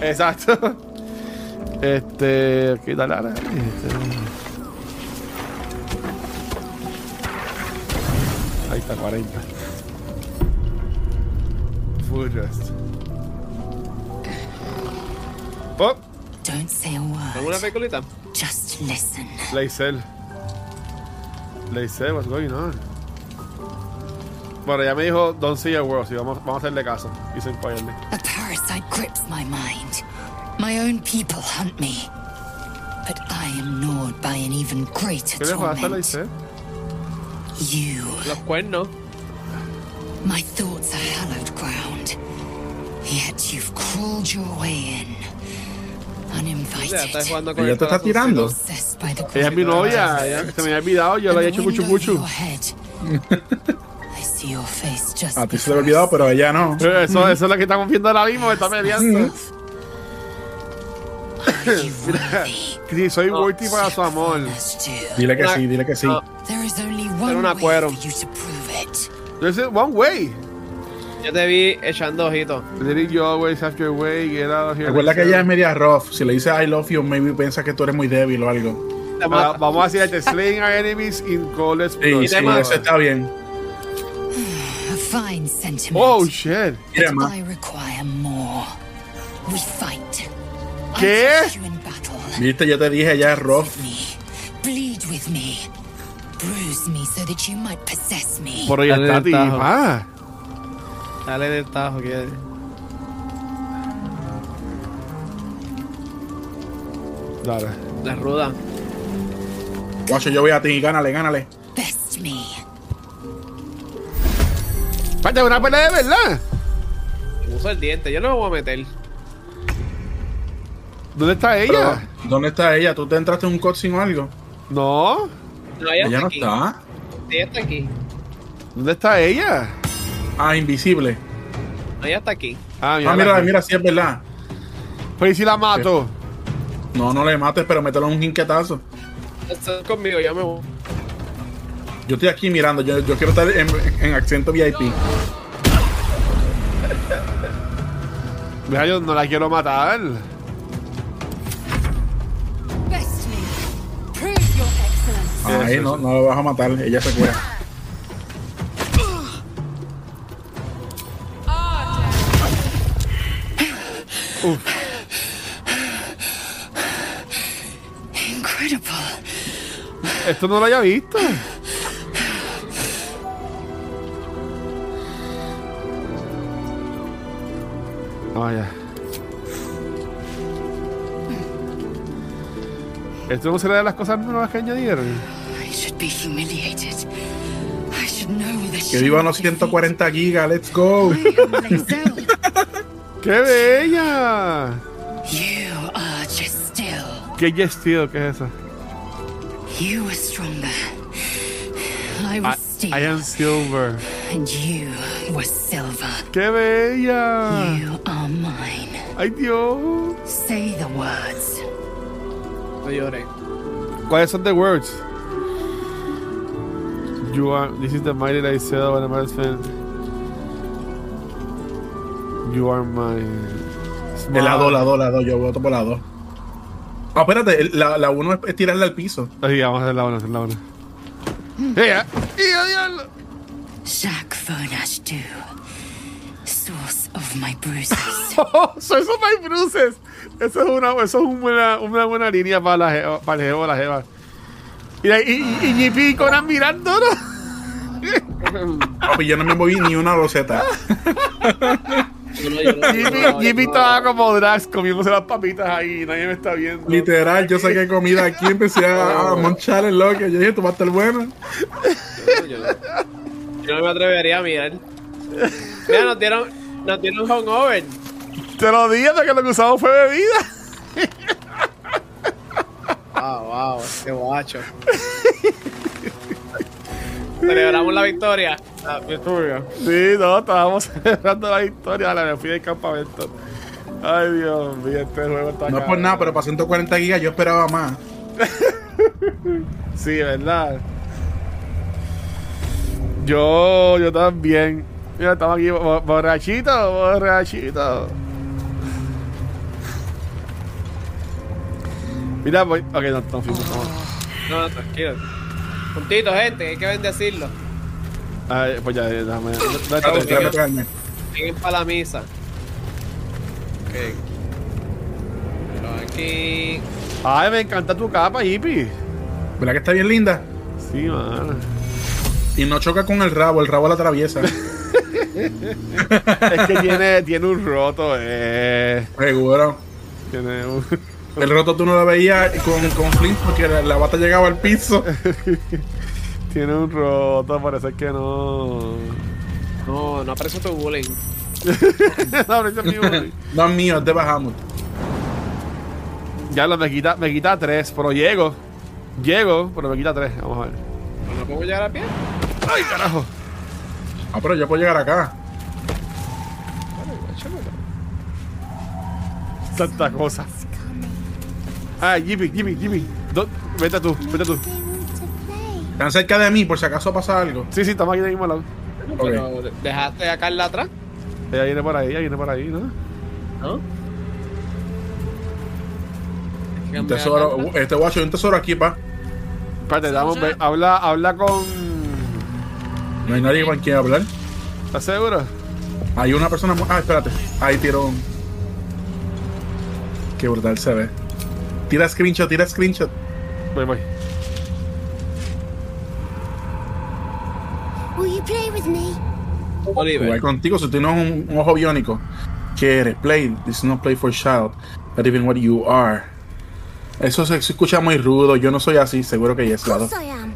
S1: exacto. Este. Aquí dale, dale, este. Ahí está, 40. Full rest. Oh,
S8: Don't say a word.
S3: ¿Alguna peliculita?
S8: Just listen.
S1: Leisel. Leisel, what's going on? Bueno, ya me dijo Don't see a world, sí, vamos, vamos a hacerle caso. Y sin fallarle.
S8: A parasite grips my mind. My own people hunt me. But I am gnawed by an even greater
S1: ¿Qué le pasa,
S8: torment.
S1: Leisel?
S8: You.
S3: Los cuernos.
S8: My thoughts are hallowed ground. Yet you've crawled your way in.
S3: Ya estás
S8: Uninvited.
S3: jugando con
S2: Ella te está tirando.
S8: Possessed by the
S1: Ella es mi
S8: grip
S1: novia, ella- se me había olvidado, yo le había
S8: and
S1: hecho mucho
S8: the wind over
S1: mucho.
S8: your head. I see your face just
S2: A ti Ah, se te
S8: before
S2: había olvidado,
S8: us.
S2: pero allá no.
S1: Pero Eso, eso es lo que estamos viendo ahora mismo, me está peleando.
S8: Are you worthy?
S1: Sí, soy
S2: Oh.
S1: worthy para su amor.
S8: Let's do.
S2: Dile que sí, dile que sí.
S3: No.
S8: There is only
S3: Era
S8: one
S3: una
S8: way
S3: cuero.
S8: for you to prove it.
S1: There's one way.
S3: Yo te vi echando ojitos.
S1: Let you always have your way, get out of here.
S2: Recuerda que
S1: Leisel.
S2: ella es media rough. Si le dices I love you, maybe piensa que tú eres muy débil o algo.
S3: Te
S1: Ah,
S3: mata.
S1: vamos a decir, slaying our enemies in cold
S2: Sí, sí,
S1: blood.
S2: eso está bien.
S8: A fine sentiment.
S1: Oh, shit.
S2: Mira,
S8: but
S2: ma.
S8: I require more. We fight.
S1: ¿Qué?
S8: I take you in battle.
S2: Viste, yo te dije, ella es rough.
S8: With me. Bleed with me. Bruise me so that you might possess me.
S1: Por hoy
S3: Dale
S1: está
S3: el tajo.
S1: tipa.
S3: Dale del tajo que.
S1: Dale.
S3: La ruda.
S2: Guacho, yo voy a ti. Gánale, gánale.
S8: Best me.
S1: Espérate, una pelea de verdad.
S3: Me Uso el diente. Yo no me voy a meter.
S1: ¿Dónde está
S2: Pero,
S1: ella?
S2: ¿Dónde está ella? ¿Tú te entraste en un cutscene o algo?
S1: No.
S3: No, ella,
S2: Ella no
S3: aquí.
S2: está.
S3: Ella está aquí.
S1: ¿Dónde está ella?
S2: Ah, invisible.
S3: No, Ella está aquí.
S1: Ah,
S2: Ah, mira, mira, sí es verdad.
S1: Pero ¿y si la mato?
S2: No, no le mates, pero mételo en un jinquetazo.
S3: Estás conmigo, yo me voy.
S2: Yo estoy aquí mirando, yo, yo quiero estar en, en acento VIP.
S1: Mira, yo no la quiero matar.
S8: Best me. Prove your excellence.
S2: Ahí no, no la vas a matar, ella se cura.
S8: Incredible.
S1: Esto no lo había visto. Vaya. ¿Esto no será de las cosas nuevas que añadieron?
S8: I should be humiliated. I should know that
S2: Que
S8: she
S2: vivan
S8: will
S2: los 140 gigas, let's go.
S1: ¡Qué bella!
S8: defeat- You are just still.
S1: ¿Qué yes, tío? ¿Qué es eso?
S8: You were stronger. I was
S1: I,
S8: steel,
S1: I am silver.
S8: and you were silver.
S1: ¡Qué bella!
S8: You are mine.
S1: ¡Ay, Dios!
S8: Say the words.
S3: No lloré.
S1: ¿Cuáles son the words? You are. This is the mighty that I said when I'm at You are my.
S2: El la 2, la 2, la 2, yo voto por la 2. Ah, espérate, el- la 1 es tirarla al piso.
S1: Ahí, vamos a hacer la una, hacer la una.
S2: Mm.
S1: ¡Ella! ¡Ella, diablo!
S8: Jacques Vernash du, source of my bruises.
S1: Soy Oh, eso my bruces. Eso es una, eso es una, buena- una buena línea para la jeva, para el jevo, la jeva. Y ahí, y, y, y Yipi y Conan mirándonos.
S2: Papi, Ah, pues yo no me moví ni una roseta.
S3: Yo no lloré.
S1: Yipi, Yipi estaba como Drax comiéndose las papitas ahí. Nadie me está viendo.
S2: Literal, yo saqué comida aquí, empecé a, a monchar el loco. Yo dije, tú vas a estar bueno.
S3: Yo yo no me atrevería a mirar. Mira, nos dieron, nos dieron hungover.
S1: Te lo dije hasta que lo que usamos fue bebida.
S3: Wow, Ah, wow, qué guacho. Celebramos la victoria. La victoria.
S1: Sí, no, estábamos celebrando la victoria. Ahora me fui del campamento. Ay, Dios mío, este juego está
S2: No es por
S1: cabrón.
S2: nada, pero para 140 gigas yo esperaba más.
S1: Sí, ¿verdad? Yo, yo también. Mira, estamos aquí bo- borrachito, borrachito. Mira, voy. Ok, no, no fuimos. no.
S3: No, no, tranquilo. Puntito, gente, hay que bendecirlo.
S1: Ay, pues ya, ya, déjame. No, no,
S2: Espérate,
S1: estamos-
S2: espérame, espérame.
S3: Siguen para la misa. Ok. Pero aquí.
S1: Ay, me encanta tu capa, Yipi.
S2: ¿Verdad que está bien linda?
S1: Sí, man.
S2: Y no choca con el rabo, el rabo la atraviesa.
S1: Es que tiene, tiene un roto, eh.
S2: Seguro.
S1: Tiene un.
S2: El roto tú no lo veías con, con Flint porque la, la bata llegaba al piso.
S1: Tiene un roto, parece que no.
S3: No, no aparece tu bullying.
S1: no, pero ese es mi bullying.
S2: No es mío, es de Bahamut.
S1: Ya lo me quita, me quita tres, pero llego. Llego, pero me quita tres. Vamos a ver.
S3: ¿No puedo llegar a pie?
S1: ¡Ay, carajo!
S2: Ah, pero yo puedo llegar acá.
S1: Tanta cosa. Ah, Jimmy, Jimmy, Jimmy. Do- Vete tú, vete tú.
S7: They want to play.
S2: Están cerca de mí por si acaso pasa algo.
S1: Sí, sí, estamos aquí del mismo lado.
S2: Ok.
S3: Pero dejaste a Carla atrás.
S1: Ella viene por ahí, ella viene por ahí, ¿no?
S3: ¿No?
S2: Un tesoro, este guacho, hay un tesoro aquí, pa.
S1: Espérate, damos, ve- habla, habla con.
S2: No hay nadie con quien hablar.
S1: ¿Estás seguro?
S2: Hay una persona. mu- Ah, espérate. Ahí tiró un. Qué brutal se ve. Tira screenshot, tira screenshot.
S1: Voy, voy.
S7: Will you play with me?
S2: Jugar
S3: Oliver.
S2: contigo si tienes un, un ojo biónico. ¿Qué eres? Play. This is not play for child. But even what you are. Eso se se escucha muy rudo. Yo no soy así. Seguro que yes,
S7: Of
S2: claro.
S7: course I am.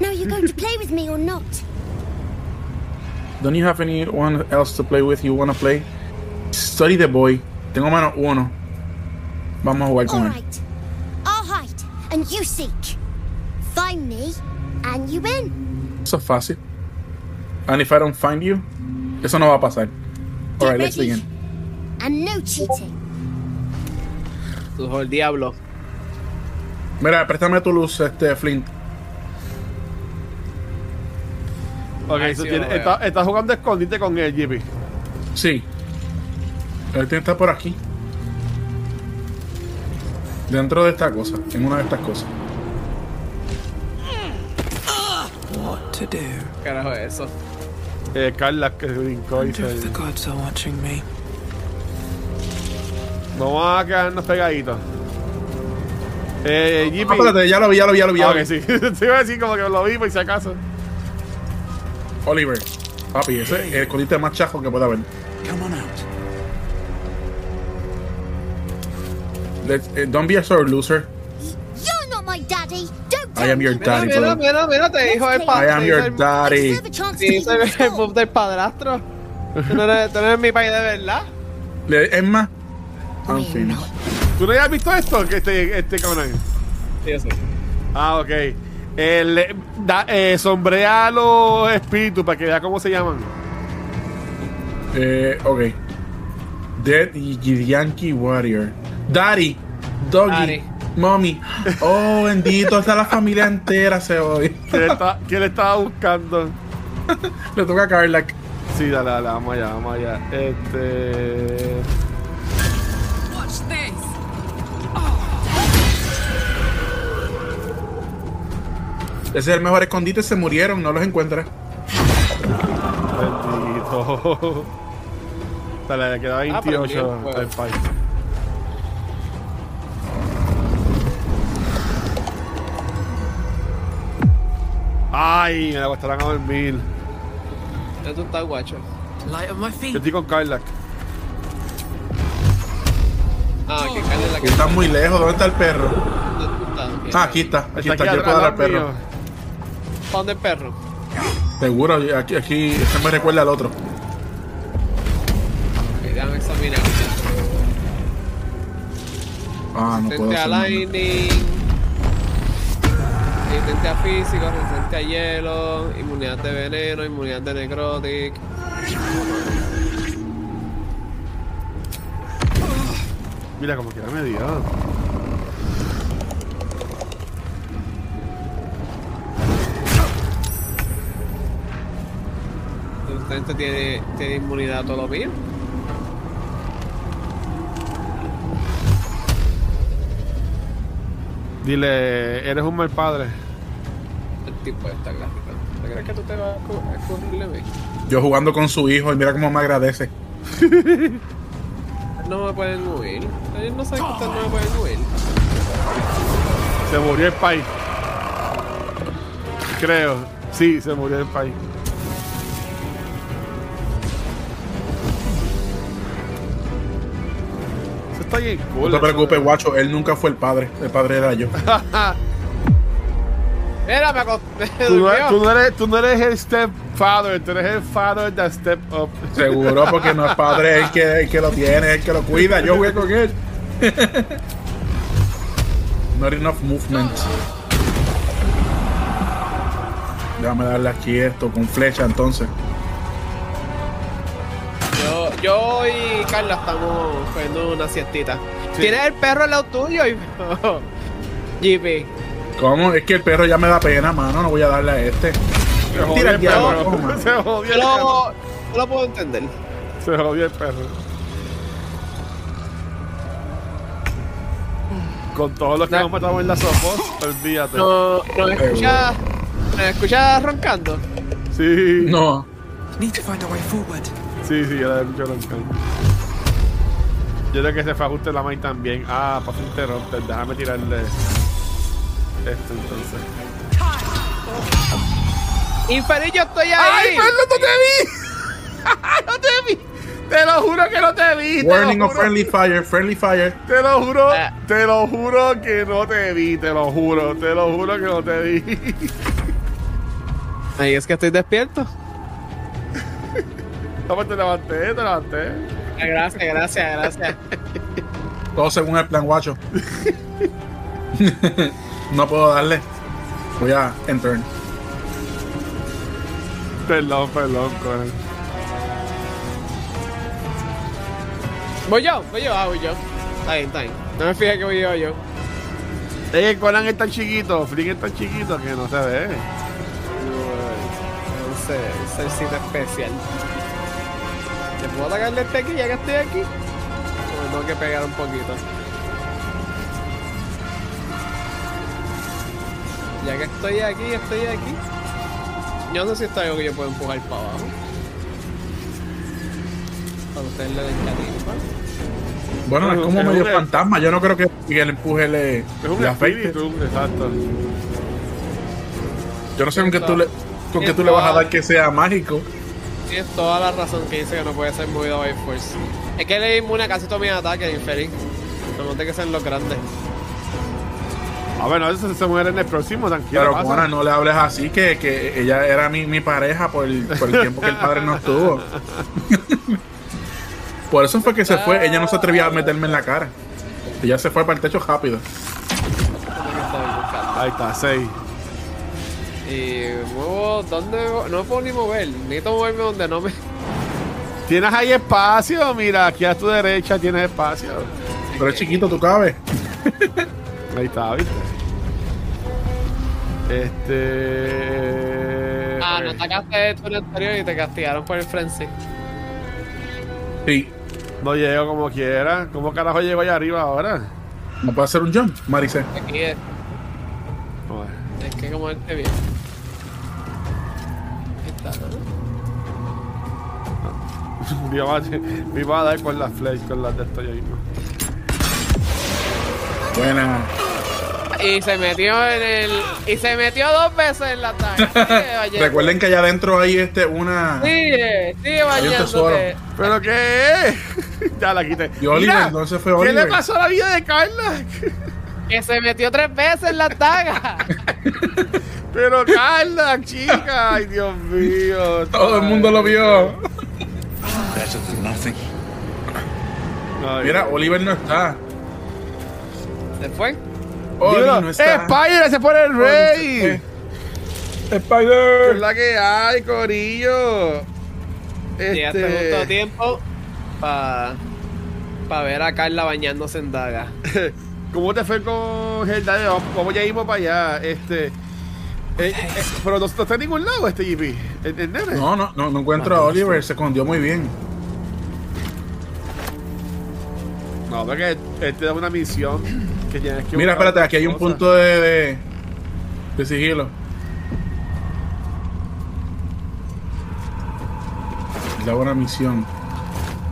S7: Now you're going to play with me or not.
S2: Don't you have anyone else to play with? You wanna play? Study the boy. Tengo mano uno. Vamos a jugar
S7: All
S2: con él.
S7: right. I'll hide and you seek. Find me and you win.
S2: Eso es fácil. And if I don't find you, eso no va a pasar. All right, let's begin.
S7: And no cheating.
S3: Tu el diablo.
S2: Mira, préstame tu luz, este Flint.
S1: Ok,
S3: Ay,
S1: eso
S3: sí,
S1: tiene-
S3: lo veo.
S1: está, está jugando escondite con el Jimmy.
S2: Sí. Él tiene está por aquí. Dentro de esta cosa, en una de estas cosas.
S5: What to do?
S3: Carajo es eso.
S1: Eh, Carla que brincó y
S5: Wonder
S1: se.
S5: if the gods are watching me.
S1: Vamos a quedarnos pegaditos. Eh, Jeepy.
S2: Ah, espérate, ya lo vi, ya lo vi, ya lo vi. ya
S1: Ah,
S2: lo
S1: ok,
S2: vi.
S1: sí. Te iba a decir como que lo vi por si acaso.
S2: Oliver. Papi, ese es el escondite más chajo que pueda haber.
S5: Come on out.
S2: Let's- eh, don't be a sore loser.
S11: You're not my daddy. Don't
S2: I am your
S3: Mira,
S2: daddy,
S3: mira,
S2: bro.
S3: mira, mira, te dijo el
S2: I am your
S3: padre.
S2: daddy.
S3: Sí, se ve el boob del padrastro. Tú no eres, tú no eres mi padre de verdad.
S2: Le- Es más. En fin.
S1: ¿Tú no habías visto esto? Que este, este cabrón.
S3: Sí, eso.
S1: Ah, ok. Eh, le- da- eh, sombrea los espíritus para que vea cómo se llaman.
S2: Eh, ok. Dead y Yankee Warrior. Daddy. Doggy.
S3: Daddy.
S2: Mommy. Oh, bendito. Está la familia entera se odia.
S1: ¿Qué le, está- qué le estaba buscando?
S2: Le toca a Carla.
S1: Sí, dale, dale, vamos allá, vamos allá. Este.
S6: Watch this.
S2: Ese es el mejor escondite. Se murieron. No los encuentra.
S1: Bendito. Dale, le queda
S3: Ah, pero
S1: 28
S3: bien,
S1: al país. Ay, me la acostarán a dormir.
S3: Ya tú estás guacho.
S5: Light on my feet.
S1: Yo estoy con Carla.
S3: Ah, que carne la que
S2: Está muy lejos. ¿Dónde está el perro? Ah,
S3: está.
S2: aquí está. Aquí
S1: Está
S2: está.
S1: aquí
S2: Yo le puedo
S1: atrás
S2: dar al
S1: al
S2: perro.
S1: mío.
S3: ¿Dónde el perro?
S2: Seguro. Aquí, aquí este me recuerda al otro.
S3: Ok, déjame examinar.
S2: Ah, no puedo.
S3: Resistente a
S2: hacer nada.
S3: lightning. Resistente a físico, resistente a hielo, inmunidad de veneno, inmunidad de necrotic.
S1: Mira, como quiera me dio.
S3: Resistente tiene, tiene inmunidad a todo lo mío.
S1: Dile, eres un mal padre.
S3: El tipo está gráfica. ¿Te crees que tú te vas eh, a cu- a escurrirle a mí?
S2: Yo jugando con su hijo y mira cómo me agradece.
S3: No me pueden huir. Ellos no saben que ustedes no me pueden huir.
S1: Se murió el país. Creo. Sí, se murió el país. Eso está bien cool.
S2: No te
S1: eso.
S2: preocupes, guacho, él nunca fue el padre. El padre era yo.
S3: Mira, me acosté.
S1: Tú no,
S3: durmió.
S1: eres, tú no eres- tú no eres el stepfather, tú eres el father that step up.
S2: Seguro, porque no es padre el que, el que lo tiene, el que lo cuida. Yo jugué con él. Not enough movement. Déjame darle aquí esto con flecha entonces.
S3: Yo, yo y Carla estamos cogiendo una siestita. Tienes el perro al lado tuyo y. GP.
S2: ¿Cómo? Es que el perro ya me da pena, mano. No voy a darle a este.
S1: Se jodió
S2: Tira
S1: el
S2: el diablo.
S1: perro.
S2: toma.
S1: Se jodió
S3: Yo
S1: el
S3: lo,
S1: perro.
S3: yo lo puedo entender.
S1: Se jodió el perro. Con todos los que nos matamos en la sofos, olvídate.
S3: No, no escuchas. ¿Nos escuchas roncando?
S1: Sí.
S2: No.
S5: Need to find a way forward.
S1: Sí, sí, yo la escucho roncar. Yo creo que se fue a ajuste la main también. Ah, pasó interrupter. Déjame tirarle esto entonces.
S3: Infeliz, yo estoy ahí.
S1: no te vi! pues, ¡No te vi! Te lo juro que no te vi.
S2: Warning of friendly fire, friendly fire.
S1: Te lo juro,
S3: Ah.
S1: te lo juro que no te vi, te lo juro, te lo juro que no te vi.
S3: Ahí es que estoy despierto.
S1: No, pues te levanté, te levanté.
S3: Ah, Gracias, gracias, gracias.
S2: Todo según el plan guacho. no puedo darle. Voy a enter.
S1: Perdón, perdón, Conan.
S3: Voy yo, voy yo, ah, voy yo. Está bien, está bien. No me fijé que voy yo yo.
S1: Es que Conan es tan chiquito, Flynn es tan chiquito que no se ve.
S3: Entonces, es el sitio especial. ¿Te puedo atacar de este aquí ya que estoy aquí? Me tengo que pegar un poquito. Ya que estoy aquí, estoy aquí. Yo no sé si está algo que yo puedo empujar para abajo. Para ustedes le den carisma.
S2: Bueno, es como
S1: Es
S2: medio
S1: un-
S2: fantasma. Yo no creo que que el empuje le,
S1: Es un
S2: le afecte.
S1: espíritu, exacto.
S2: Yo no sé con qué tú le, con qué tú le
S3: Esto-
S2: vas a dar que sea mágico.
S3: Tienes toda la razón que dice que no puede ser movido by force. Es que él es inmune a casi todos mis ataques, infeliz. No tiene que ser los grandes.
S1: Ah, bueno, eso se muere en el próximo, tranquilo.
S2: Pero
S1: pasa.
S2: Juana, no le hables así, que, que ella era mi, mi pareja por el, por el tiempo que el padre no estuvo. por eso fue que se fue. Ella no se atrevía a meterme en la cara. Ella se fue para el techo rápido.
S1: Ahí está, 6.
S3: Y muevo, ¿dónde? muevo? No puedo ni mover. Necesito moverme donde no me.
S1: Tienes ahí espacio, mira, aquí a tu derecha tienes espacio.
S2: Pero es chiquito, tú cabes.
S1: Ahí está, ¿viste? Este.
S3: Ah, no atacaste el turno anterior y te castigaron por el frenzy.
S2: Sí.
S1: No llego como quiera. ¿Cómo carajo llego allá arriba ahora?
S2: ¿No puede hacer un jump, Maricel?
S3: Aquí es. Es que como él te bien. Ahí está, ¿no?
S1: Me iba, a, me iba a dar con las flechas, con las de esto yo mismo.
S2: Buena.
S3: Y se metió en el. Y se metió dos veces en la tarde.
S2: Recuerden que allá adentro hay este una.
S3: Sigue, sigue
S2: Hay un tesoro.
S3: bañándote.
S1: ¿Pero qué es? ya la quité.
S2: Y Oliver,
S1: Mira,
S2: entonces fue
S1: ¿Qué
S2: Oliver.
S1: le pasó a la vida de Carla?
S3: Que se metió tres veces en la taga.
S1: Pero Carla, chica, ay Dios mío.
S2: Todo el mundo lo vio.
S10: Better than nothing.
S1: Ay,
S2: Mira, Oliver no está.
S3: ¿Se fue?
S2: Oliver
S1: Dímelo,
S2: no está.
S1: Spider se pone el
S2: Eh,
S1: rey. ¿Qué es
S2: Spider.
S1: la que hay, Corillo?
S3: Llegaste justo a
S1: Este.
S3: tiempo para ver a Carla bañándose en daga.
S1: ¿Cómo te fue con el dale, Vamos vamos ya mismo para allá. Este. eh, eh, pero no, no está en ningún lado este GP. El, el nene.
S2: No, no, no, no encuentro a Oliver. Se escondió muy bien.
S1: No, porque este da una misión que tienes que.
S2: Mira,
S1: buscar
S2: espérate, aquí hay un
S1: cosas.
S2: punto de, de, de sigilo. La buena misión.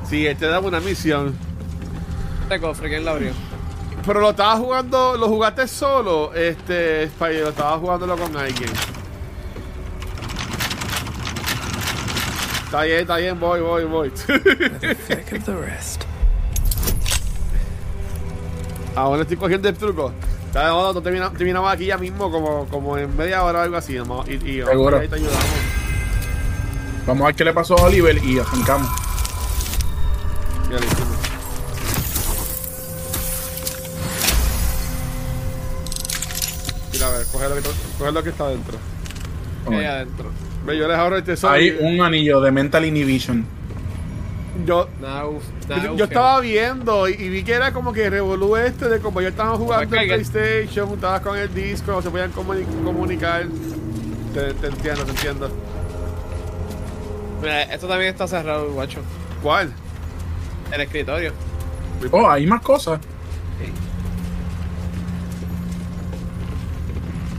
S1: Sí, este da una misión.
S3: Este cofre, ¿quién lo abrió?
S1: Pero lo estabas jugando, lo jugaste solo, este, Spider, lo estabas jugándolo con alguien. Está bien, está bien, voy, voy, voy.
S5: Thick of the wrist.
S1: Ahora estoy cogiendo el truco. Está de moda, tú termina- terminamos aquí ya mismo, como, como en media hora o algo así. vamos, y, y vamos
S2: Seguro.
S1: ahí te ayudamos.
S2: Vamos a ver qué le pasó a Oliver y arrancamos.
S1: Ya lo hicimos. Mira, a ver, coge lo que, coge lo que está adentro.
S3: Ahí
S1: Eh,
S3: adentro.
S1: Ve, yo les abro el tesoro.
S2: Hay
S1: y-
S2: un anillo de Mental Inhibition.
S1: Yo,
S3: Nada, uf, nada,
S1: Yo, yo
S3: ufeo.
S1: estaba viendo y, y vi que era como que revolú este de como yo estaba jugando en
S3: Oiga, que-
S1: PlayStation, juntabas con el disco, se podían comuni- comunicar. Te, te entiendo, te entiendo.
S3: Mira, esto también está cerrado, guacho.
S1: ¿Cuál?
S3: El escritorio.
S2: Oh, hay más cosas.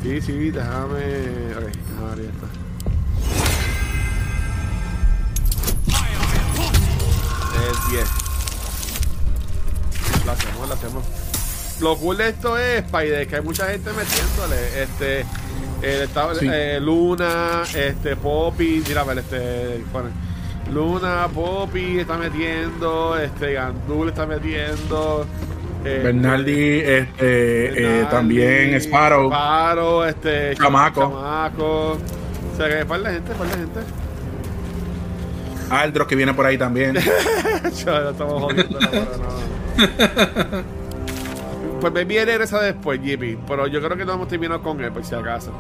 S1: Sí, sí, déjame. Ok, déjame abrir esta. Es 10. La hacemos, la hacemos. Lo cool de esto es, Spider, que hay mucha gente metiéndole. Este. el estado-
S2: Sí.
S1: eh, Luna, este, Poppy, mira, a ver, este. Juan. Luna, Poppy está metiendo, este, Gandul está metiendo. este,
S2: Bernardi, eh, eh, eh,
S1: Bernardi,
S2: también Sparrow.
S1: Sparrow, este.
S2: Chamaco.
S1: Chamaco. O sea, que par de gente, par de gente.
S2: Aldros que viene por ahí también.
S1: Chaval, estamos jodiendo. no, pero no. Pues me viene regresa después, Jimmy. Pero yo creo que no hemos terminado con él, por si acaso.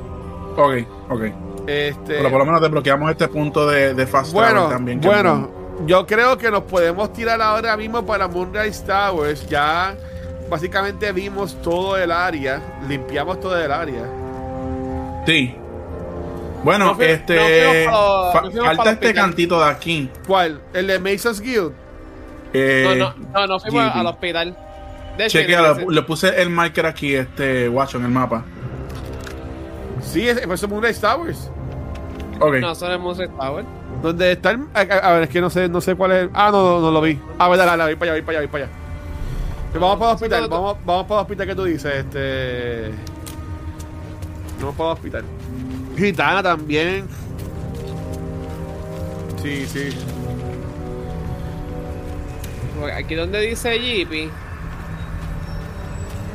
S2: ok, ok.
S1: Este.
S2: Pero por lo menos desbloqueamos este punto de, de Fast
S1: Bueno,
S2: Travel también. que
S1: bueno, yo creo que nos podemos tirar ahora mismo para Moonrise Towers. Ya básicamente vimos todo el área, limpiamos todo el área.
S2: Sí. Bueno,
S1: No fui- no
S2: este.
S1: fuimos pa-
S2: fa-
S1: no fuimos pa
S2: falta
S1: los
S2: este
S1: picantes.
S2: cantito de aquí.
S1: ¿Cuál? El de Mason's Guild.
S2: Eh,
S3: No, no, no, no fuimos
S2: GB.
S3: al hospital. De hecho,
S2: Chequea,
S3: mira,
S2: lo- le puse el marker aquí, este guacho, en el mapa.
S1: Sí, es, eso es Moonlight Towers.
S2: Ok.
S3: No, ¿eh? son el Moonlight Tower.
S1: Donde está el. A, a- a ver, es que no sé, no sé cuál es. el- Ah, no, no, no lo vi. Ah, verdad, la, la vi para allá, vi para allá, vi para allá. Vamos para el hospital, vamos, vamos para el hospital que tú dices, este. Vamos para el hospital. Gitana también. Sí, sí.
S3: Porque Aquí donde dice Jeepy.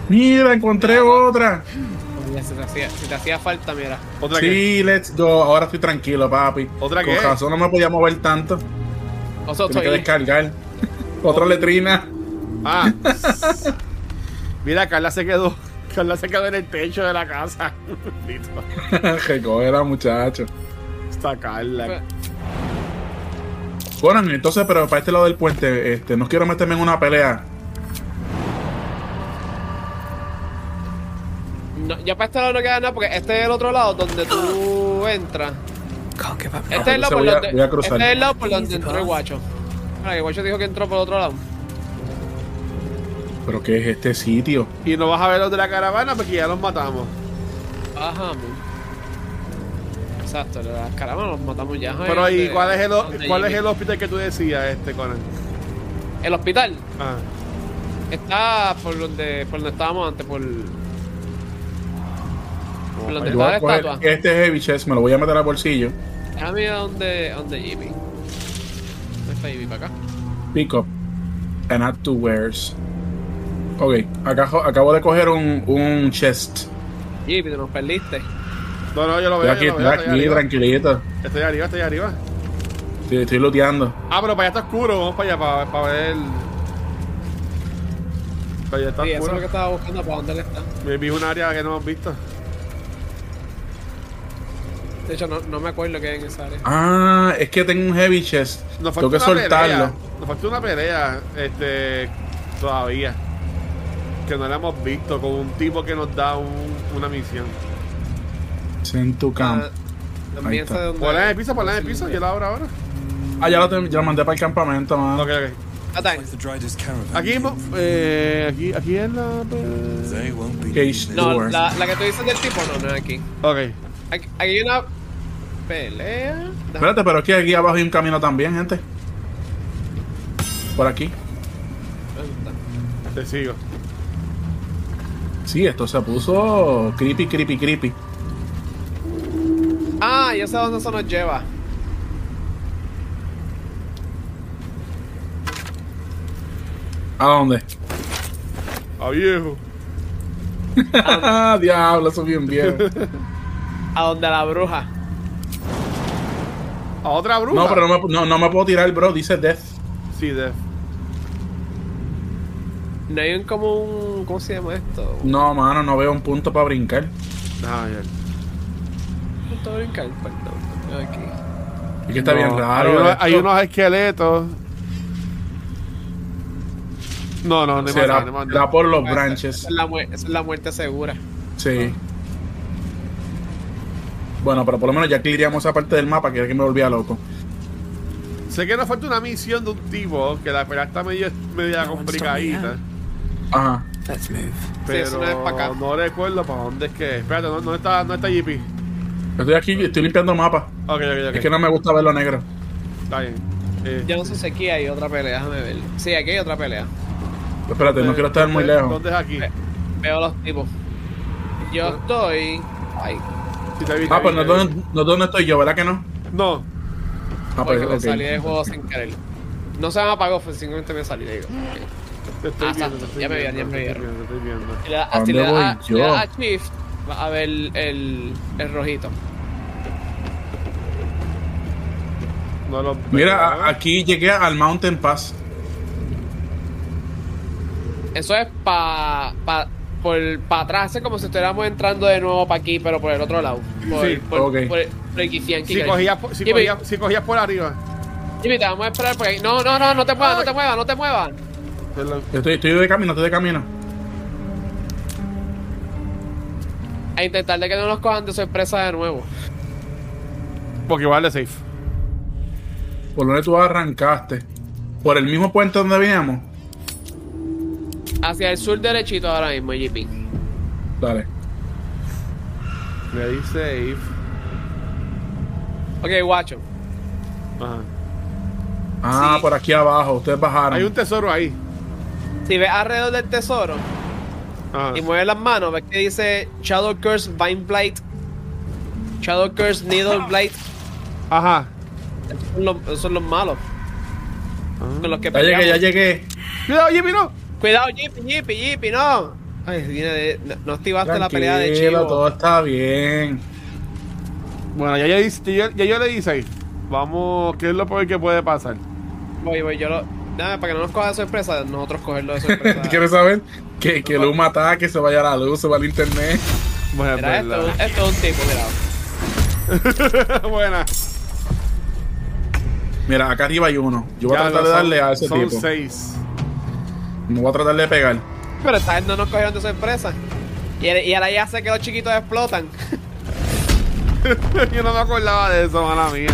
S2: Mira, encontré otra.
S3: Mira, Si te hacía, si te hacía falta, mira.
S2: Sí, let's go. Ahora estoy tranquilo, papi.
S3: ¿Otra
S2: Con
S3: qué?
S2: razón no me podía mover tanto.
S3: O sea,
S2: Tenía que
S3: estoy-
S2: descargar. Otra letrina.
S1: Ah. Mira, Carla se quedó. Carla se quedó en el techo de la casa. Listo.
S2: Recogera, muchacho.
S1: Está Carla.
S2: Bueno, entonces, pero para este lado del puente, este, no quiero meterme en una pelea.
S3: No, ya para este lado no queda nada porque este es el otro lado donde tú entras. Este es el lado
S2: Entonces
S3: por
S2: voy a-
S3: donde,
S2: voy a cruzar.
S3: este es el lado por donde entró el guacho. Mira, que el guacho dijo que entró por otro lado.
S2: Pero ¿qué es este sitio?
S1: Y no vas a ver los de la caravana porque ya los matamos.
S3: Ajá, man. Exacto, las caravanas nos matamos ya. eh,
S1: Pero
S3: ahí
S1: ahí,
S3: donde-
S1: ¿cuál es
S3: donde
S1: el, cuál es
S3: Jimmy.
S1: el hospital que tú decías, este Conan?
S3: El hospital
S1: Ah.
S3: está por donde, por donde estábamos antes, por. Por donde
S2: Yo voy
S3: estaba
S2: a
S3: la
S2: coger
S3: estatua.
S2: este heavy chest, me lo voy a meter al bolsillo.
S3: Déjame ir a donde, a donde Jimmy. ¿Dónde está Jimmy? ¿Para acá?
S2: Pick up and add two wares. Ok, acabo, acabo de coger un, un chest.
S3: Jimmy, te nos perdiste.
S1: No, no, yo lo
S2: Estoy
S1: veo.
S2: aquí,
S1: yo lo
S2: estoy
S1: veo, estoy
S2: aquí,
S1: arriba.
S2: tranquilito.
S1: Estoy arriba, estoy arriba.
S2: Estoy, estoy looteando.
S1: Ah, pero para allá está oscuro, vamos para allá para, para ver. el- Para allá está
S3: Sí, eso es lo que
S1: oscuro.
S3: estaba buscando, ¿para dónde él está?
S1: Me vi un área que no hemos visto.
S3: De hecho, no, no me acuerdo qué hay en esa área.
S2: Ah, es que tengo un heavy chest.
S1: Nos falta
S2: Tengo que
S1: una
S2: soltarlo.
S1: pelea. Nos falta una pelea, este. Todavía. Que no la hemos visto con un tipo que nos da un- una misión.
S2: En tu camp. Ahí
S3: También sé
S2: está.
S3: dónde.
S1: Ponla en el piso, ponla en el piso, yo la abro ahora.
S2: Ah, ya lo, ten- ya lo mandé para el campamento, man.
S1: Ok, ok.
S3: Ah,
S1: Aquí mismo, eh, aquí, aquí es la.
S2: Cage
S3: No,
S2: door.
S3: la, la que tú dices del tipo no, no es aquí.
S1: Ok.
S3: Aquí, aquí hay una pelea.
S2: Espérate, pero es que aquí abajo hay un camino también, gente. Por aquí.
S1: Te sigo.
S2: Sí, esto se puso creepy, creepy, creepy.
S3: Ah, ya sé dónde eso nos lleva.
S2: ¿A dónde?
S1: A viejo.
S2: Ah, Diablo, eso es bien viejo.
S3: A donde la bruja.
S1: A otra bruja.
S2: No, pero no me, no, no me puedo tirar, bro. Dice death.
S1: Sí, de.
S3: No hay un como un. ¿Cómo se llama esto?
S2: No, mano, no veo un punto para brincar.
S1: Ah, ya.
S3: Un punto de brincar, perdón. Aquí.
S2: Es que está
S1: No,
S2: bien
S1: Hay,
S2: raro. eh.
S1: unos-
S2: esto.
S1: hay unos esqueletos. No, no, no hay más
S2: Será,
S1: nada, no hay más nada.
S2: será por los
S3: Esa
S2: branches.
S3: es la, mu- esa es la muerte segura.
S2: Sí. Bueno, pero por lo menos ya clearíamos esa parte del mapa que era que me volvía loco.
S1: Sé que nos falta una misión de un tipo que la pelea está medio, media complicadita.
S2: Ajá.
S5: Let's move.
S1: Pero
S3: eso no es pa' acá.
S1: no recuerdo para dónde es que. es. Espérate, ¿dó- ¿dónde está, dónde está JP?
S2: Estoy aquí, estoy limpiando mapa.
S1: Ok, ok, ok.
S2: Es que no me gusta verlo negro.
S1: Está bien. Eh,
S3: Yo no sé si aquí hay otra pelea, déjame ver. Sí, aquí hay otra pelea.
S2: Espérate, no quiero estar muy
S1: Eh, ¿dónde-
S2: lejos.
S1: ¿Dónde es aquí?
S3: Eh. Veo los tipos. Yo estoy. Ay,
S1: Sí, te vi, te
S2: Ah,
S1: vi,
S2: pues no
S1: te
S2: es
S1: vi.
S2: donde, no es donde estoy yo, ¿verdad que no?
S1: No,
S2: Ah,
S3: porque
S2: pues
S3: me
S2: ok.
S3: salí del juego sin querer. No se me apagó, fue simplemente me salí. Digo.
S1: te estoy
S3: Ah,
S1: viendo.
S3: exacto,
S1: te estoy
S3: ya me
S1: viendo,
S3: vieron, ya
S1: te
S3: me
S1: estoy viendo, te estoy viendo.
S3: Si le das
S2: ¿A
S3: si le
S2: dónde
S3: das a,
S2: voy
S3: si le das
S2: yo?
S3: a Shift, vas a ver el, el rojito.
S1: No lo
S2: Mira, a- aquí llegué al Mountain Pass.
S3: Eso es para pa, por- pa atrás, es como si estuviéramos entrando de nuevo para aquí, pero por el otro lado. Por,
S1: Sí,
S3: por,
S2: ok.
S3: por, por el Kifianqui
S1: Si
S3: que hay.
S1: cogías, por- si,
S3: Jimmy,
S1: cogías, si cogías por arriba.
S3: Jimmy, te vamos a esperar por ahí. No, no, no, no te muevas, no te muevas, no te muevas.
S1: Perdón.
S2: Yo Estoy, estoy de camino, estoy de camino.
S3: A intentar de que no nos cojan de sorpresa de nuevo.
S1: Porque vale safe.
S2: Por donde tú arrancaste. Por el mismo puente donde veníamos.
S3: Hacia el sur derechito ahora mismo, JP.
S2: Dale.
S1: Ready, save.
S3: Ok, guacho.
S1: Ajá.
S2: Ah,
S3: Sí.
S2: por aquí abajo. Ustedes bajaron.
S1: Hay un tesoro ahí.
S3: Si ves alrededor del tesoro y mueves las manos, ves que dice Shadow Curse Vine Blight. Shadow Curse Needle Blight.
S1: Ajá.
S3: Esos son los, esos son los malos.
S1: Ah.
S3: Con los que
S2: Ya llegué, ya
S3: peleamos.
S2: llegué.
S1: Cuidado, Jimmy, no.
S3: Cuidado, Jeepy, Jeepy, Jeepy, no. Ay, viene de- no, no activaste la pelea de
S2: Tranquilo,
S3: Chivo.
S2: todo está bien.
S1: Bueno, ya, yo hice- ya, yo- ya yo le hice ahí. Vamos, ¿qué es lo peor que puede pasar?
S3: Voy, voy, yo lo. Nada, para que no nos coja de sorpresa, nosotros cogerlo de sorpresa.
S2: ¿Quieres saber? Que, que Luma ataque, se vaya la luz, se va el internet.
S1: Bueno,
S3: Mira, esto, esto es un tipo, cuidado.
S1: Buena.
S2: Mira, acá arriba hay uno. Yo voy
S1: Ya
S2: a tratar
S1: lo
S2: de
S1: son-
S2: darle a ese
S1: son
S2: tipo.
S1: seis.
S2: Me voy a tratar de pegar.
S3: Pero esta vez no nos cogieron de sorpresa. Y, y ahora ya sé que los chiquitos explotan.
S1: yo no me acordaba de eso, mala mía.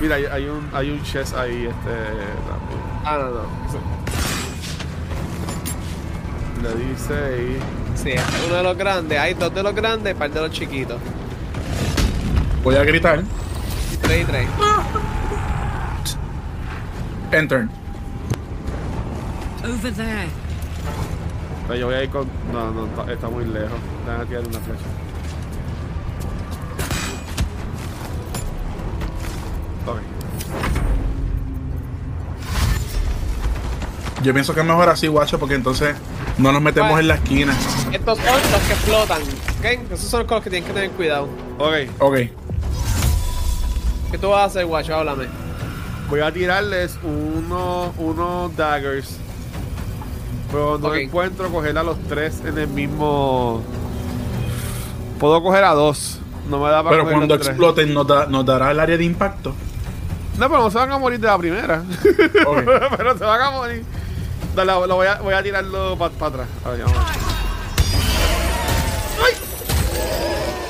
S1: Mira, hay, hay un, hay un chest ahí, este. también.
S3: Ah, no, no.
S1: Le dice ahí.
S3: Sí, este es uno de los grandes. Hay dos de los grandes y par de los chiquitos.
S2: Voy a gritar.
S3: Tres y tres.
S2: Enter.
S6: Over there.
S1: No, Yo voy a ir con. No, no, está- está muy lejos. Déjame tirar una flecha. Ok.
S2: Yo pienso que es mejor así, guacho, porque entonces no nos metemos en la esquina.
S3: Estos son los que explotan. ¿Ok? Esos son con los que tienen que tener cuidado.
S1: Ok,
S2: Ok.
S3: ¿Qué tú vas a hacer, guacho? Háblame.
S1: voy a tirarles unos unos daggers. Pero no
S3: Ok.
S1: encuentro coger a los tres en el mismo. Puedo coger a dos. No me da para
S2: Pero
S1: coger
S2: cuando
S1: los tres.
S2: exploten nos, da- nos dará el área de impacto.
S1: No, pero no se van a morir de la primera.
S2: Ok.
S1: pero se van a morir. Dale, lo voy, a, voy a tirarlo para atrás. A ver, vamos a ver.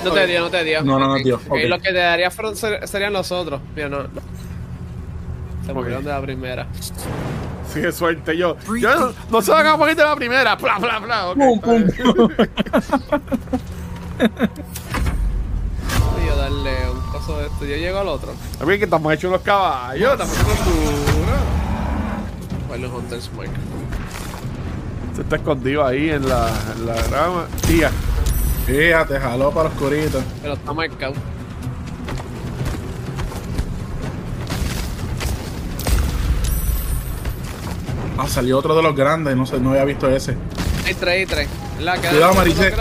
S3: No te dio, no te dio.
S2: No, no, no,
S3: Ok.
S2: tío.
S3: Ok,
S2: Ok.
S3: Los que te daría front ser- serían los otros. Mira, no. no. Se murieron de la primera.
S1: Sí, qué suerte yo. yo no, no se van a morir de la primera. Bla, bla, bla. Ok, está bien.
S3: Voy a darle un paso de esto. Yo llego al otro.
S1: A mí que estamos hechos unos caballos. Estamos hechos unos duros.
S3: Bueno, Hunter's Mark.
S1: Se está escondido ahí en la, en la grama. Tía.
S2: Fíjate, jaló para los coritos.
S3: Pero está marcado.
S2: Ah, salió otro de los grandes, no sé, no había visto ese.
S3: Hay tres y tres. La que
S2: Cuidado, Maricé.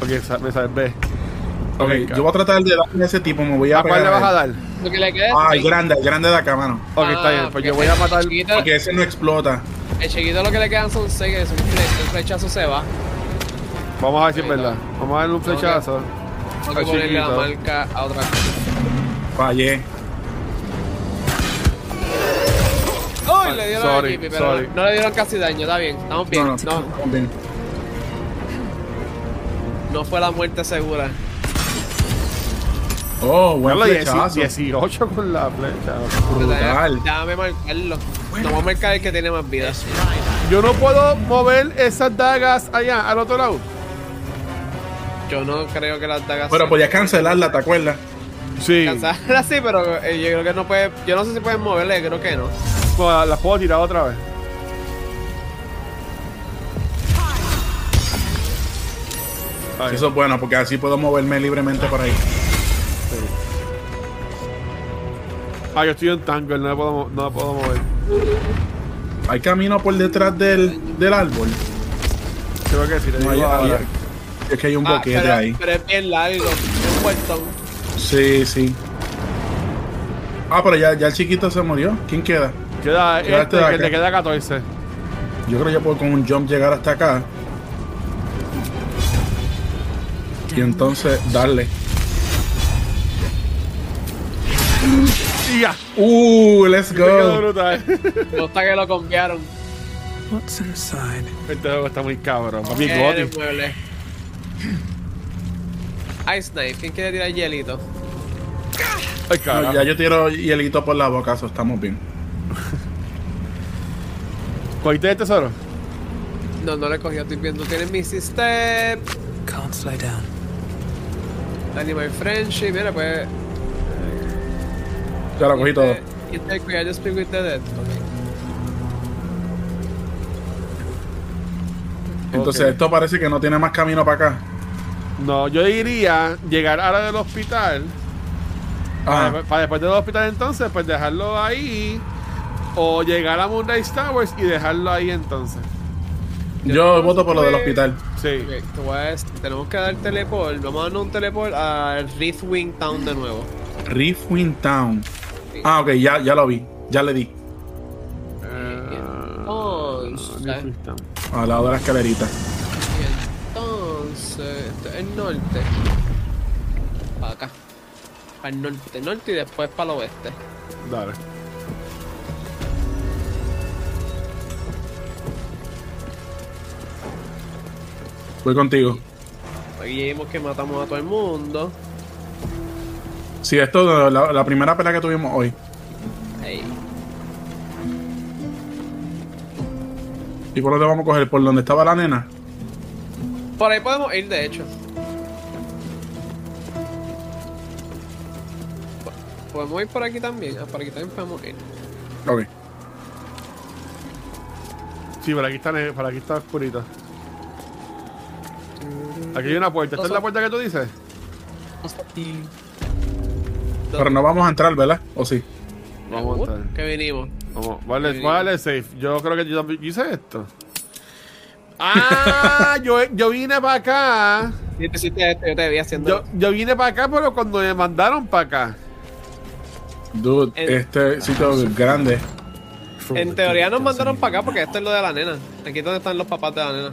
S1: Ok, sa- me salvé.
S2: Ok,
S1: Ok,
S2: yo voy a tratar de darle a ese tipo, me voy a.
S1: ¿A cuál
S2: pegar
S1: le vas a
S2: él.
S1: dar?
S3: Lo que le queda es. Ah,
S2: Ah, el grande, el grande de acá, mano.
S1: Ok, está bien. Pues yo voy a matar.
S3: El chiquito,
S2: Porque ese no explota.
S3: el chiquito lo que le quedan son seis. que son fle- El flechazo se va.
S1: Vamos a ver si es verdad. Vamos a darle un flechazo.
S3: Tengo
S1: Al
S3: que ponerle la
S1: chiquito.
S3: marca a otra cosa.
S2: Fallé.
S3: ¡Uy! Le dieron
S1: sorry,
S3: a Jimmy, pero
S1: sorry.
S3: no, no le dieron casi daño. Está bien, estamos bien.
S2: No,
S3: No,
S2: no,
S3: no,
S2: bien.
S3: fue la muerte segura.
S2: Oh, buen
S1: Diablo,
S2: flechazo.
S1: 18 con la flecha.
S2: Brutal.
S3: Déjame marcarlo. No voy a marcar el que tiene más vida.
S1: Yo no puedo mover esas dagas allá, al otro lado.
S3: Yo no creo que las dagas.
S2: Bueno, podías cancelarla, ¿te acuerdas?
S1: Sí.
S3: Cansarla sí, pero eh, yo creo que no puede. Yo no sé si pueden moverle, creo que no.
S1: Bueno, Pues, las puedo tirar otra vez. Ay.
S2: Eso es bueno, porque así puedo moverme libremente por ahí.
S1: Ah, yo estoy en tangle, no me puedo, mo- no me puedo mover.
S2: Hay camino por detrás del, del árbol.
S1: Creo que sí, le
S2: No,
S1: digo
S2: hay-
S1: ahora.
S2: hay- es que hay un
S3: Ah,
S2: boquete
S3: pero,
S2: ahí.
S3: pero es bien largo. Es un puertón.
S2: Sí, sí. Ah, pero ya, ya el chiquito se murió. ¿Quién queda?
S1: Queda
S2: Quedaste
S1: este,
S2: de
S1: que
S2: acá.
S1: te queda 14.
S2: Yo creo que yo puedo con un jump llegar hasta acá. Y entonces darle.
S1: ¡Ya!
S2: Uh, let's
S1: Te quedó
S2: go.
S1: brutal.
S3: Me gusta que lo confiaron.
S5: What's inside?
S1: Este juego está muy cabrón. Papi,
S3: Eh,
S1: Gotti.
S3: el mueble. Ice Knife, ¿quién quiere tirar hielito?
S1: Ay, carajo.
S2: No, ya yo tiro hielito por la boca, eso estamos bien.
S1: ¿Cogiste el tesoro?
S3: No, no le cogí, estoy viendo. Tienes mi step.
S5: Can't slow down.
S3: Animal friendship. Mira, pues. eh,
S2: Ya lo cogí todo.
S3: You take me, I just speak with the dead. Ok.
S2: Entonces
S1: Ok.
S2: esto parece que no tiene más camino para acá.
S1: No, yo diría llegar ahora del hospital. Para,
S2: Ah,
S1: después- para después del hospital entonces, pues dejarlo ahí. O llegar a Moonrise Towers y dejarlo ahí entonces.
S2: yo voto por lo del hospital.
S1: Sí.
S3: Ok, te voy a- tenemos que dar teleport. Vamos a darnos un teleport a Wing Town de nuevo.
S2: Riftwind Town. Ah, ok, ya, ya lo vi. Ya le di.
S1: Eh,
S3: Oh,
S1: ah,
S3: entonces,
S2: Al lado de la escalerita.
S3: entonces, esto es el norte. Para acá. Para el norte, norte y después para el oeste.
S1: Dale.
S2: Voy contigo.
S3: Aquí vimos que matamos a todo el mundo.
S2: Sí, esto es la, la primera pelea que tuvimos hoy.
S3: Ey,
S2: ¿Y por dónde vamos a coger? ¿Por donde estaba la nena?
S3: Por ahí podemos ir, de hecho. Po- Podemos ir por aquí también. Ah, por aquí también podemos ir.
S2: Ok.
S1: Sí, por aquí está, ne- por aquí está oscurito. Aquí hay una puerta. ¿Esta es la puerta que tú dices?
S2: Pero no vamos a entrar, ¿verdad? ¿O sí?
S1: Vamos a entrar.
S3: Que vinimos.
S1: Vamos, vale, vale, safe. Yo creo que yo también yo hice esto. Ah, yo, yo vine para acá.
S3: Yo te, hiciste esto, yo te vi
S1: Yo,
S3: haciendo.
S1: yo vine para acá, pero cuando me mandaron para acá.
S2: Dude,
S3: El-
S2: este sitio es grande.
S3: en teoría nos mandaron para acá porque esto es lo de la nena. Aquí es donde están los papás de la nena.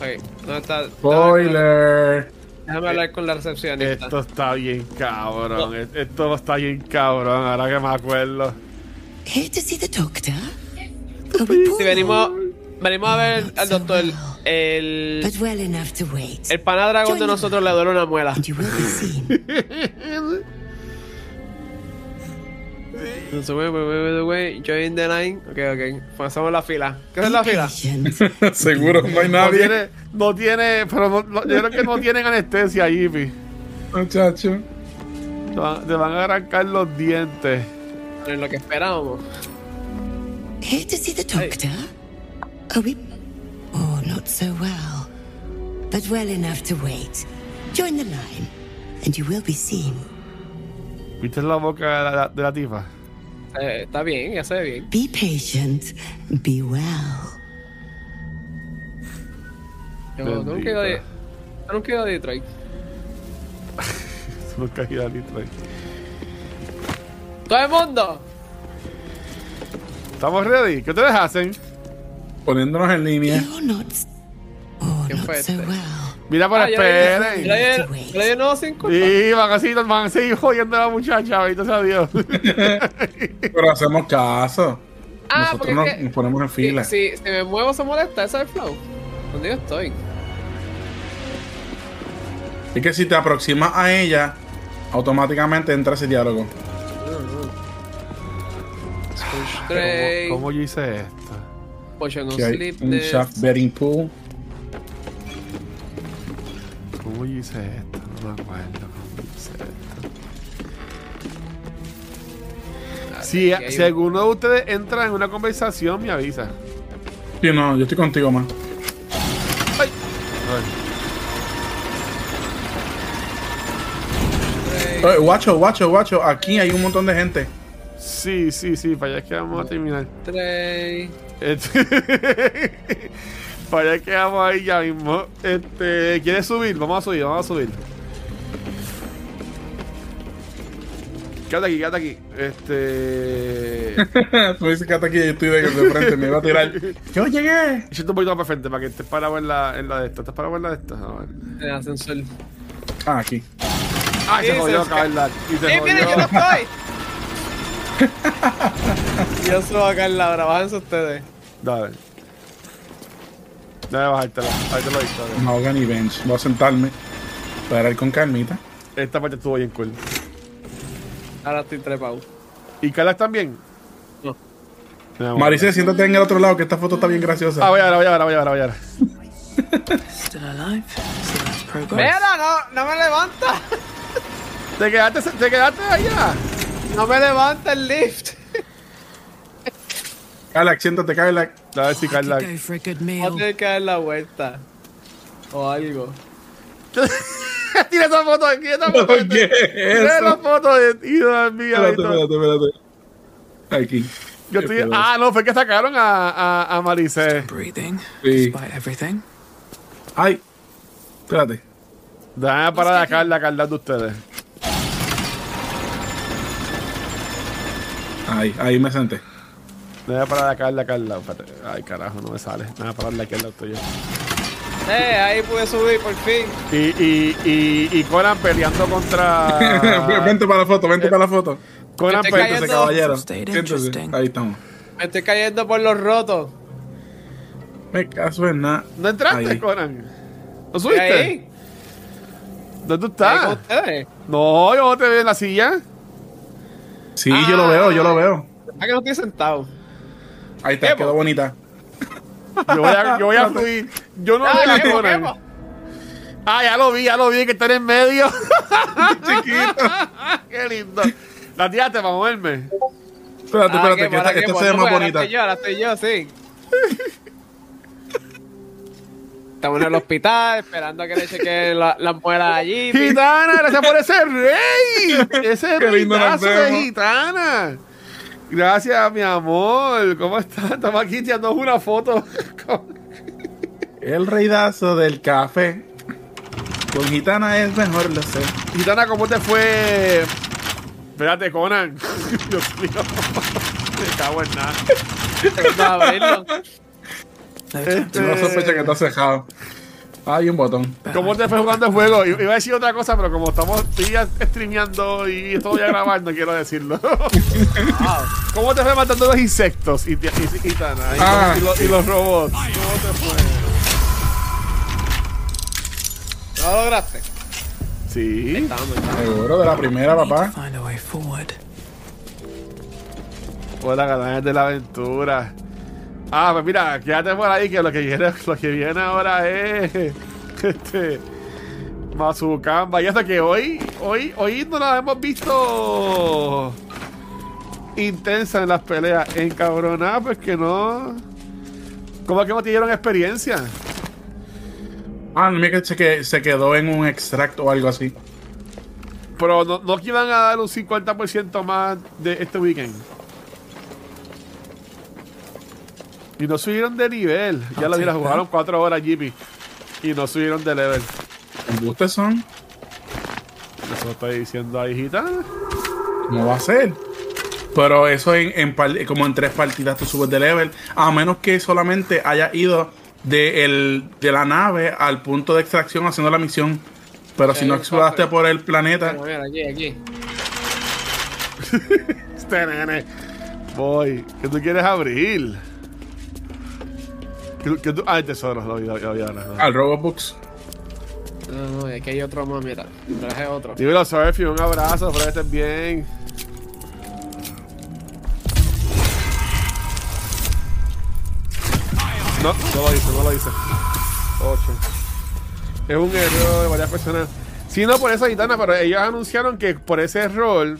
S3: Ok, ¿dónde está?
S2: Spoiler.
S3: Déjame hablar con la recepcionista.
S1: Esto está bien cabrón. E- Esto está bien cabrón, ahora que me acuerdo.
S6: Here to see the doctor?
S3: Si venimos, venimos a ver al doctor, el, el,
S6: But well enough to wait.
S3: el pana dragón de nosotros le duele una muela.
S6: You will be seen.
S3: So wait, wait, wait, wait, wait, join the line. Ok, ok. Pasamos la fila. ¿Qué es la fila?
S2: Seguro no hay
S1: No
S2: nadie.
S1: tiene, no tiene, pero no- no- yo creo que no tienen anestesia ahí, pi.
S2: Muchacho.
S1: Te van te van a arrancar los dientes.
S3: En lo que esperábamos.
S6: Here to see the doctor? Are we. Oh, not so well. But well enough to wait. Join the line, and you will be seen.
S1: ¿Viste la boca de la, de la tipa?
S3: Eh, está bien, ya se ve bien.
S6: Be patient. Be well.
S3: Yo nunca he ido a, yo nunca he ido a Detroit.
S1: Se me cayó la lista ahí.
S3: ¡Todo el mundo!
S1: ¿Estamos ready? ¿Qué ustedes hacen?
S2: Poniéndonos en línea.
S6: You're not. Oh,
S3: ¿Quién
S6: not
S3: fue
S6: so
S3: este?
S6: well.
S1: Mira, pero
S3: Ah, yo le- yo
S1: esperen.
S3: le- yo le nuevo sin culpa.
S1: Sí, van a, seguir, van a seguir jodiendo a la muchacha, ahorita sea Dios.
S2: Pero hacemos caso.
S3: Ah, porque
S2: Nosotros nos,
S3: es que-
S2: nos ponemos en
S3: Si,
S2: fila.
S3: si, si me muevo se molesta, ese es el flow. ¿Dónde yo estoy?
S2: Es que si te aproximas a ella, automáticamente entra ese diálogo.
S3: Push
S1: ¿Cómo,
S3: tray,
S1: cómo yo hice esto?
S3: potion of
S2: Que hay un
S3: sleepness.
S2: shaft betting pool.
S1: ¿Cómo yo hice esto? No me acuerdo cómo yo hice esto. Si,
S3: aquí hay
S1: si
S3: un-
S1: alguno de ustedes entra en una conversación, me avisa.
S2: Sí, no, yo estoy contigo, man.
S1: Ay,
S2: Eh, guacho, guacho, guacho. Aquí hay un montón de gente.
S1: Sí, sí, sí, para allá es que vamos a terminar.
S3: Tray.
S1: Este- para allá es que vamos ahí ya mismo. Este, ¿Quieres subir? Vamos a subir, vamos a subir. Quédate aquí, quédate aquí. Este.
S2: Tú dices que hasta Pues aquí yo estoy de, de frente, me iba a tirar. Yo llegué.
S1: Yo un poquito más para frente para que estés parado en la, en la de esta. ¿Estás parado en la de esta? A ver.
S3: El ascensor.
S2: Ah, aquí.
S1: Ay, Ah, se
S3: Sí,
S1: jodió,
S3: se-
S1: Carla. Y se
S3: ¡Eh, mire, yo no
S1: jodió.
S3: estoy! yo se va a caer la hora, bájense ustedes.
S1: Dale. Dale, bajártela. Ahí te lo he visto. dale.
S2: No hagan bench. Voy a sentarme. Para ir con calmita.
S1: Esta parte estuvo bien cool.
S3: Ahora estoy trepado.
S2: Pues.
S1: ¿Y Calas también?
S3: No.
S2: Maricel, siéntate en el otro lado, que esta foto está bien graciosa.
S1: Ah, voy ahora, voy ahora, voy ahora, voy ahora.
S5: Still alive? So that's progress.
S3: ¡Mira! No, no me levanta.
S1: ¿Te quedaste, te quedaste allá?
S3: No me levanta el lift.
S2: Calac, siéntate, Calac.
S1: A ver si Carla.
S5: Go for a good
S3: Voy a
S5: meal.
S3: tener que dar la vuelta. O algo.
S1: Tira esa foto aquí, esa foto.
S2: ¿Qué es
S1: Tira la
S2: eso?
S1: foto de ti, Dios mío.
S2: Espérate,
S1: Víctor.
S2: espérate, espérate. Aquí.
S1: Yo estoy.
S2: Espérate.
S1: Ah, no, fue que sacaron a, a, a Maricel.
S5: Breathing,
S2: Sí.
S5: despite everything.
S2: Ay. Espérate.
S1: Déjame parar a Carla, Carla de ustedes.
S2: Ahí, ahí me senté.
S1: Déjame parar a Carla, Carla. Espérate. Ay, carajo, no me sale. Déjame pararle aquí al lado tuyo.
S3: Eh, ahí pude subir por fin.
S1: Y, y, y, y Conan peleando contra.
S2: vente para la foto, vente para la foto.
S1: Conan
S3: Estoy
S1: peleando.
S2: Siéntese,
S3: Eso
S2: caballero.
S5: stayed
S2: Siéntese.
S5: interesting.
S2: Ahí estamos.
S3: Me estoy cayendo por los rotos.
S2: Me caso en nada.
S1: ¿No entraste,
S2: Ahí.
S1: Conan? ¿No
S3: ¿Estoy
S1: subiste?
S3: ahí?
S1: ¿Dónde tú
S3: ¿Estoy ahí con
S1: estás?
S3: ustedes?
S1: No, yo no te veo en la silla.
S2: Sí, yo lo veo, yo lo veo.
S3: Ah, que no estoy sentado.
S2: Ahí está,
S3: Emo.
S2: quedó bonita.
S1: Yo voy a, yo voy a fluir. Yo no veo
S3: Ah,
S1: a
S3: Emo,
S1: Conan.
S3: Emo.
S1: Ah, ya lo vi, ya lo vi, que está en el medio.
S2: Chiquito.
S1: Qué lindo. La tiraste para moverme.
S2: Espérate, espérate,
S3: Ah, Emo,
S2: que esta,
S3: ahora
S2: esta
S3: Emo.
S2: se ve
S3: No,
S2: más
S3: pues, ahora
S2: bonita.
S3: estoy yo, ahora estoy yo, sí. Estamos en el hospital esperando a que le chequen la- las muelas allí.
S1: Gitana, gracias por ese rey. Ese
S2: Qué lindo nos
S1: reinazo de
S2: vemos.
S1: gitana. Gracias, mi amor. ¿Cómo estás? Estamos aquí tirándonos una foto.
S2: El reidazo del café. Con gitana es mejor, lo sé.
S1: gitana, ¿cómo te fue? Espérate, Conan. Dios mío. Me cago en nada.
S3: No, abrirlo.
S5: No time
S1: Este,
S5: to
S2: No sospecha que está cejado. Hay un botón.
S1: ¿Cómo te fue jugando el juego? I- Iba a decir otra cosa, pero como estamos estoy ya streameando y esto voy a grabar, no quiero decirlo.
S3: Ah.
S1: ¿Cómo te fue matando los insectos y, te- y- y Tana, y
S2: Ah.
S1: los- y, los, y los robots? ¿Cómo te fue?
S3: No lo lograste.
S1: Sí.
S3: Estamos, estamos.
S2: Seguro de la primera, papá.
S5: find a way forward.
S1: Hola, galanes de la aventura. Ah, pues mira, quédate por ahí que lo que viene, lo que viene ahora es. Este. Mazukamba. Y hasta que hoy, hoy, hoy no la hemos visto intensa en las peleas. Encabronada, pues que no. ¿Cómo es que no te dieron experiencia?
S2: Ah, mira que se, que se quedó en un extracto o algo así.
S1: Pero no, no que iban a dar un 50% más de este weekend. Y no subieron de nivel. Ya lo vi, la jugaron 4 horas, Jimmy. Y no subieron de level.
S2: ¿Ustedes son?
S1: Eso estoy diciendo ahí, gitana.
S2: ¿Cómo va a ser? Pero eso en, en par- como en tres partidas tú subes de level, a menos que solamente haya ido de, el- de la nave al punto de extracción haciendo la misión. Pero si
S3: Sí,
S2: no
S3: hay un
S2: exploraste
S3: cofre.
S2: por el planeta,
S3: Mira, mira, aquí, aquí.
S1: Este nene. Voy. ¿Qué tú quieres abrir? ¿Qué, qué tú? Ah, el tesoro. Lo vi, lo vi, lo vi ahora. lo vi.
S2: al Robobooks.
S3: No, no, aquí hay otro más, mira. Traje otro.
S1: Dímelo, Surfy. Un abrazo. Espero que estés bien. No, no lo hice, no lo hice. 8. Es un error de varias personas. Sí, no por esa gitana, pero ellos anunciaron que por ese error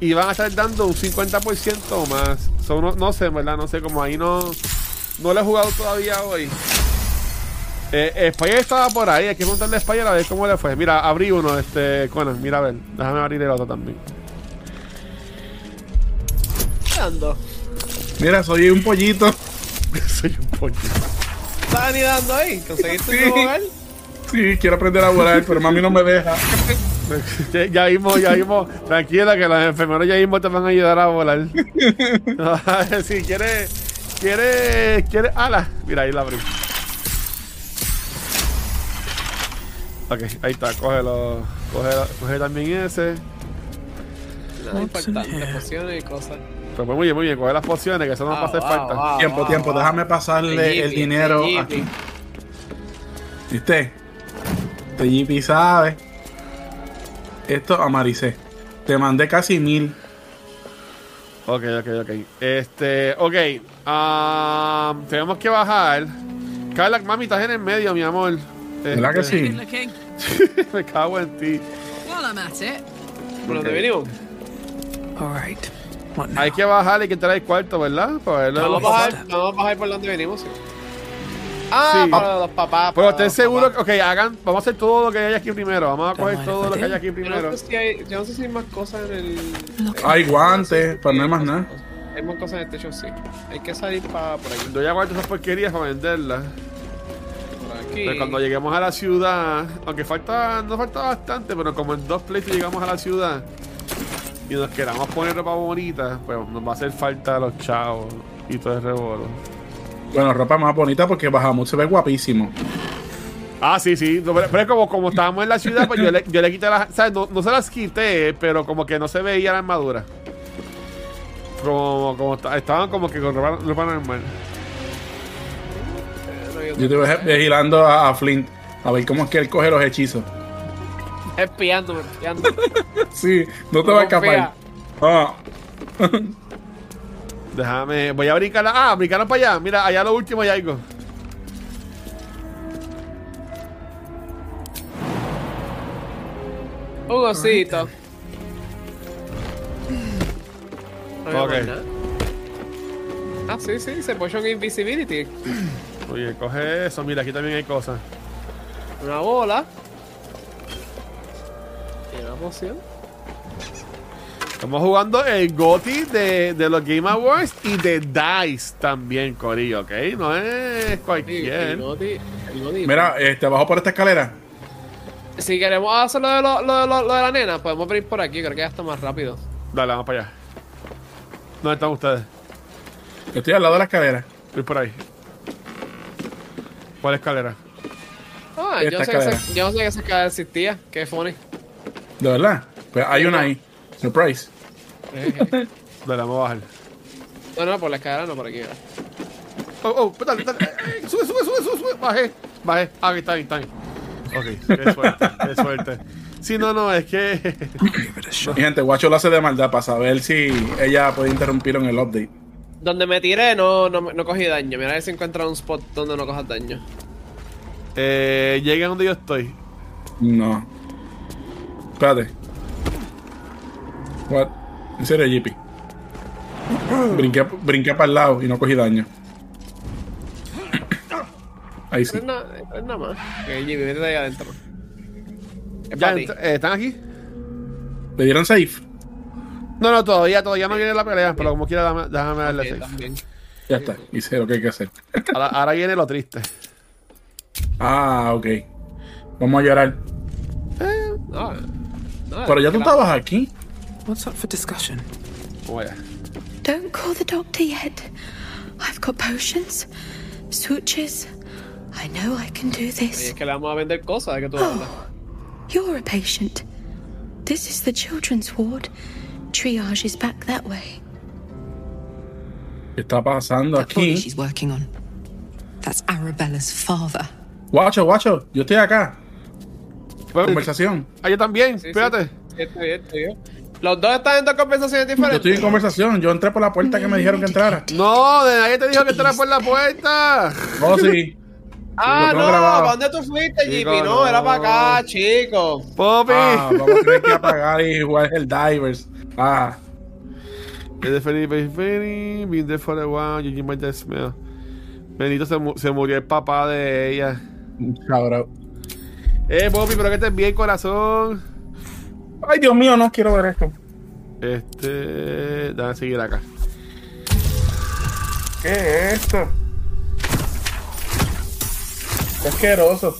S1: iban a estar dando un 50% más. Son, no, no sé, en ¿verdad? No sé, como ahí no, no lo he jugado todavía hoy. Eh, Spider estaba por ahí, hay que preguntarle a Spider a ver cómo le fue. Mira, abrí uno, este, Conan, mira a ver. Déjame abrir el otro también.
S3: dando?
S2: Mira, soy un pollito.
S1: Soy un poquito.
S3: ¿Estás anidando ahí? ¿Conseguiste
S2: Sí.
S3: un nuevo hogar?
S2: Sí, quiero aprender a volar, pero mami no me deja.
S1: Ya, ya mismo, ya mismo. Tranquila, que los enfermeros ya mismo te van a ayudar a volar. si quieres, quieres, quieres ala. Mira, ahí la abrí. Ok, ahí está, cógelo. Cógelo, coge también ese.
S3: Nada importante, pociones y cosas.
S1: Pero pues muy bien, muy bien, coge las pociones, que eso no
S3: Ah,
S1: va a hacer falta.
S2: tiempo, tiempo, déjame pasarle
S3: Te
S2: el
S3: yipi,
S2: dinero
S3: te yipi.
S2: aquí. ¿Viste? Este JP sabe. Esto amaricé. Te mandé casi mil.
S1: Ok, ok, ok. Este, ok. ah, tenemos que bajar. Carla, mami, estás en el medio, mi amor.
S2: ¿Verdad que
S1: Este,
S2: sí?
S12: Looking.
S1: Me cago en ti.
S12: While I'm at it,
S3: ¿Por dónde venimos?
S1: Hay que bajar, hay que entrar al cuarto, ¿verdad? Para ver lo de
S3: Vamos
S1: los
S3: a
S1: papás.
S3: bajar, vamos a bajar por donde venimos. sí. Ah,
S1: Sí.
S3: para los papás.
S1: Pero estén seguros que, ok, hagan, vamos a hacer todo lo que hay aquí primero. Vamos a coger todo lo que hay aquí
S3: Yo no
S1: primero.
S3: sé si hay, yo no sé si hay más cosas en el.
S2: Hay guantes, pero pues no hay más nada.
S3: Hay más cosas en el techo, sí. Hay que salir para por aquí.
S1: Yo ya guardo esas porquerías para venderlas.
S3: Por aquí.
S1: Pero cuando lleguemos a la ciudad, aunque falta, no falta bastante, pero como en dos plays llegamos a la ciudad y nos queramos poner ropa bonita, pues nos va a hacer falta los chavos y todo el rebolo.
S2: Bueno, ropa más bonita porque bajamos, se ve guapísimo.
S1: Ah, sí, sí. No, Pero, pero es como, como estábamos en la ciudad, pues yo le, yo le quité las. ¿sabes? No, no se las quité, pero como que no se veía la armadura. Como, como esta- estaban como que con ropa, ropa normal.
S2: Yo te voy vigilando a, a Flint a ver cómo es que él coge los hechizos.
S3: Espiándome, espiando.
S2: Sí, no te va a escapar. Ah,
S1: Déjame, voy a brincarla. Ah, brincaron para allá. Mira, allá lo último hay algo.
S3: Un osito. No había
S1: Ok.
S3: más nada. Ah, sí, sí, se potion invisibility.
S1: Oye, coge eso. Mira, aquí también hay cosas.
S3: Una bola. Y una poción.
S1: Estamos jugando el GOTY de, de los Game Awards y de DICE también, Corillo, ¿ok? No es cualquier.
S2: mira, este, bajo por esta escalera.
S3: Si queremos hacer lo de, lo, lo de- lo- lo de la nena, podemos venir por aquí, creo que ya está más rápido.
S1: Dale, vamos para allá. ¿Dónde están ustedes?
S2: Yo estoy al lado de la escalera.
S1: Voy por ahí. ¿Cuál escalera?
S3: Ah,
S2: Esta
S3: yo no, sé que esa-
S2: escalera.
S3: yo no sé que esa escalera existía, qué funny.
S2: De verdad. Pues hay una ahí. Surprise.
S3: Dale,
S1: vamos a bajar.
S3: No, no, por la escalera no, por aquí. mira.
S1: Oh, oh, pues dale, dale. Eh, eh, Sube, sube, sube, sube, sube. Bajé, bajé. Ah, aquí está bien, está bien. Ok, qué suerte, qué suerte. Sí, no, no, es que.
S2: Y gente, Guacho lo hace de maldad para saber si ella puede interrumpir en el update.
S3: Donde me tiré no, no, no cogí daño. Mira a ver si encuentro un spot donde no cojas daño.
S1: Eh, llega donde yo estoy.
S2: No. Espérate. What? En serio, JP. Brinqué, brinqué para el lado y no cogí daño. Ahí sí.
S3: Pero es na- es nada más. Ok, Jimmy, vete de ahí adentro. Es
S1: Ya,
S3: pa' ti.
S1: ent- eh, ¿Están aquí?
S2: ¿Le dieron safe?
S1: No, no, todavía, todavía no viene la pelea, pero como quiera, dame- déjame darle safe.
S2: Ya está. Hice lo que hay que hacer.
S1: Ahora, ahora viene lo triste.
S2: Ah, ok. Vamos a llorar.
S3: Eh, No, no,
S2: Pero ya
S3: es
S2: tú
S3: que la-
S2: estabas aquí.
S5: What's up for discussion?
S13: Don't call the doctor yet. I've got potions, switches. I know I can do
S3: Oye,
S13: this.
S3: es que le vamos a vender cosas, ¿de que tú hablas?
S13: You're a patient. This is the children's ward. Triage is back that way.
S2: ¿Qué está pasando
S5: body
S2: aquí?
S5: she's working on. That's Arabella's father.
S2: Guacho, guacho. Yo estoy acá. Conversación.
S1: Ah, yo también,
S3: Sí,
S1: espérate.
S3: Sí, estoy bien, estoy bien. Los dos están en dos conversaciones
S2: Yo
S3: diferentes.
S2: estoy en conversación. Yo entré por la puerta que me dijeron que entrara.
S1: No, de nadie te dijo que entraras por la puerta.
S2: Oh, sí.
S3: Ah,
S2: Lo
S3: no,
S2: tengo grabado.
S3: ¿para dónde tú fuiste,
S2: Chico,
S3: Jimmy? No,
S2: no.
S3: era para acá, chico.
S1: Popi.
S2: Ah, vamos a tener que apagar y jugar el Divers. Ah.
S1: Es de Felipe Felipe, been there for a while, you can buy the smell. Benito se, mu- se murió el papá de ella.
S2: Cabrón.
S1: Eh, Popi, pero que estés bien, corazón.
S2: Ay, Dios mío, no quiero ver esto.
S1: Este. Dame seguir acá.
S2: ¿Qué es esto? Qué asqueroso.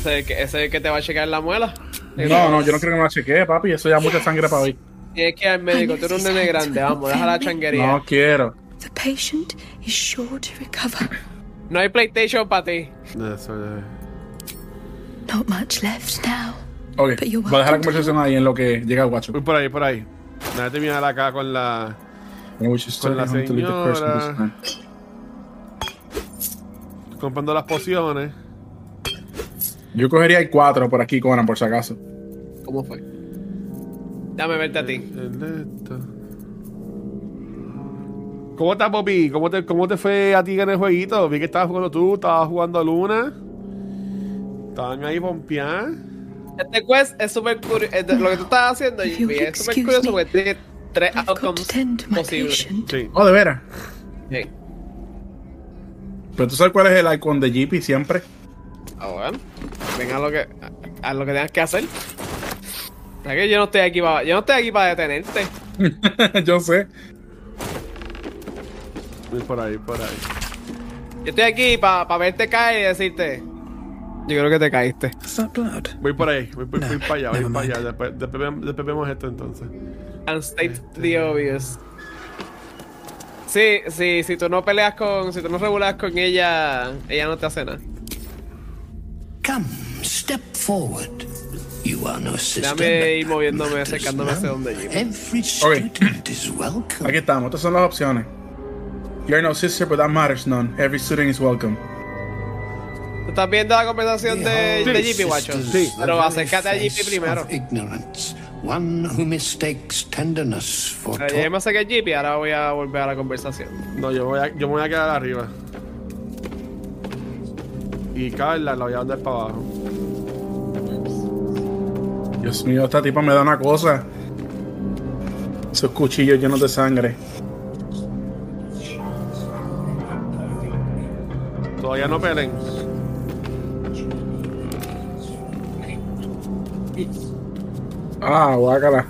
S3: Ese es el que- ese es el que te va a checar la muela.
S2: No, no, yo no creo que me la chequee, papi. Eso ya es mucha sangre para hoy.
S3: Tienes que ir al médico, tú eres un nene grande, vamos, deja la changuería.
S2: No quiero.
S13: The patient is sure to recover.
S3: No hay PlayStation para ti.
S13: Not much left now.
S2: Ok,
S13: But you're
S2: voy a dejar la conversación ahí en lo que llega el guacho.
S1: Voy por ahí, por ahí. Déjame terminar acá con la. Con la señora. Comprando las pociones.
S2: Yo cogería el 4 por aquí, Conan, por si acaso.
S3: ¿Cómo fue? Dame verte a ti.
S1: ¿Cómo estás, Poppy? ¿Cómo te, ¿Cómo te fue a ti en el jueguito? Vi que estabas jugando tú, estabas jugando a Luna. Estaban ahí pompeadas.
S3: Este quest es súper curioso. Lo que tú estás haciendo, Jimmy, es súper curioso porque tiene tres outcomes posibles.
S1: Sí.
S2: Oh, de veras.
S3: Sí.
S2: Pero tú sabes cuál es el icon de Jeepy siempre.
S3: Ah, bueno. Venga lo que, a lo que tengas que hacer. O sea que yo no estoy aquí para, yo no estoy aquí para detenerte.
S2: Yo sé.
S1: Voy por ahí, por ahí.
S3: Yo estoy aquí para verte caer y decirte. Yo creo que te caíste.
S1: Voy por ahí, voy, voy- voy para allá, voy para allá. Después, después vemos- después vemos esto entonces.
S3: And state
S9: Este.
S3: the obvious. Sí, sí, si tú no peleas con. Si tú no regulas con ella, ella no te hace nada.
S9: Este. Come, step forward. You are no sister.
S3: Déjame ir moviéndome, acercándome hacia donde yo.
S9: Every
S2: student
S9: is welcome.
S2: Aquí estamos, estas son las opciones. You're no sister, but that matters none. Every student is welcome.
S3: ¿Tú estás viendo la conversación de,
S9: Sí.
S3: de Jippy, guacho?
S9: Sí.
S3: Pero acércate a Jippy
S9: Face
S3: primero.
S9: of ignorance. One who mistakes tenderness for
S3: Pero ya me acerqué a Jippy, ahora voy a volver a la conversación.
S1: No, yo, voy a- yo me voy a quedar arriba. Y Carla la voy a andar para abajo.
S2: Dios mío, esta tipa me da una cosa. Esos cuchillos llenos de sangre.
S1: Todavía no peleen.
S2: Ah, guácala.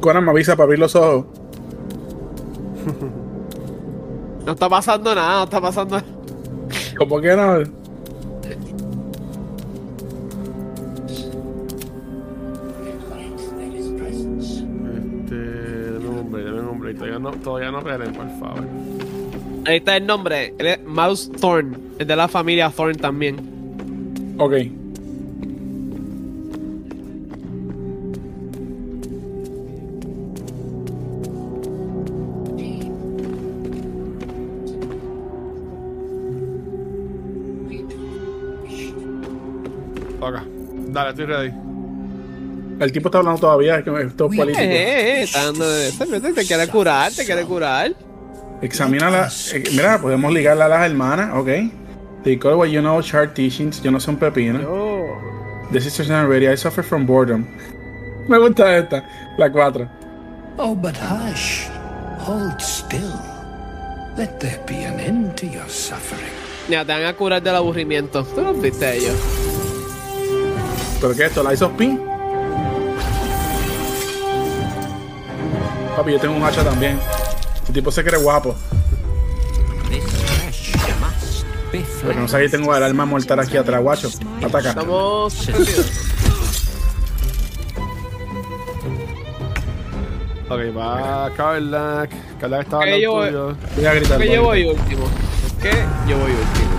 S2: Conan me avisa para abrir los ojos.
S3: No está pasando nada, no está pasando nada.
S2: ¿Cómo que no?
S1: Este, dame un hombre, dame un hombre. Todavía no, todavía no peleen, por favor.
S3: Ahí está el nombre, él es Mouse Thorn, es de la familia Thorn también.
S2: Ok.
S1: Ok. Dale, estoy ready.
S2: El tipo está hablando todavía, es que esto es
S3: Eh,
S2: político.
S3: eh, eh, está dando de eso, ¿viste? te quiere curar, te quiere curar.
S2: Examina la. eh, mira, podemos ligarla a las hermanas, ok. Recall what you know, chart teachings. Yo no soy un pepino. The sisters aren't ready. I suffer from boredom. Me gusta esta, la 4.
S9: Oh, but hush. Hold still. Let there be an end to your suffering.
S3: Mira, te van a curar del aburrimiento. Tú los viste a ellos.
S2: ¿Pero qué es esto? ¿La hizo pin? Papi, yo tengo un hacha también. Este tipo se cree guapo. Pero que no sé, yo tengo el alma mortal aquí atrás, guacho. Ataca.
S3: Estamos sorprendidos.
S1: Ok, va Carla. Carla está
S3: Ok, yo voy-
S1: hablando tuyo.
S2: Voy a gritar.
S3: Que yo
S2: voy a
S3: voy
S2: gritar.
S3: último. Que yo voy último.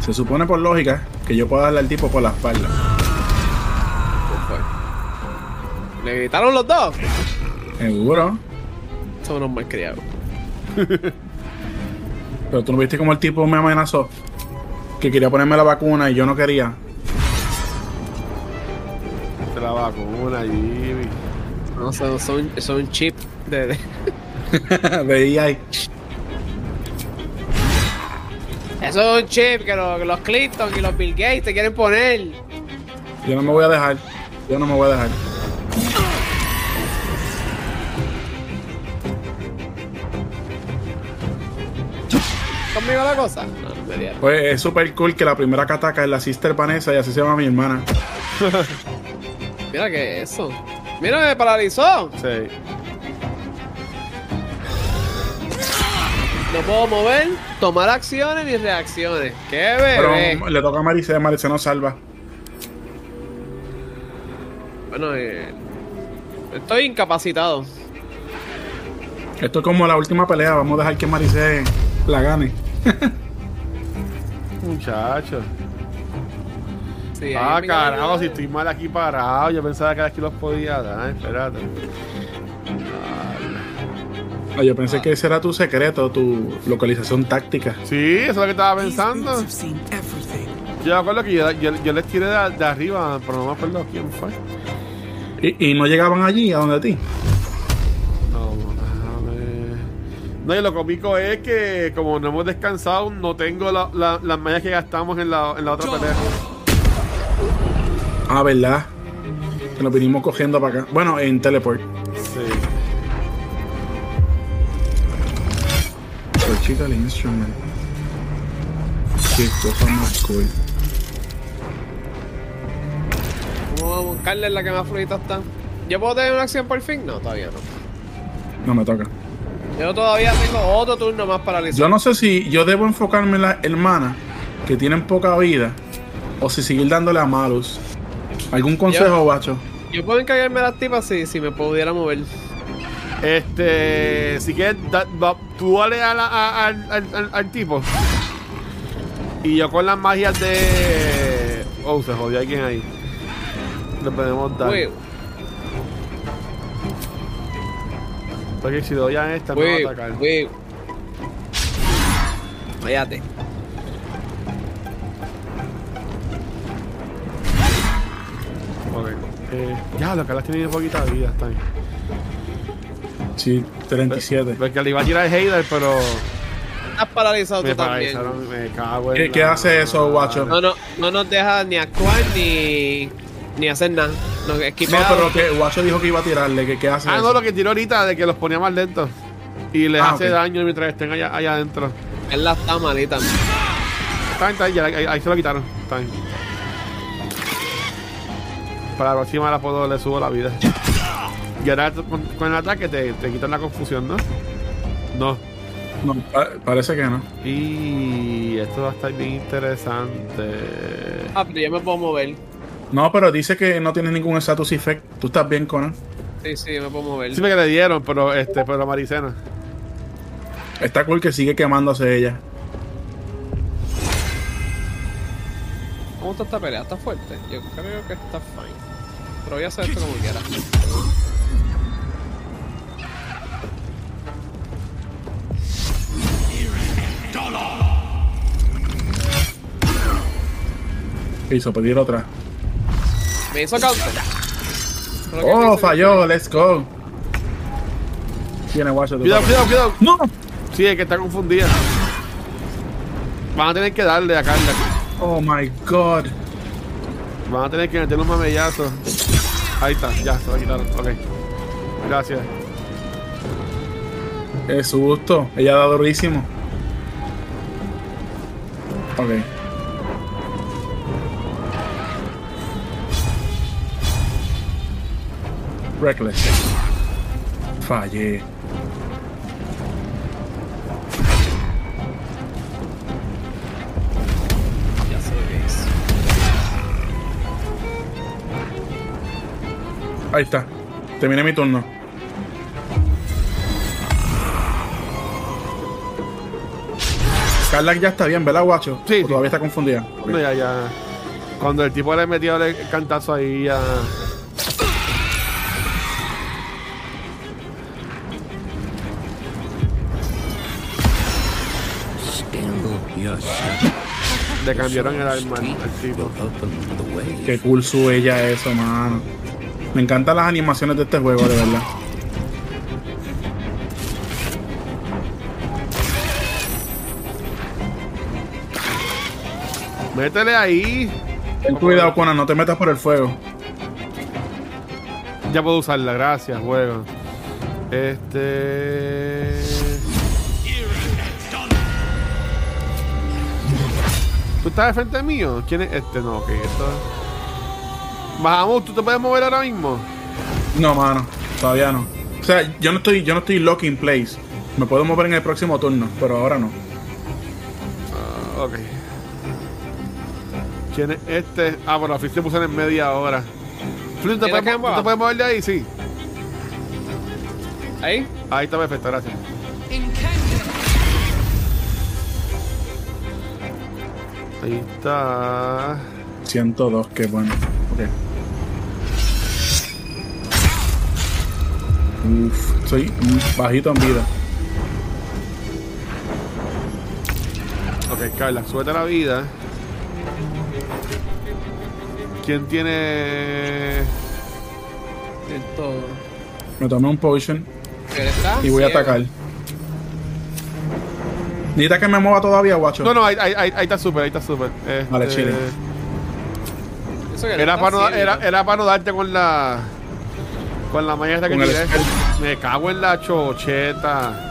S2: Se supone por lógica que yo pueda darle al tipo por la espalda.
S3: ¿Le gritaron los dos?
S2: Seguro.
S3: Son unos malcriados.
S2: Pero tú no viste como el tipo me amenazó que quería ponerme la vacuna y yo no quería.
S1: Te la vacuna, Jimmy.
S3: No, son, son, son chip de, de-
S2: De EI.
S3: Esos son chip que, lo- que los Clinton y los Bill Gates te quieren poner.
S2: Yo no me voy a dejar. Yo no me voy a dejar.
S3: ¿Conmigo la cosa? No, no sería.
S2: Pues es super cool que la primera que ataca es la sister Vanessa y así se llama mi hermana.
S3: Mira que eso. Mira, me paralizó.
S1: Sí.
S3: No puedo mover, tomar acciones ni reacciones. ¡Qué bebé!
S2: Pero le toca a Maricela, Maricela no salva.
S3: Bueno, eh, estoy incapacitado.
S2: Esto es como la última pelea, vamos a dejar que Maricela la gane.
S1: Muchachos.
S3: Sí,
S1: Ah,
S3: ahí me
S1: carajo,
S3: quedo
S1: si estoy mal aquí parado. Yo pensaba que aquí los podía dar. Espérate.
S2: Ah, yo pensé que ese era tu secreto, tu localización táctica.
S1: Sí, eso es lo que estaba pensando. Yo me acuerdo que yo, yo, yo les tiré de, de arriba, pero no me acuerdo quién fue.
S2: Y, y no llegaban allí, a donde a ti.
S1: No, dale. No, y lo cómico es que como no hemos descansado, no tengo la- la- las mallas que gastamos en la, en la otra pelea.
S2: Ah, ¿verdad? Que nos vinimos cogiendo para acá. Bueno, en teleport.
S1: Sí.
S2: Torchita el instrument. Qué cosa más cool.
S3: Vamos a buscarle la que más flojita está. ¿Yo puedo tener una acción por fin? No, todavía no.
S2: No me toca.
S3: Yo todavía tengo otro turno más paralizado.
S2: Yo no sé si yo debo enfocarme en las hermanas que tienen poca vida o si seguir dándole a Malus. ¿Algún consejo, bacho?
S3: Yo puedo encargarme de las tipas si, si me pudiera mover.
S1: Este, si quieres, da- va- tú dale a la- a- al, al- al- al tipo. Y yo con las magias de... Oh, se jodió alguien ahí. Le podemos dar.
S3: Uy,
S1: Porque si le doy a esta, me
S3: uy,
S1: va a atacar.
S3: uy. Váyate.
S1: Ok. Eh, ya, lo que las tiene poquita vida, está bien.
S2: Sí, 37.
S1: Porque le iba a tirar el Heider, pero.
S3: Estás paralizado
S1: Me
S3: tú también.
S1: paralizaron, me cago en.
S2: ¿Qué,
S1: la-
S2: qué hace eso, guacho?
S3: No, no, no nos deja ni actuar ni, ni hacer nada. Nos
S2: No,
S3: esquipeamos.
S2: pero que Guacho dijo que iba a tirarle, que qué hace
S1: Ah,
S2: eso?
S1: no, lo que tiró ahorita de que los ponía más lentos. Y les
S2: Ah,
S1: hace
S2: ok.
S1: daño mientras estén allá, allá adentro.
S3: Él la está malita.
S1: Está bien, está bien, ya, ahí, ahí se lo quitaron. Está bien. Para la próxima la puedo, le subo la vida. Y ahora tú con, con el ataque te, te quitan la confusión, ¿no? No.
S2: No, pa- parece que no.
S1: Y esto va a estar bien interesante.
S3: Ah, pero yo me puedo mover.
S2: No, pero dice que no tienes ningún status effect. Tú estás bien, Conan.
S3: Sí, sí, yo me puedo mover.
S1: Sí, que le dieron, pero este, pero Maricena.
S2: Está cool que sigue quemándose ella.
S3: ¿Cómo está esta pelea? ¿Está fuerte? Yo creo que está fine. Pero voy a hacer esto como quiera.
S2: ¿Qué hizo? Pedir otra.
S3: Me hizo counter. Creo que me
S2: Oh,
S3: hizo-
S2: falló. Let's go. Tiene Guacho. te
S1: Cuidado,
S2: toca.
S1: cuidado, cuidado.
S2: No.
S1: Sí, es que está confundida. Van a tener que darle a Carla.
S2: Oh my god.
S1: Van a tener que meterle un mamellazos. Ahí está, ya, se lo quitaron. Ok. Gracias.
S2: Qué susto. Ella da durísimo. Ok. Reckless. Fallé.
S3: Ya sé lo que hizo.
S2: Ahí está. Terminé mi turno. Carla ya está bien, ¿verdad, guacho? Sí. Todavía está confundida.
S1: No, ya, ya. Cuando el tipo le metió el cantazo ahí, ya. Le cambiaron el arma al al tipo.
S2: Qué cool su ella eso, mano. Me encantan las animaciones de este juego, de verdad.
S1: Métele ahí.
S2: Ten cuidado, Conan, no te metas por el fuego.
S1: Ya puedo usarla, gracias, juego. Este. ¿Tú estás de frente mío? ¿Quién es este? No, ok, esto. Vamos, ¿tú te puedes mover ahora mismo?
S2: No, mano, todavía no. O sea, yo no estoy, yo no estoy lock in place. Me puedo mover en el próximo turno, pero ahora no.
S1: Ah, ok. ¿Quién es este? Ah, bueno, Flip se puso en media hora. Flip, ¿te,
S3: ¿Quieres
S1: puedes,
S3: que me
S1: mo-
S3: mueva?
S1: ¿tú te puedes mover de ahí? Sí.
S3: ¿Ahí?
S1: Ahí está perfecto, gracias. Ahí está.
S2: 102, qué bueno. Ok. Uf, soy bajito en vida.
S1: Ok, Carla, suelta la vida. ¿Quién tiene...?
S3: Del todo.
S2: Me tomé un potion
S3: Pero está
S2: y voy a
S3: ciego.
S2: atacar. Necesita que me mueva todavía, guacho.
S1: No, no, ahí, ahí- ahí- ahí está súper, ahí está súper.
S2: Vale,
S1: Este,
S2: chile.
S3: Eso que no
S1: Era
S3: está
S1: para, no,
S3: ciego.
S1: era, era para no darte con la... Con la mañana que
S2: Con el
S1: tiré. Me cago en la chocheta.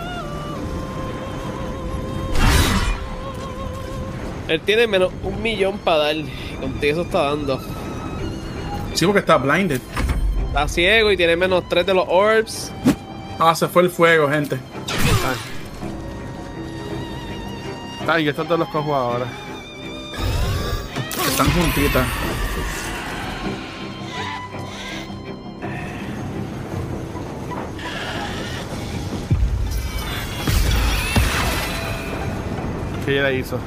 S3: Él tiene menos un millón para dar. y Contigo eso está dando.
S2: Sí, porque está blinded.
S3: Está ciego y tiene menos 3 de los orbs.
S2: Ah, se fue el fuego, gente.
S1: Está bien, que están todos los cojos ahora.
S2: Están juntitas.
S1: ¿Qué ella hizo?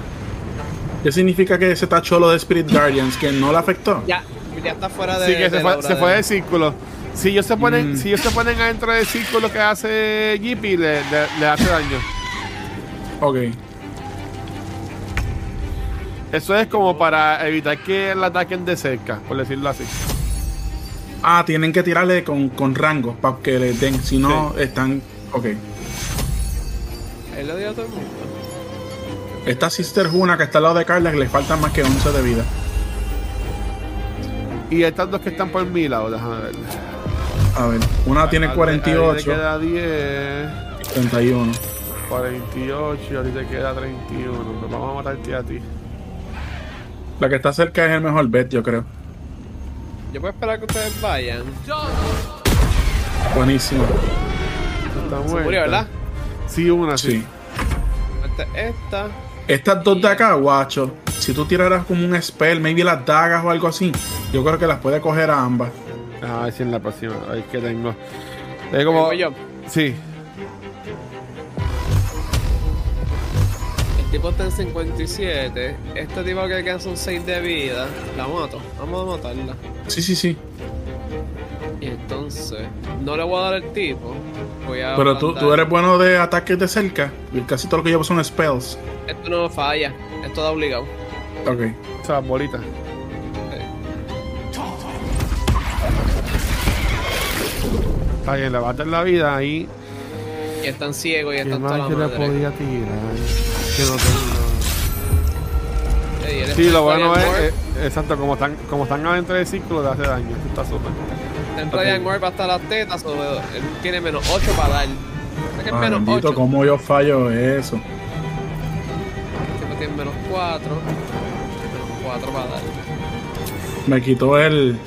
S2: ¿Qué significa que ese tacholo de Spirit Guardians que no le afectó?
S3: Ya, ya está fuera de.
S1: Sí, que
S3: de Mm.
S1: se fue,
S3: la
S1: se fue del círculo. Si ellos se ponen, si ellos se ponen adentro del círculo que hace Jeepy, le, le- le hace daño.
S2: Ok.
S1: Eso es como para evitar que la ataquen de cerca, por decirlo así.
S2: Ah, tienen que tirarle con, con rango para que le den. Si no, están. Ok.
S3: Él lo dio a todo el mundo.
S2: Esta Sister Juna que está al lado de Carla que le faltan más que 11 de vida.
S1: Y estas dos que están por mi lado, déjame ver.
S2: A ver, una tiene
S1: Ahí- Ahí le
S2: 48,
S1: queda 10,
S2: 31.
S1: 48, ahorita te queda 31. Nos vamos a matarte a ti.
S2: La que está cerca es el mejor bet, yo creo.
S3: Yo puedo esperar que ustedes vayan.
S2: Buenísimo.
S1: Está
S3: Se murió, ¿verdad?
S1: Ah, Sí, una,
S2: sí.
S3: Esta, esta.
S2: Estas dos de acá, guacho, si tú tiraras como un spell, maybe las dagas o algo así, yo creo que las puede coger a ambas.
S1: A ver si Ah, en la próxima, a ver qué tengo. Es como.
S3: ¿Tengo yo?
S1: Sí.
S3: El tipo está en 57. Este tipo que alcanza un 6 de vida. La mato. Vamos a matarla.
S2: Sí, sí, sí.
S3: Y entonces. No le voy a dar el tipo. Voy a.
S2: Pero tú, tú
S3: mandar-
S2: eres bueno de ataques de cerca. y Casi todo lo que llevo son spells.
S3: Esto no falla. Esto da obligado.
S2: Ok.
S1: Esas bolitas. Está bien, le va a dar la vida ahí.
S3: Y están ciegos y
S1: ¿Qué
S3: están toda la
S1: más yo le
S3: madre.
S1: podía tirar? Que no tengo.
S3: Ey, él
S1: Sí,
S3: está
S1: lo bueno es.
S3: Radiant Morph.
S1: eh, exacto, como están, como están adentro del círculo, le hace daño. Esto Está súper.
S3: Está en Radiant Warp hasta las tetas. o- eh, Él tiene menos 8 para dar. Sé que es
S2: Ah,
S3: menos
S2: bendito,
S3: 8.
S2: cómo yo fallo eso.
S3: Tipo tiene menos 4. Menos 4 para dar.
S2: Me quitó el,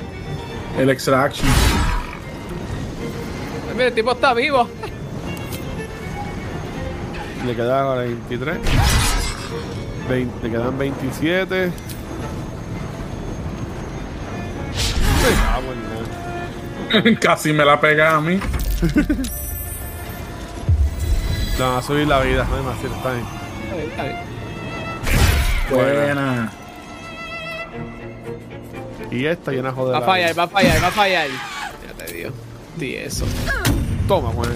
S2: el extra action.
S3: Ay, Mira, el tipo está vivo.
S1: Le quedan 23. 20, le quedan 27. Me cago en nada.
S2: Casi me la pega a mí.
S1: Le van a subir la vida, no hay más, sí, está bien.
S3: Está bien, está bien.
S2: Buena.
S1: Y esta llena joder.
S3: Va a fallar, va a fallar, va a fallar. Ya te digo. Di eso.
S1: Toma, Juan.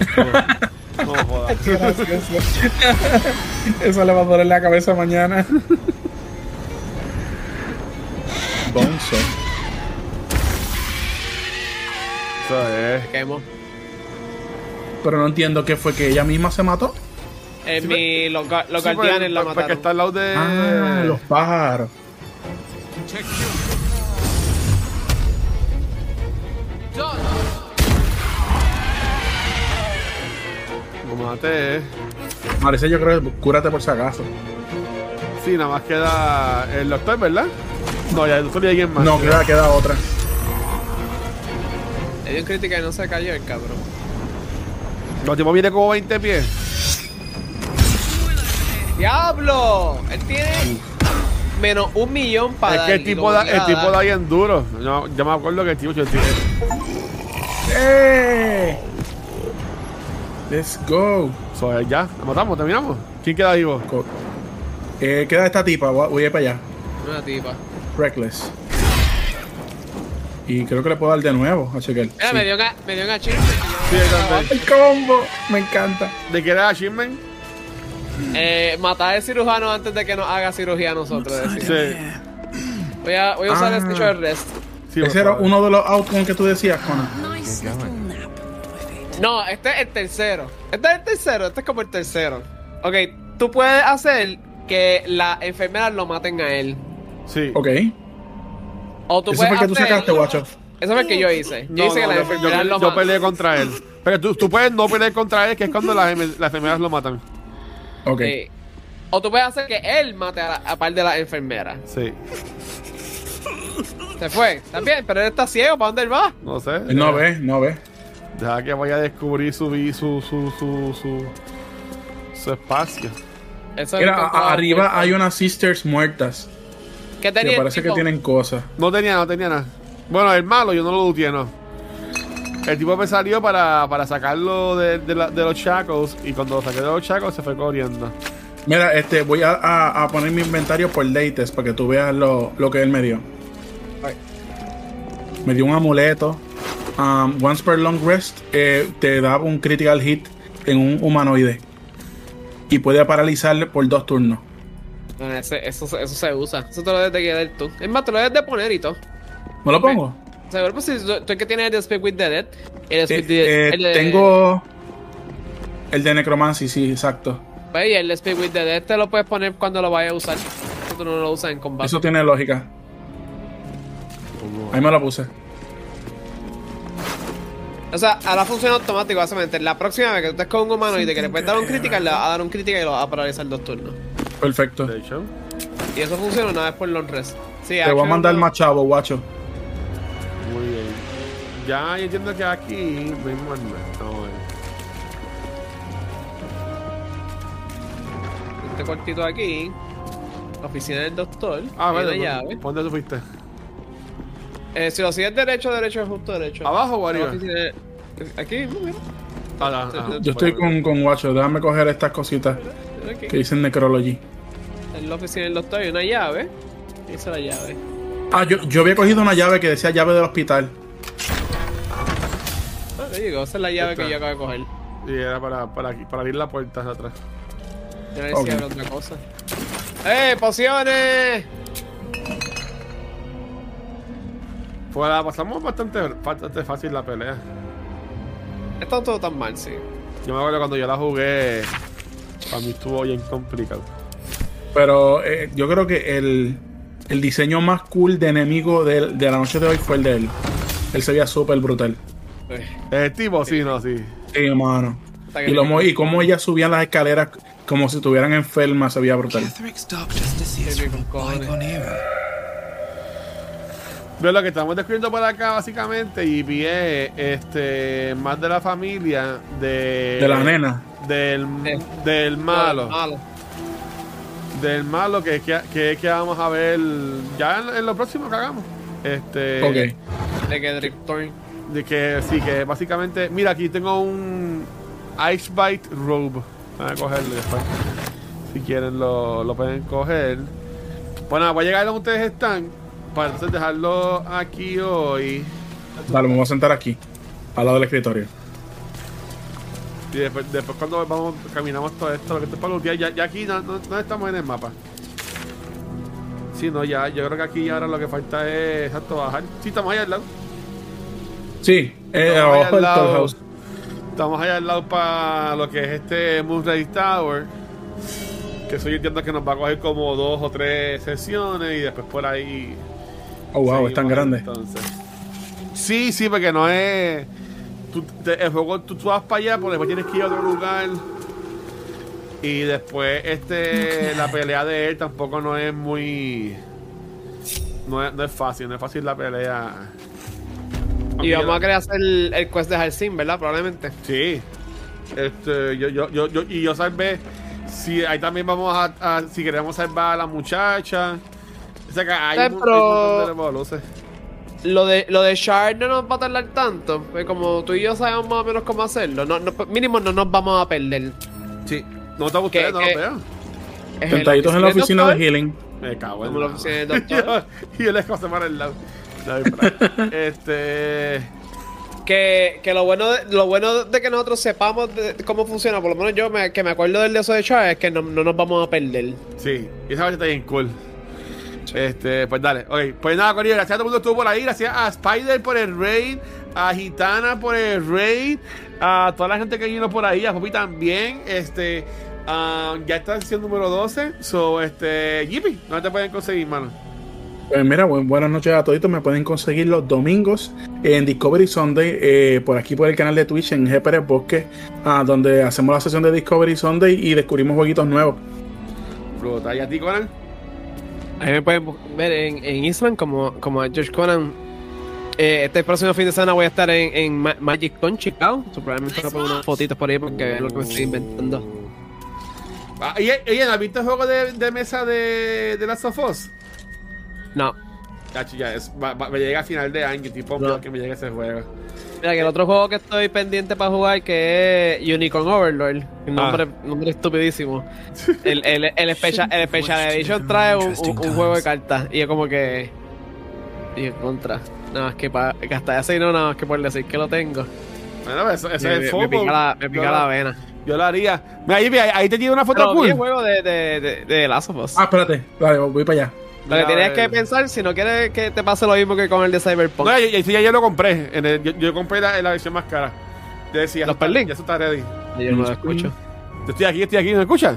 S1: No jodas.
S2: Eso le va a doler la cabeza mañana. Bonzo.
S1: Eso es.
S3: Quemo.
S2: Pero no entiendo qué fue que ella misma se mató.
S3: Eh, mi, los, ga-
S1: pues,
S3: los
S1: Sí, por
S3: guardianes
S1: el-
S3: la
S1: por- Porque
S3: mataron.
S1: está al lado de.
S2: Ah, los pájaros.
S1: Lo eh. maté.
S2: Maricel, yo creo que cúrate por si acaso.
S1: Sí, nada más queda el doctor, ¿verdad? No, ya el doctor y alguien más.
S2: No, queda, queda otra.
S3: Le dio un crítica y no se cayó el cabrón.
S1: Los tipos vienen como 20 pies.
S3: ¡Diablo! Él tiene menos un millón para
S1: es que el
S3: dar, y Ah, lo
S1: tipo, da,
S3: obliga
S1: el
S3: a
S1: tipo
S3: dar.
S1: da bien duro. Yo, yo me acuerdo que el tipo. Yo,
S2: ¡Eh! Let's go.
S1: So, eh, ya, lo matamos, terminamos. ¿Quién queda vivo?
S2: Co- Eh, queda esta tipa, voy a- voy a ir para allá.
S3: Una tipa.
S2: Reckless. Y creo que le puedo dar de nuevo a chequear.
S3: Mira, me dio una, me dio una chisme.
S1: Sí, el doctor.
S2: El combo, me encanta.
S1: ¿De qué era Shipman?
S3: Eh, matar al cirujano antes de que nos haga cirugía a nosotros. decía.
S1: Sí.
S3: Voy a, voy a usar
S2: Ah.
S3: el Stitcher of Rest.
S2: Ese era uno de los outcomes que tú decías,
S3: Ah,
S2: Conan.
S3: No, este es el tercero. Este es el tercero, este es como el tercero. Ok, tú puedes hacer que las enfermeras lo maten a él.
S1: Sí.
S2: Ok.
S3: O tú
S2: Ese fue
S3: puedes
S2: el que tú
S3: hacer-
S2: sacaste, guacho.
S3: Eso fue el que yo hice. Yo
S1: No,
S3: hice
S1: no,
S3: que las
S1: yo, yo-
S3: enfermeras lo
S1: yo
S3: maten.
S1: peleé contra él. Pero tú, tú puedes no pelear contra él, que es cuando las, em- las enfermeras lo matan.
S2: Ok.
S3: Sí. O tú puedes hacer que él mate a, la, a par de las enfermeras.
S1: Sí.
S3: Se fue. También, pero él está ciego. ¿Para dónde él va?
S1: No sé.
S2: Él Eh, no ve, no ve.
S1: Deja que vaya a descubrir su vi- su su su su, su espacio.
S3: Eso
S2: Mira, a- a-
S3: ¿eh?
S2: arriba hay
S1: una
S2: unas sisters muertas.
S3: ¿Qué
S2: Que parece que tienen cosas.
S1: No tenía, no tenía nada. Bueno, el malo, yo no lo luteé, no. El tipo me salió para, para sacarlo de, de la- de los chacos y cuando lo saqué de los chacos se fue corriendo.
S2: Mira, este, voy a, a- a poner mi inventario por latest para que tú veas lo, lo que él me dio. Me dio un amuleto. Um, once per long rest eh, te da un critical hit en un humanoide. Y puede paralizarle por dos turnos.
S3: Ah, ese- eso, se- eso se usa. Eso te lo debes de quedar tú. Es más, te lo debes de poner y todo.
S2: ¿Me lo pongo?
S3: Seguro, pues si tú, tú es que tienes el de Speak with the Dead. El Speak
S2: Eh,
S3: Pues, el de-
S2: tengo el de necromancy, sí, exacto.
S3: Ve, y el Speak with the Dead te este lo puedes poner cuando lo vayas a usar. Eso tú no lo usas en combate.
S2: Eso tiene lógica. Ahí me lo puse.
S3: O sea, ahora funciona automático, básicamente. La próxima vez que tú estés con un humano y te que le puedes dar un crítica, le vas a dar un crítica y lo vas a paralizar dos turnos.
S2: Perfecto.
S3: Y eso funciona una vez por long rest.
S2: Te
S3: Sí,
S2: voy a
S3: action,
S2: mandar más chavo, guacho.
S1: Muy bien. Ya yo entiendo que aquí no hay más nada. No, eh.
S3: Este cortito aquí. La oficina del doctor.
S1: Ah,
S3: tiene
S1: vale.
S3: llave.
S1: ¿Por dónde tú fuiste?
S3: Eh, si lo sigues derecho, derecho es justo derecho.
S1: ¿Abajo o arriba?
S3: La oficina- Aquí, mira.
S1: Ah, la- ah,
S2: Yo estoy con, con guacho. Déjame coger estas cositas
S3: Aquí.
S2: que dicen necrology.
S3: En la oficina del doctor hay una llave. Y esa es la llave.
S2: Ah, yo, yo había cogido una llave que decía llave del hospital.
S3: Ah, te digo, esa es la llave
S1: Está.
S3: que yo acabo de coger.
S1: Y era para, para, aquí- para abrir la puerta de atrás.
S3: A ver si abre otra cosa. ¡Eh, pociones!
S1: Pues la pasamos bastante, bastante fácil la pelea.
S3: Está todo tan mal, sí.
S1: Yo me acuerdo cuando yo la jugué, para mí estuvo bien complicado.
S2: Pero eh, yo creo que el, el diseño más cool de enemigo de, de la noche de hoy fue el de él. Él se veía súper brutal.
S3: Eh,
S1: El tipo, sí, no, sí.
S2: Sí, mano.
S1: Está
S2: Y, lo, mo- y cómo ellas subían las escaleras como si estuvieran enfermas, se veía brutal.
S5: Rick's doctors to see us from a bygone era.
S1: Pero lo que estamos descubriendo por acá, básicamente, y vi eh, este, más de la familia de.
S2: De la nena.
S1: Del, del malo.
S3: Del malo.
S1: Del malo que, que, que, que vamos a ver ya en, en lo próximo que hagamos. Este.
S2: Ok.
S3: De que Driptorn.
S1: De que sí, que básicamente. Mira, aquí tengo un Ice Bite Robe. Van a cogerlo después. Si quieren, lo, lo pueden coger. Bueno, voy a llegar a donde ustedes están. Para entonces dejarlo aquí hoy.
S2: Dale, me voy a sentar aquí, al lado del escritorio.
S1: Y después, después cuando vamos, caminamos todo esto, lo que esto es para lootear, ya, ya aquí no, no- no estamos en el mapa. Sí, no, ya, yo creo que aquí ahora lo que falta es exacto bajar. Sí, estamos allá al lado.
S2: Sí, eh,
S1: Estamos allá
S2: abajo
S1: al
S2: del
S1: lado.
S2: Tollhouse.
S1: Estamos allá al lado para lo que es este Moonrise Tower. Que eso yo entiendo que nos va a coger como dos o tres sesiones y después por ahí.
S2: Oh, wow, es tan
S1: seguimos
S2: grande.
S1: Entonces. Sí, sí, porque no es. Tú, te- el juego, tú, tú vas para allá, pero después tienes que ir a otro lugar. Y después, este, la pelea de él tampoco no es muy. No es, no es fácil, no es fácil la pelea.
S3: Y
S1: Aunque
S3: vamos
S1: yo-
S3: a querer hacer el, el quest de Halcin, ¿verdad? Probablemente.
S1: Sí. Este, yo, yo, yo, yo, y yo salvé. Si ahí también vamos a, a- Si queremos salvar a la muchacha. O sea que hay,
S3: Eh,
S1: un- hay
S3: pero-
S1: un montón de revoluces.
S3: Lo de, lo de Shard no nos va a tardar tanto. porque como tú y yo sabemos más o menos cómo hacerlo, no, no- mínimo no nos vamos a perder.
S1: Sí. No te gusta, eh, no lo vean.
S2: Sentaditos en la oficina de healing.
S1: Me cago en
S3: Como
S1: la-
S3: la oficina del doctor.
S1: y el esco se para el lado. No, hay problema. este.
S3: Que, que lo bueno de, lo bueno de que nosotros sepamos de- de cómo funciona, por lo menos yo me- que me acuerdo del de eso de Char, es que no, no nos vamos a perder.
S1: Sí, y esa parte está bien cool. Este, pues dale, ok. Pues nada, Corillo, gracias a todo el mundo que estuvo por ahí. Gracias a Spider por el raid, a Gitana por el raid, a toda la gente que vino por ahí, a Poppy también. Este, ah, ya está en sesión número 12. So, este, Jippy, ¿dónde te pueden conseguir, mano?
S2: Eh, mira, buen- buenas noches a toditos. Me pueden conseguir los domingos en Discovery Sunday, eh, por aquí por el canal de Twitch en GPR Bosque, ah, donde hacemos la sesión de Discovery Sunday y descubrimos jueguitos nuevos.
S1: Flota, ¿y a ti, Conan?
S3: Ahí me pueden bu- ver en, en Island como, como a George Conan. Eh, este próximo fin de semana voy a estar en, en Ma- Magic Con Chicago. So, probablemente voy a poner unas fotitos por ahí porque vean lo que me estoy inventando.
S1: Ah, ¿Y, y ¿has visto el juego de, de mesa de, de Last of Us?
S3: No.
S1: Cacho, ya, es- va- va- me llega a final de año, tipo,
S3: No.
S1: que me llega ese juego.
S3: Mira, que el otro juego que estoy pendiente para jugar que es Unicorn Overlord. Un nombre,
S1: Ah.
S3: nombre estupidísimo. El, el, el, special, el Special Edition trae un, un- un juego de cartas. Y es como que. Y en contra. Nada más que para gastar ese no, nada más que por decir que lo tengo.
S1: Bueno, eso, eso
S3: Me-
S1: es el
S3: me
S1: foco.
S3: pica la- me pica
S1: Yo-
S3: la vena.
S1: Yo lo haría. Mira, Jippy, ahí, ahí te tiene una foto
S3: Pero vi
S1: cool.
S3: el juego de, de, de, de Last of Us.
S2: Ah, espérate, Vale, voy para allá.
S3: Lo que
S1: Mira,
S3: tienes
S1: a
S3: que
S1: ver.
S3: pensar si no quieres que te pase lo mismo que con el de Cyberpunk.
S1: No, yo, yo- sí, ya yo lo compré. En el- yo, yo compré la, la versión más cara. Te decía,
S3: ¿Los
S1: ya
S3: Perlin?
S1: eso está ready.
S3: Yo no lo escucho.
S1: Yo estoy aquí, estoy aquí, ¿no me escuchas?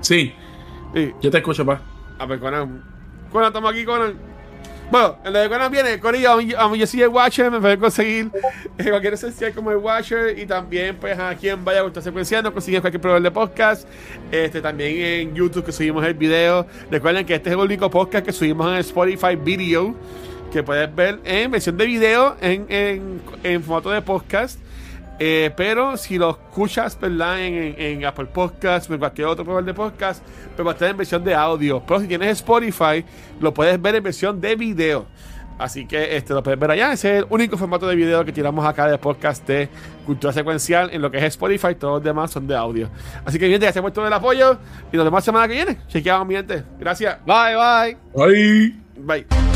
S2: Sí. Yo te escucho, pa.
S1: A ver, Conan. Conan, estamos aquí, Conan. Bueno, en lo de Conan viene, Corillo, a mí, a mí yo soy el Watcher, me pueden conseguir en cualquier esencial como el Watcher y también pues a quien vaya con esta secuencia nos consiguen cualquier proveedor de podcast, este también en YouTube que subimos el video. Recuerden que este es el único podcast que subimos en el Spotify Video que puedes ver en versión de video en, en, en formato de podcast. Eh, pero si lo escuchas, ¿verdad? En, en- en Apple Podcasts o en cualquier otro programa de podcast, pero va a estar en versión de audio. Pero si tienes Spotify, lo puedes ver en versión de video. Así que este, lo puedes ver allá. Ese es el único formato de video que tiramos acá de podcast de cultura secuencial en lo que es Spotify. Todos los demás son de audio. Así que, gente, gracias por todo el apoyo. Y nos vemos la semana que viene. Chequeamos, mi gente. Gracias.
S3: Bye, bye.
S2: Bye.
S1: Bye.